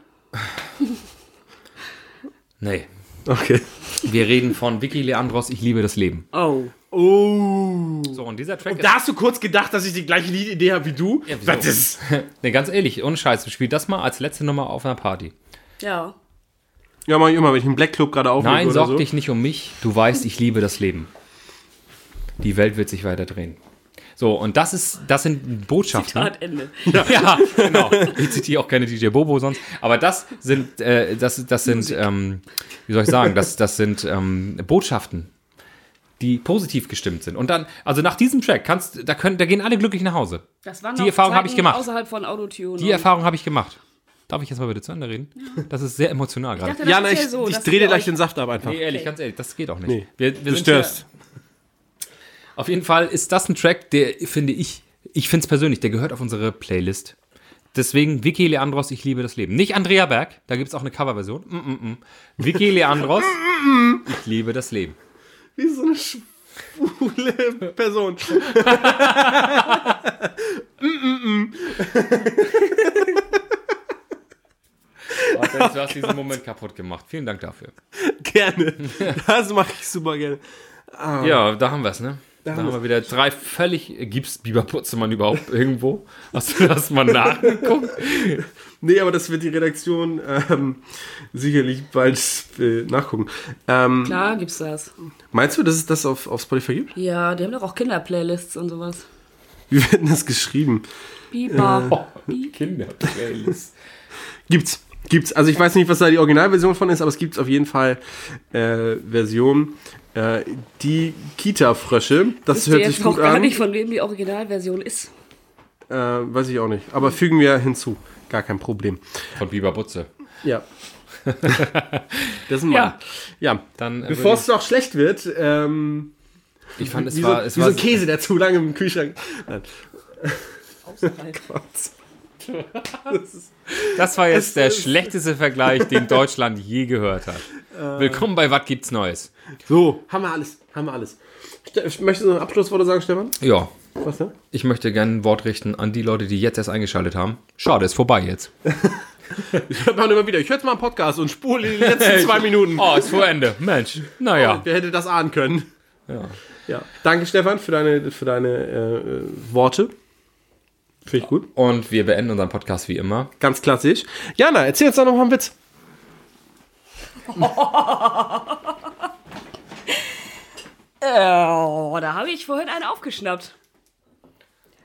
[SPEAKER 2] nee,
[SPEAKER 1] Okay.
[SPEAKER 2] Wir reden von Vicky Leandros, Ich liebe das Leben.
[SPEAKER 4] oh.
[SPEAKER 1] Oh.
[SPEAKER 2] So, und dieser Track
[SPEAKER 1] Da hast du kurz gedacht, dass ich die gleiche Liedidee habe wie du.
[SPEAKER 2] ist. Das ist. ne, ganz ehrlich, ohne Scheiß, spiel das mal als letzte Nummer auf einer Party.
[SPEAKER 4] Ja.
[SPEAKER 1] Ja, mach ich immer, wenn ich einen Black Club gerade auflege
[SPEAKER 2] Nein,
[SPEAKER 1] oder
[SPEAKER 2] sorg
[SPEAKER 1] so.
[SPEAKER 2] dich nicht um mich. Du weißt, ich liebe das Leben. Die Welt wird sich weiter drehen. So, und das ist, das sind Botschaften.
[SPEAKER 4] Tat Ende.
[SPEAKER 2] Ja, genau. Ich zitiere auch keine DJ Bobo sonst. Aber das sind, äh, das, das sind, ähm, wie soll ich sagen, das, das sind ähm, Botschaften, die positiv gestimmt sind. Und dann, also nach diesem Track kannst, da können, da gehen alle glücklich nach Hause.
[SPEAKER 4] Das waren
[SPEAKER 2] Die
[SPEAKER 4] noch
[SPEAKER 2] Erfahrung hab ich
[SPEAKER 4] Zeiten
[SPEAKER 2] gemacht.
[SPEAKER 4] Außerhalb von Autotune.
[SPEAKER 2] Die Erfahrung habe ich gemacht. Darf ich jetzt mal bitte zu Ende reden? Das ist sehr emotional gerade.
[SPEAKER 4] dachte, das
[SPEAKER 1] Jana,
[SPEAKER 4] ist
[SPEAKER 1] ich,
[SPEAKER 4] ja so,
[SPEAKER 1] ich
[SPEAKER 4] dass
[SPEAKER 1] drehe
[SPEAKER 4] ihr
[SPEAKER 1] dir gleich
[SPEAKER 4] euch-
[SPEAKER 1] den Saft ab einfach.
[SPEAKER 2] Nee, ehrlich, ganz ehrlich, das geht auch nicht.
[SPEAKER 1] Nee.
[SPEAKER 2] Wir, wir
[SPEAKER 1] du
[SPEAKER 2] sind hier-
[SPEAKER 1] störst.
[SPEAKER 2] Auf jeden Fall ist das ein Track, der finde ich, ich finde es persönlich, der gehört auf unsere Playlist. Deswegen Vicky Leandros, ich liebe das Leben. Nicht Andrea Berg, da gibt es auch eine Coverversion. Mm -mm -mm. Vicky Leandros, ich liebe das Leben.
[SPEAKER 1] Wie so eine schwule Person.
[SPEAKER 2] Du hast diesen Moment kaputt gemacht. Vielen Dank dafür.
[SPEAKER 1] gerne. Das mache ich super gerne.
[SPEAKER 2] Ja, da haben wir es, ne? Da,
[SPEAKER 1] haben
[SPEAKER 2] haben wir wieder drei völlig. Gibt's Biber Putzemann überhaupt irgendwo? Hast du das mal nachgeguckt?
[SPEAKER 1] Nee, aber das wird die Redaktion ähm, sicherlich bald äh, nachgucken. Ähm,
[SPEAKER 4] Klar gibt's das.
[SPEAKER 1] meinst du, dass es das auf, auf Spotify gibt?
[SPEAKER 4] Ja, die haben doch auch Kinderplaylists und sowas.
[SPEAKER 1] Wie wird denn das geschrieben?
[SPEAKER 2] Oh,
[SPEAKER 4] Biber.
[SPEAKER 2] Kinderplaylist.
[SPEAKER 1] Gibt's. Gibt's. Also ich weiß nicht, was da die Originalversion von ist, aber es gibt auf jeden Fall äh, Version. Äh, die Kita-Frösche. Das
[SPEAKER 4] Ich
[SPEAKER 1] hört
[SPEAKER 4] weiß
[SPEAKER 1] sich
[SPEAKER 4] jetzt auch
[SPEAKER 1] gut
[SPEAKER 4] gar
[SPEAKER 1] an.
[SPEAKER 4] nicht, von wem die Originalversion ist.
[SPEAKER 1] Äh, weiß ich auch nicht. Aber fügen wir hinzu. Gar kein Problem.
[SPEAKER 2] Von Biber Butze.
[SPEAKER 1] Ja. das ist ein Mann. Ja.
[SPEAKER 2] Dann, äh,
[SPEAKER 1] Bevor es noch schlecht wird, ähm,
[SPEAKER 2] Ich fand, es
[SPEAKER 1] wie,
[SPEAKER 2] war.
[SPEAKER 1] so,
[SPEAKER 2] Es
[SPEAKER 1] wie
[SPEAKER 2] war
[SPEAKER 1] so Käse, der zu lange im Kühlschrank. Nein. Oh
[SPEAKER 2] Das war jetzt der schlechteste Vergleich, den Deutschland je gehört hat. Willkommen bei Was gibt's Neues?
[SPEAKER 1] So, haben wir alles, haben wir alles. Ste- Möchtest du noch Abschlussworte sagen, Stefan?
[SPEAKER 2] Ja,
[SPEAKER 1] Was ne? denn?
[SPEAKER 2] ich möchte gerne ein Wort richten an die Leute, die jetzt erst eingeschaltet haben. Schade, ist vorbei jetzt.
[SPEAKER 1] Ich höre immer wieder, ich höre jetzt mal einen Podcast und spule die letzten zwei Minuten.
[SPEAKER 2] Oh, ist vor Ende. Mensch, naja.
[SPEAKER 1] Wer hätte das ahnen können?
[SPEAKER 2] Ja.
[SPEAKER 1] Ja. Danke, Stefan, für deine, für deine äh, äh, Worte. Finde ich gut.
[SPEAKER 2] Und wir beenden unseren Podcast wie immer.
[SPEAKER 1] Ganz klassisch. Jana, erzähl jetzt doch noch mal einen Witz.
[SPEAKER 4] Oh, da habe ich vorhin einen aufgeschnappt.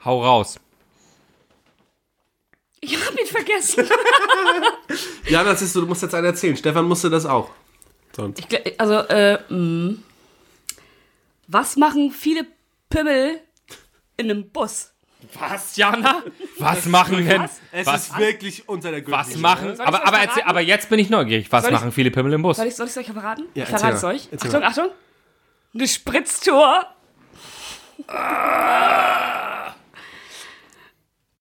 [SPEAKER 2] Hau raus.
[SPEAKER 4] Ich habe ihn vergessen.
[SPEAKER 1] Ja, das ist so, du musst jetzt einen erzählen. Stefan musste das auch. Sonst.
[SPEAKER 4] Ich gl- Also, äh, mm. was machen viele Pimmel in einem Bus?
[SPEAKER 2] Was, Jana? Was machen denn? Was,
[SPEAKER 1] wirklich unter der Gürtel.
[SPEAKER 2] was machen?
[SPEAKER 4] Soll ich
[SPEAKER 2] Aber,
[SPEAKER 4] euch
[SPEAKER 2] aber, erzähl,
[SPEAKER 4] verraten?
[SPEAKER 2] aber jetzt bin ich neugierig. Was
[SPEAKER 4] Soll ich-
[SPEAKER 2] machen viele Pimmel im Bus?
[SPEAKER 4] Soll ich es euch verraten?
[SPEAKER 1] Ja,
[SPEAKER 4] ich verrate es
[SPEAKER 1] erzähl mal.
[SPEAKER 4] euch.
[SPEAKER 1] Erzähl
[SPEAKER 4] Achtung,
[SPEAKER 1] mal.
[SPEAKER 4] Achtung. Eine Spritztour.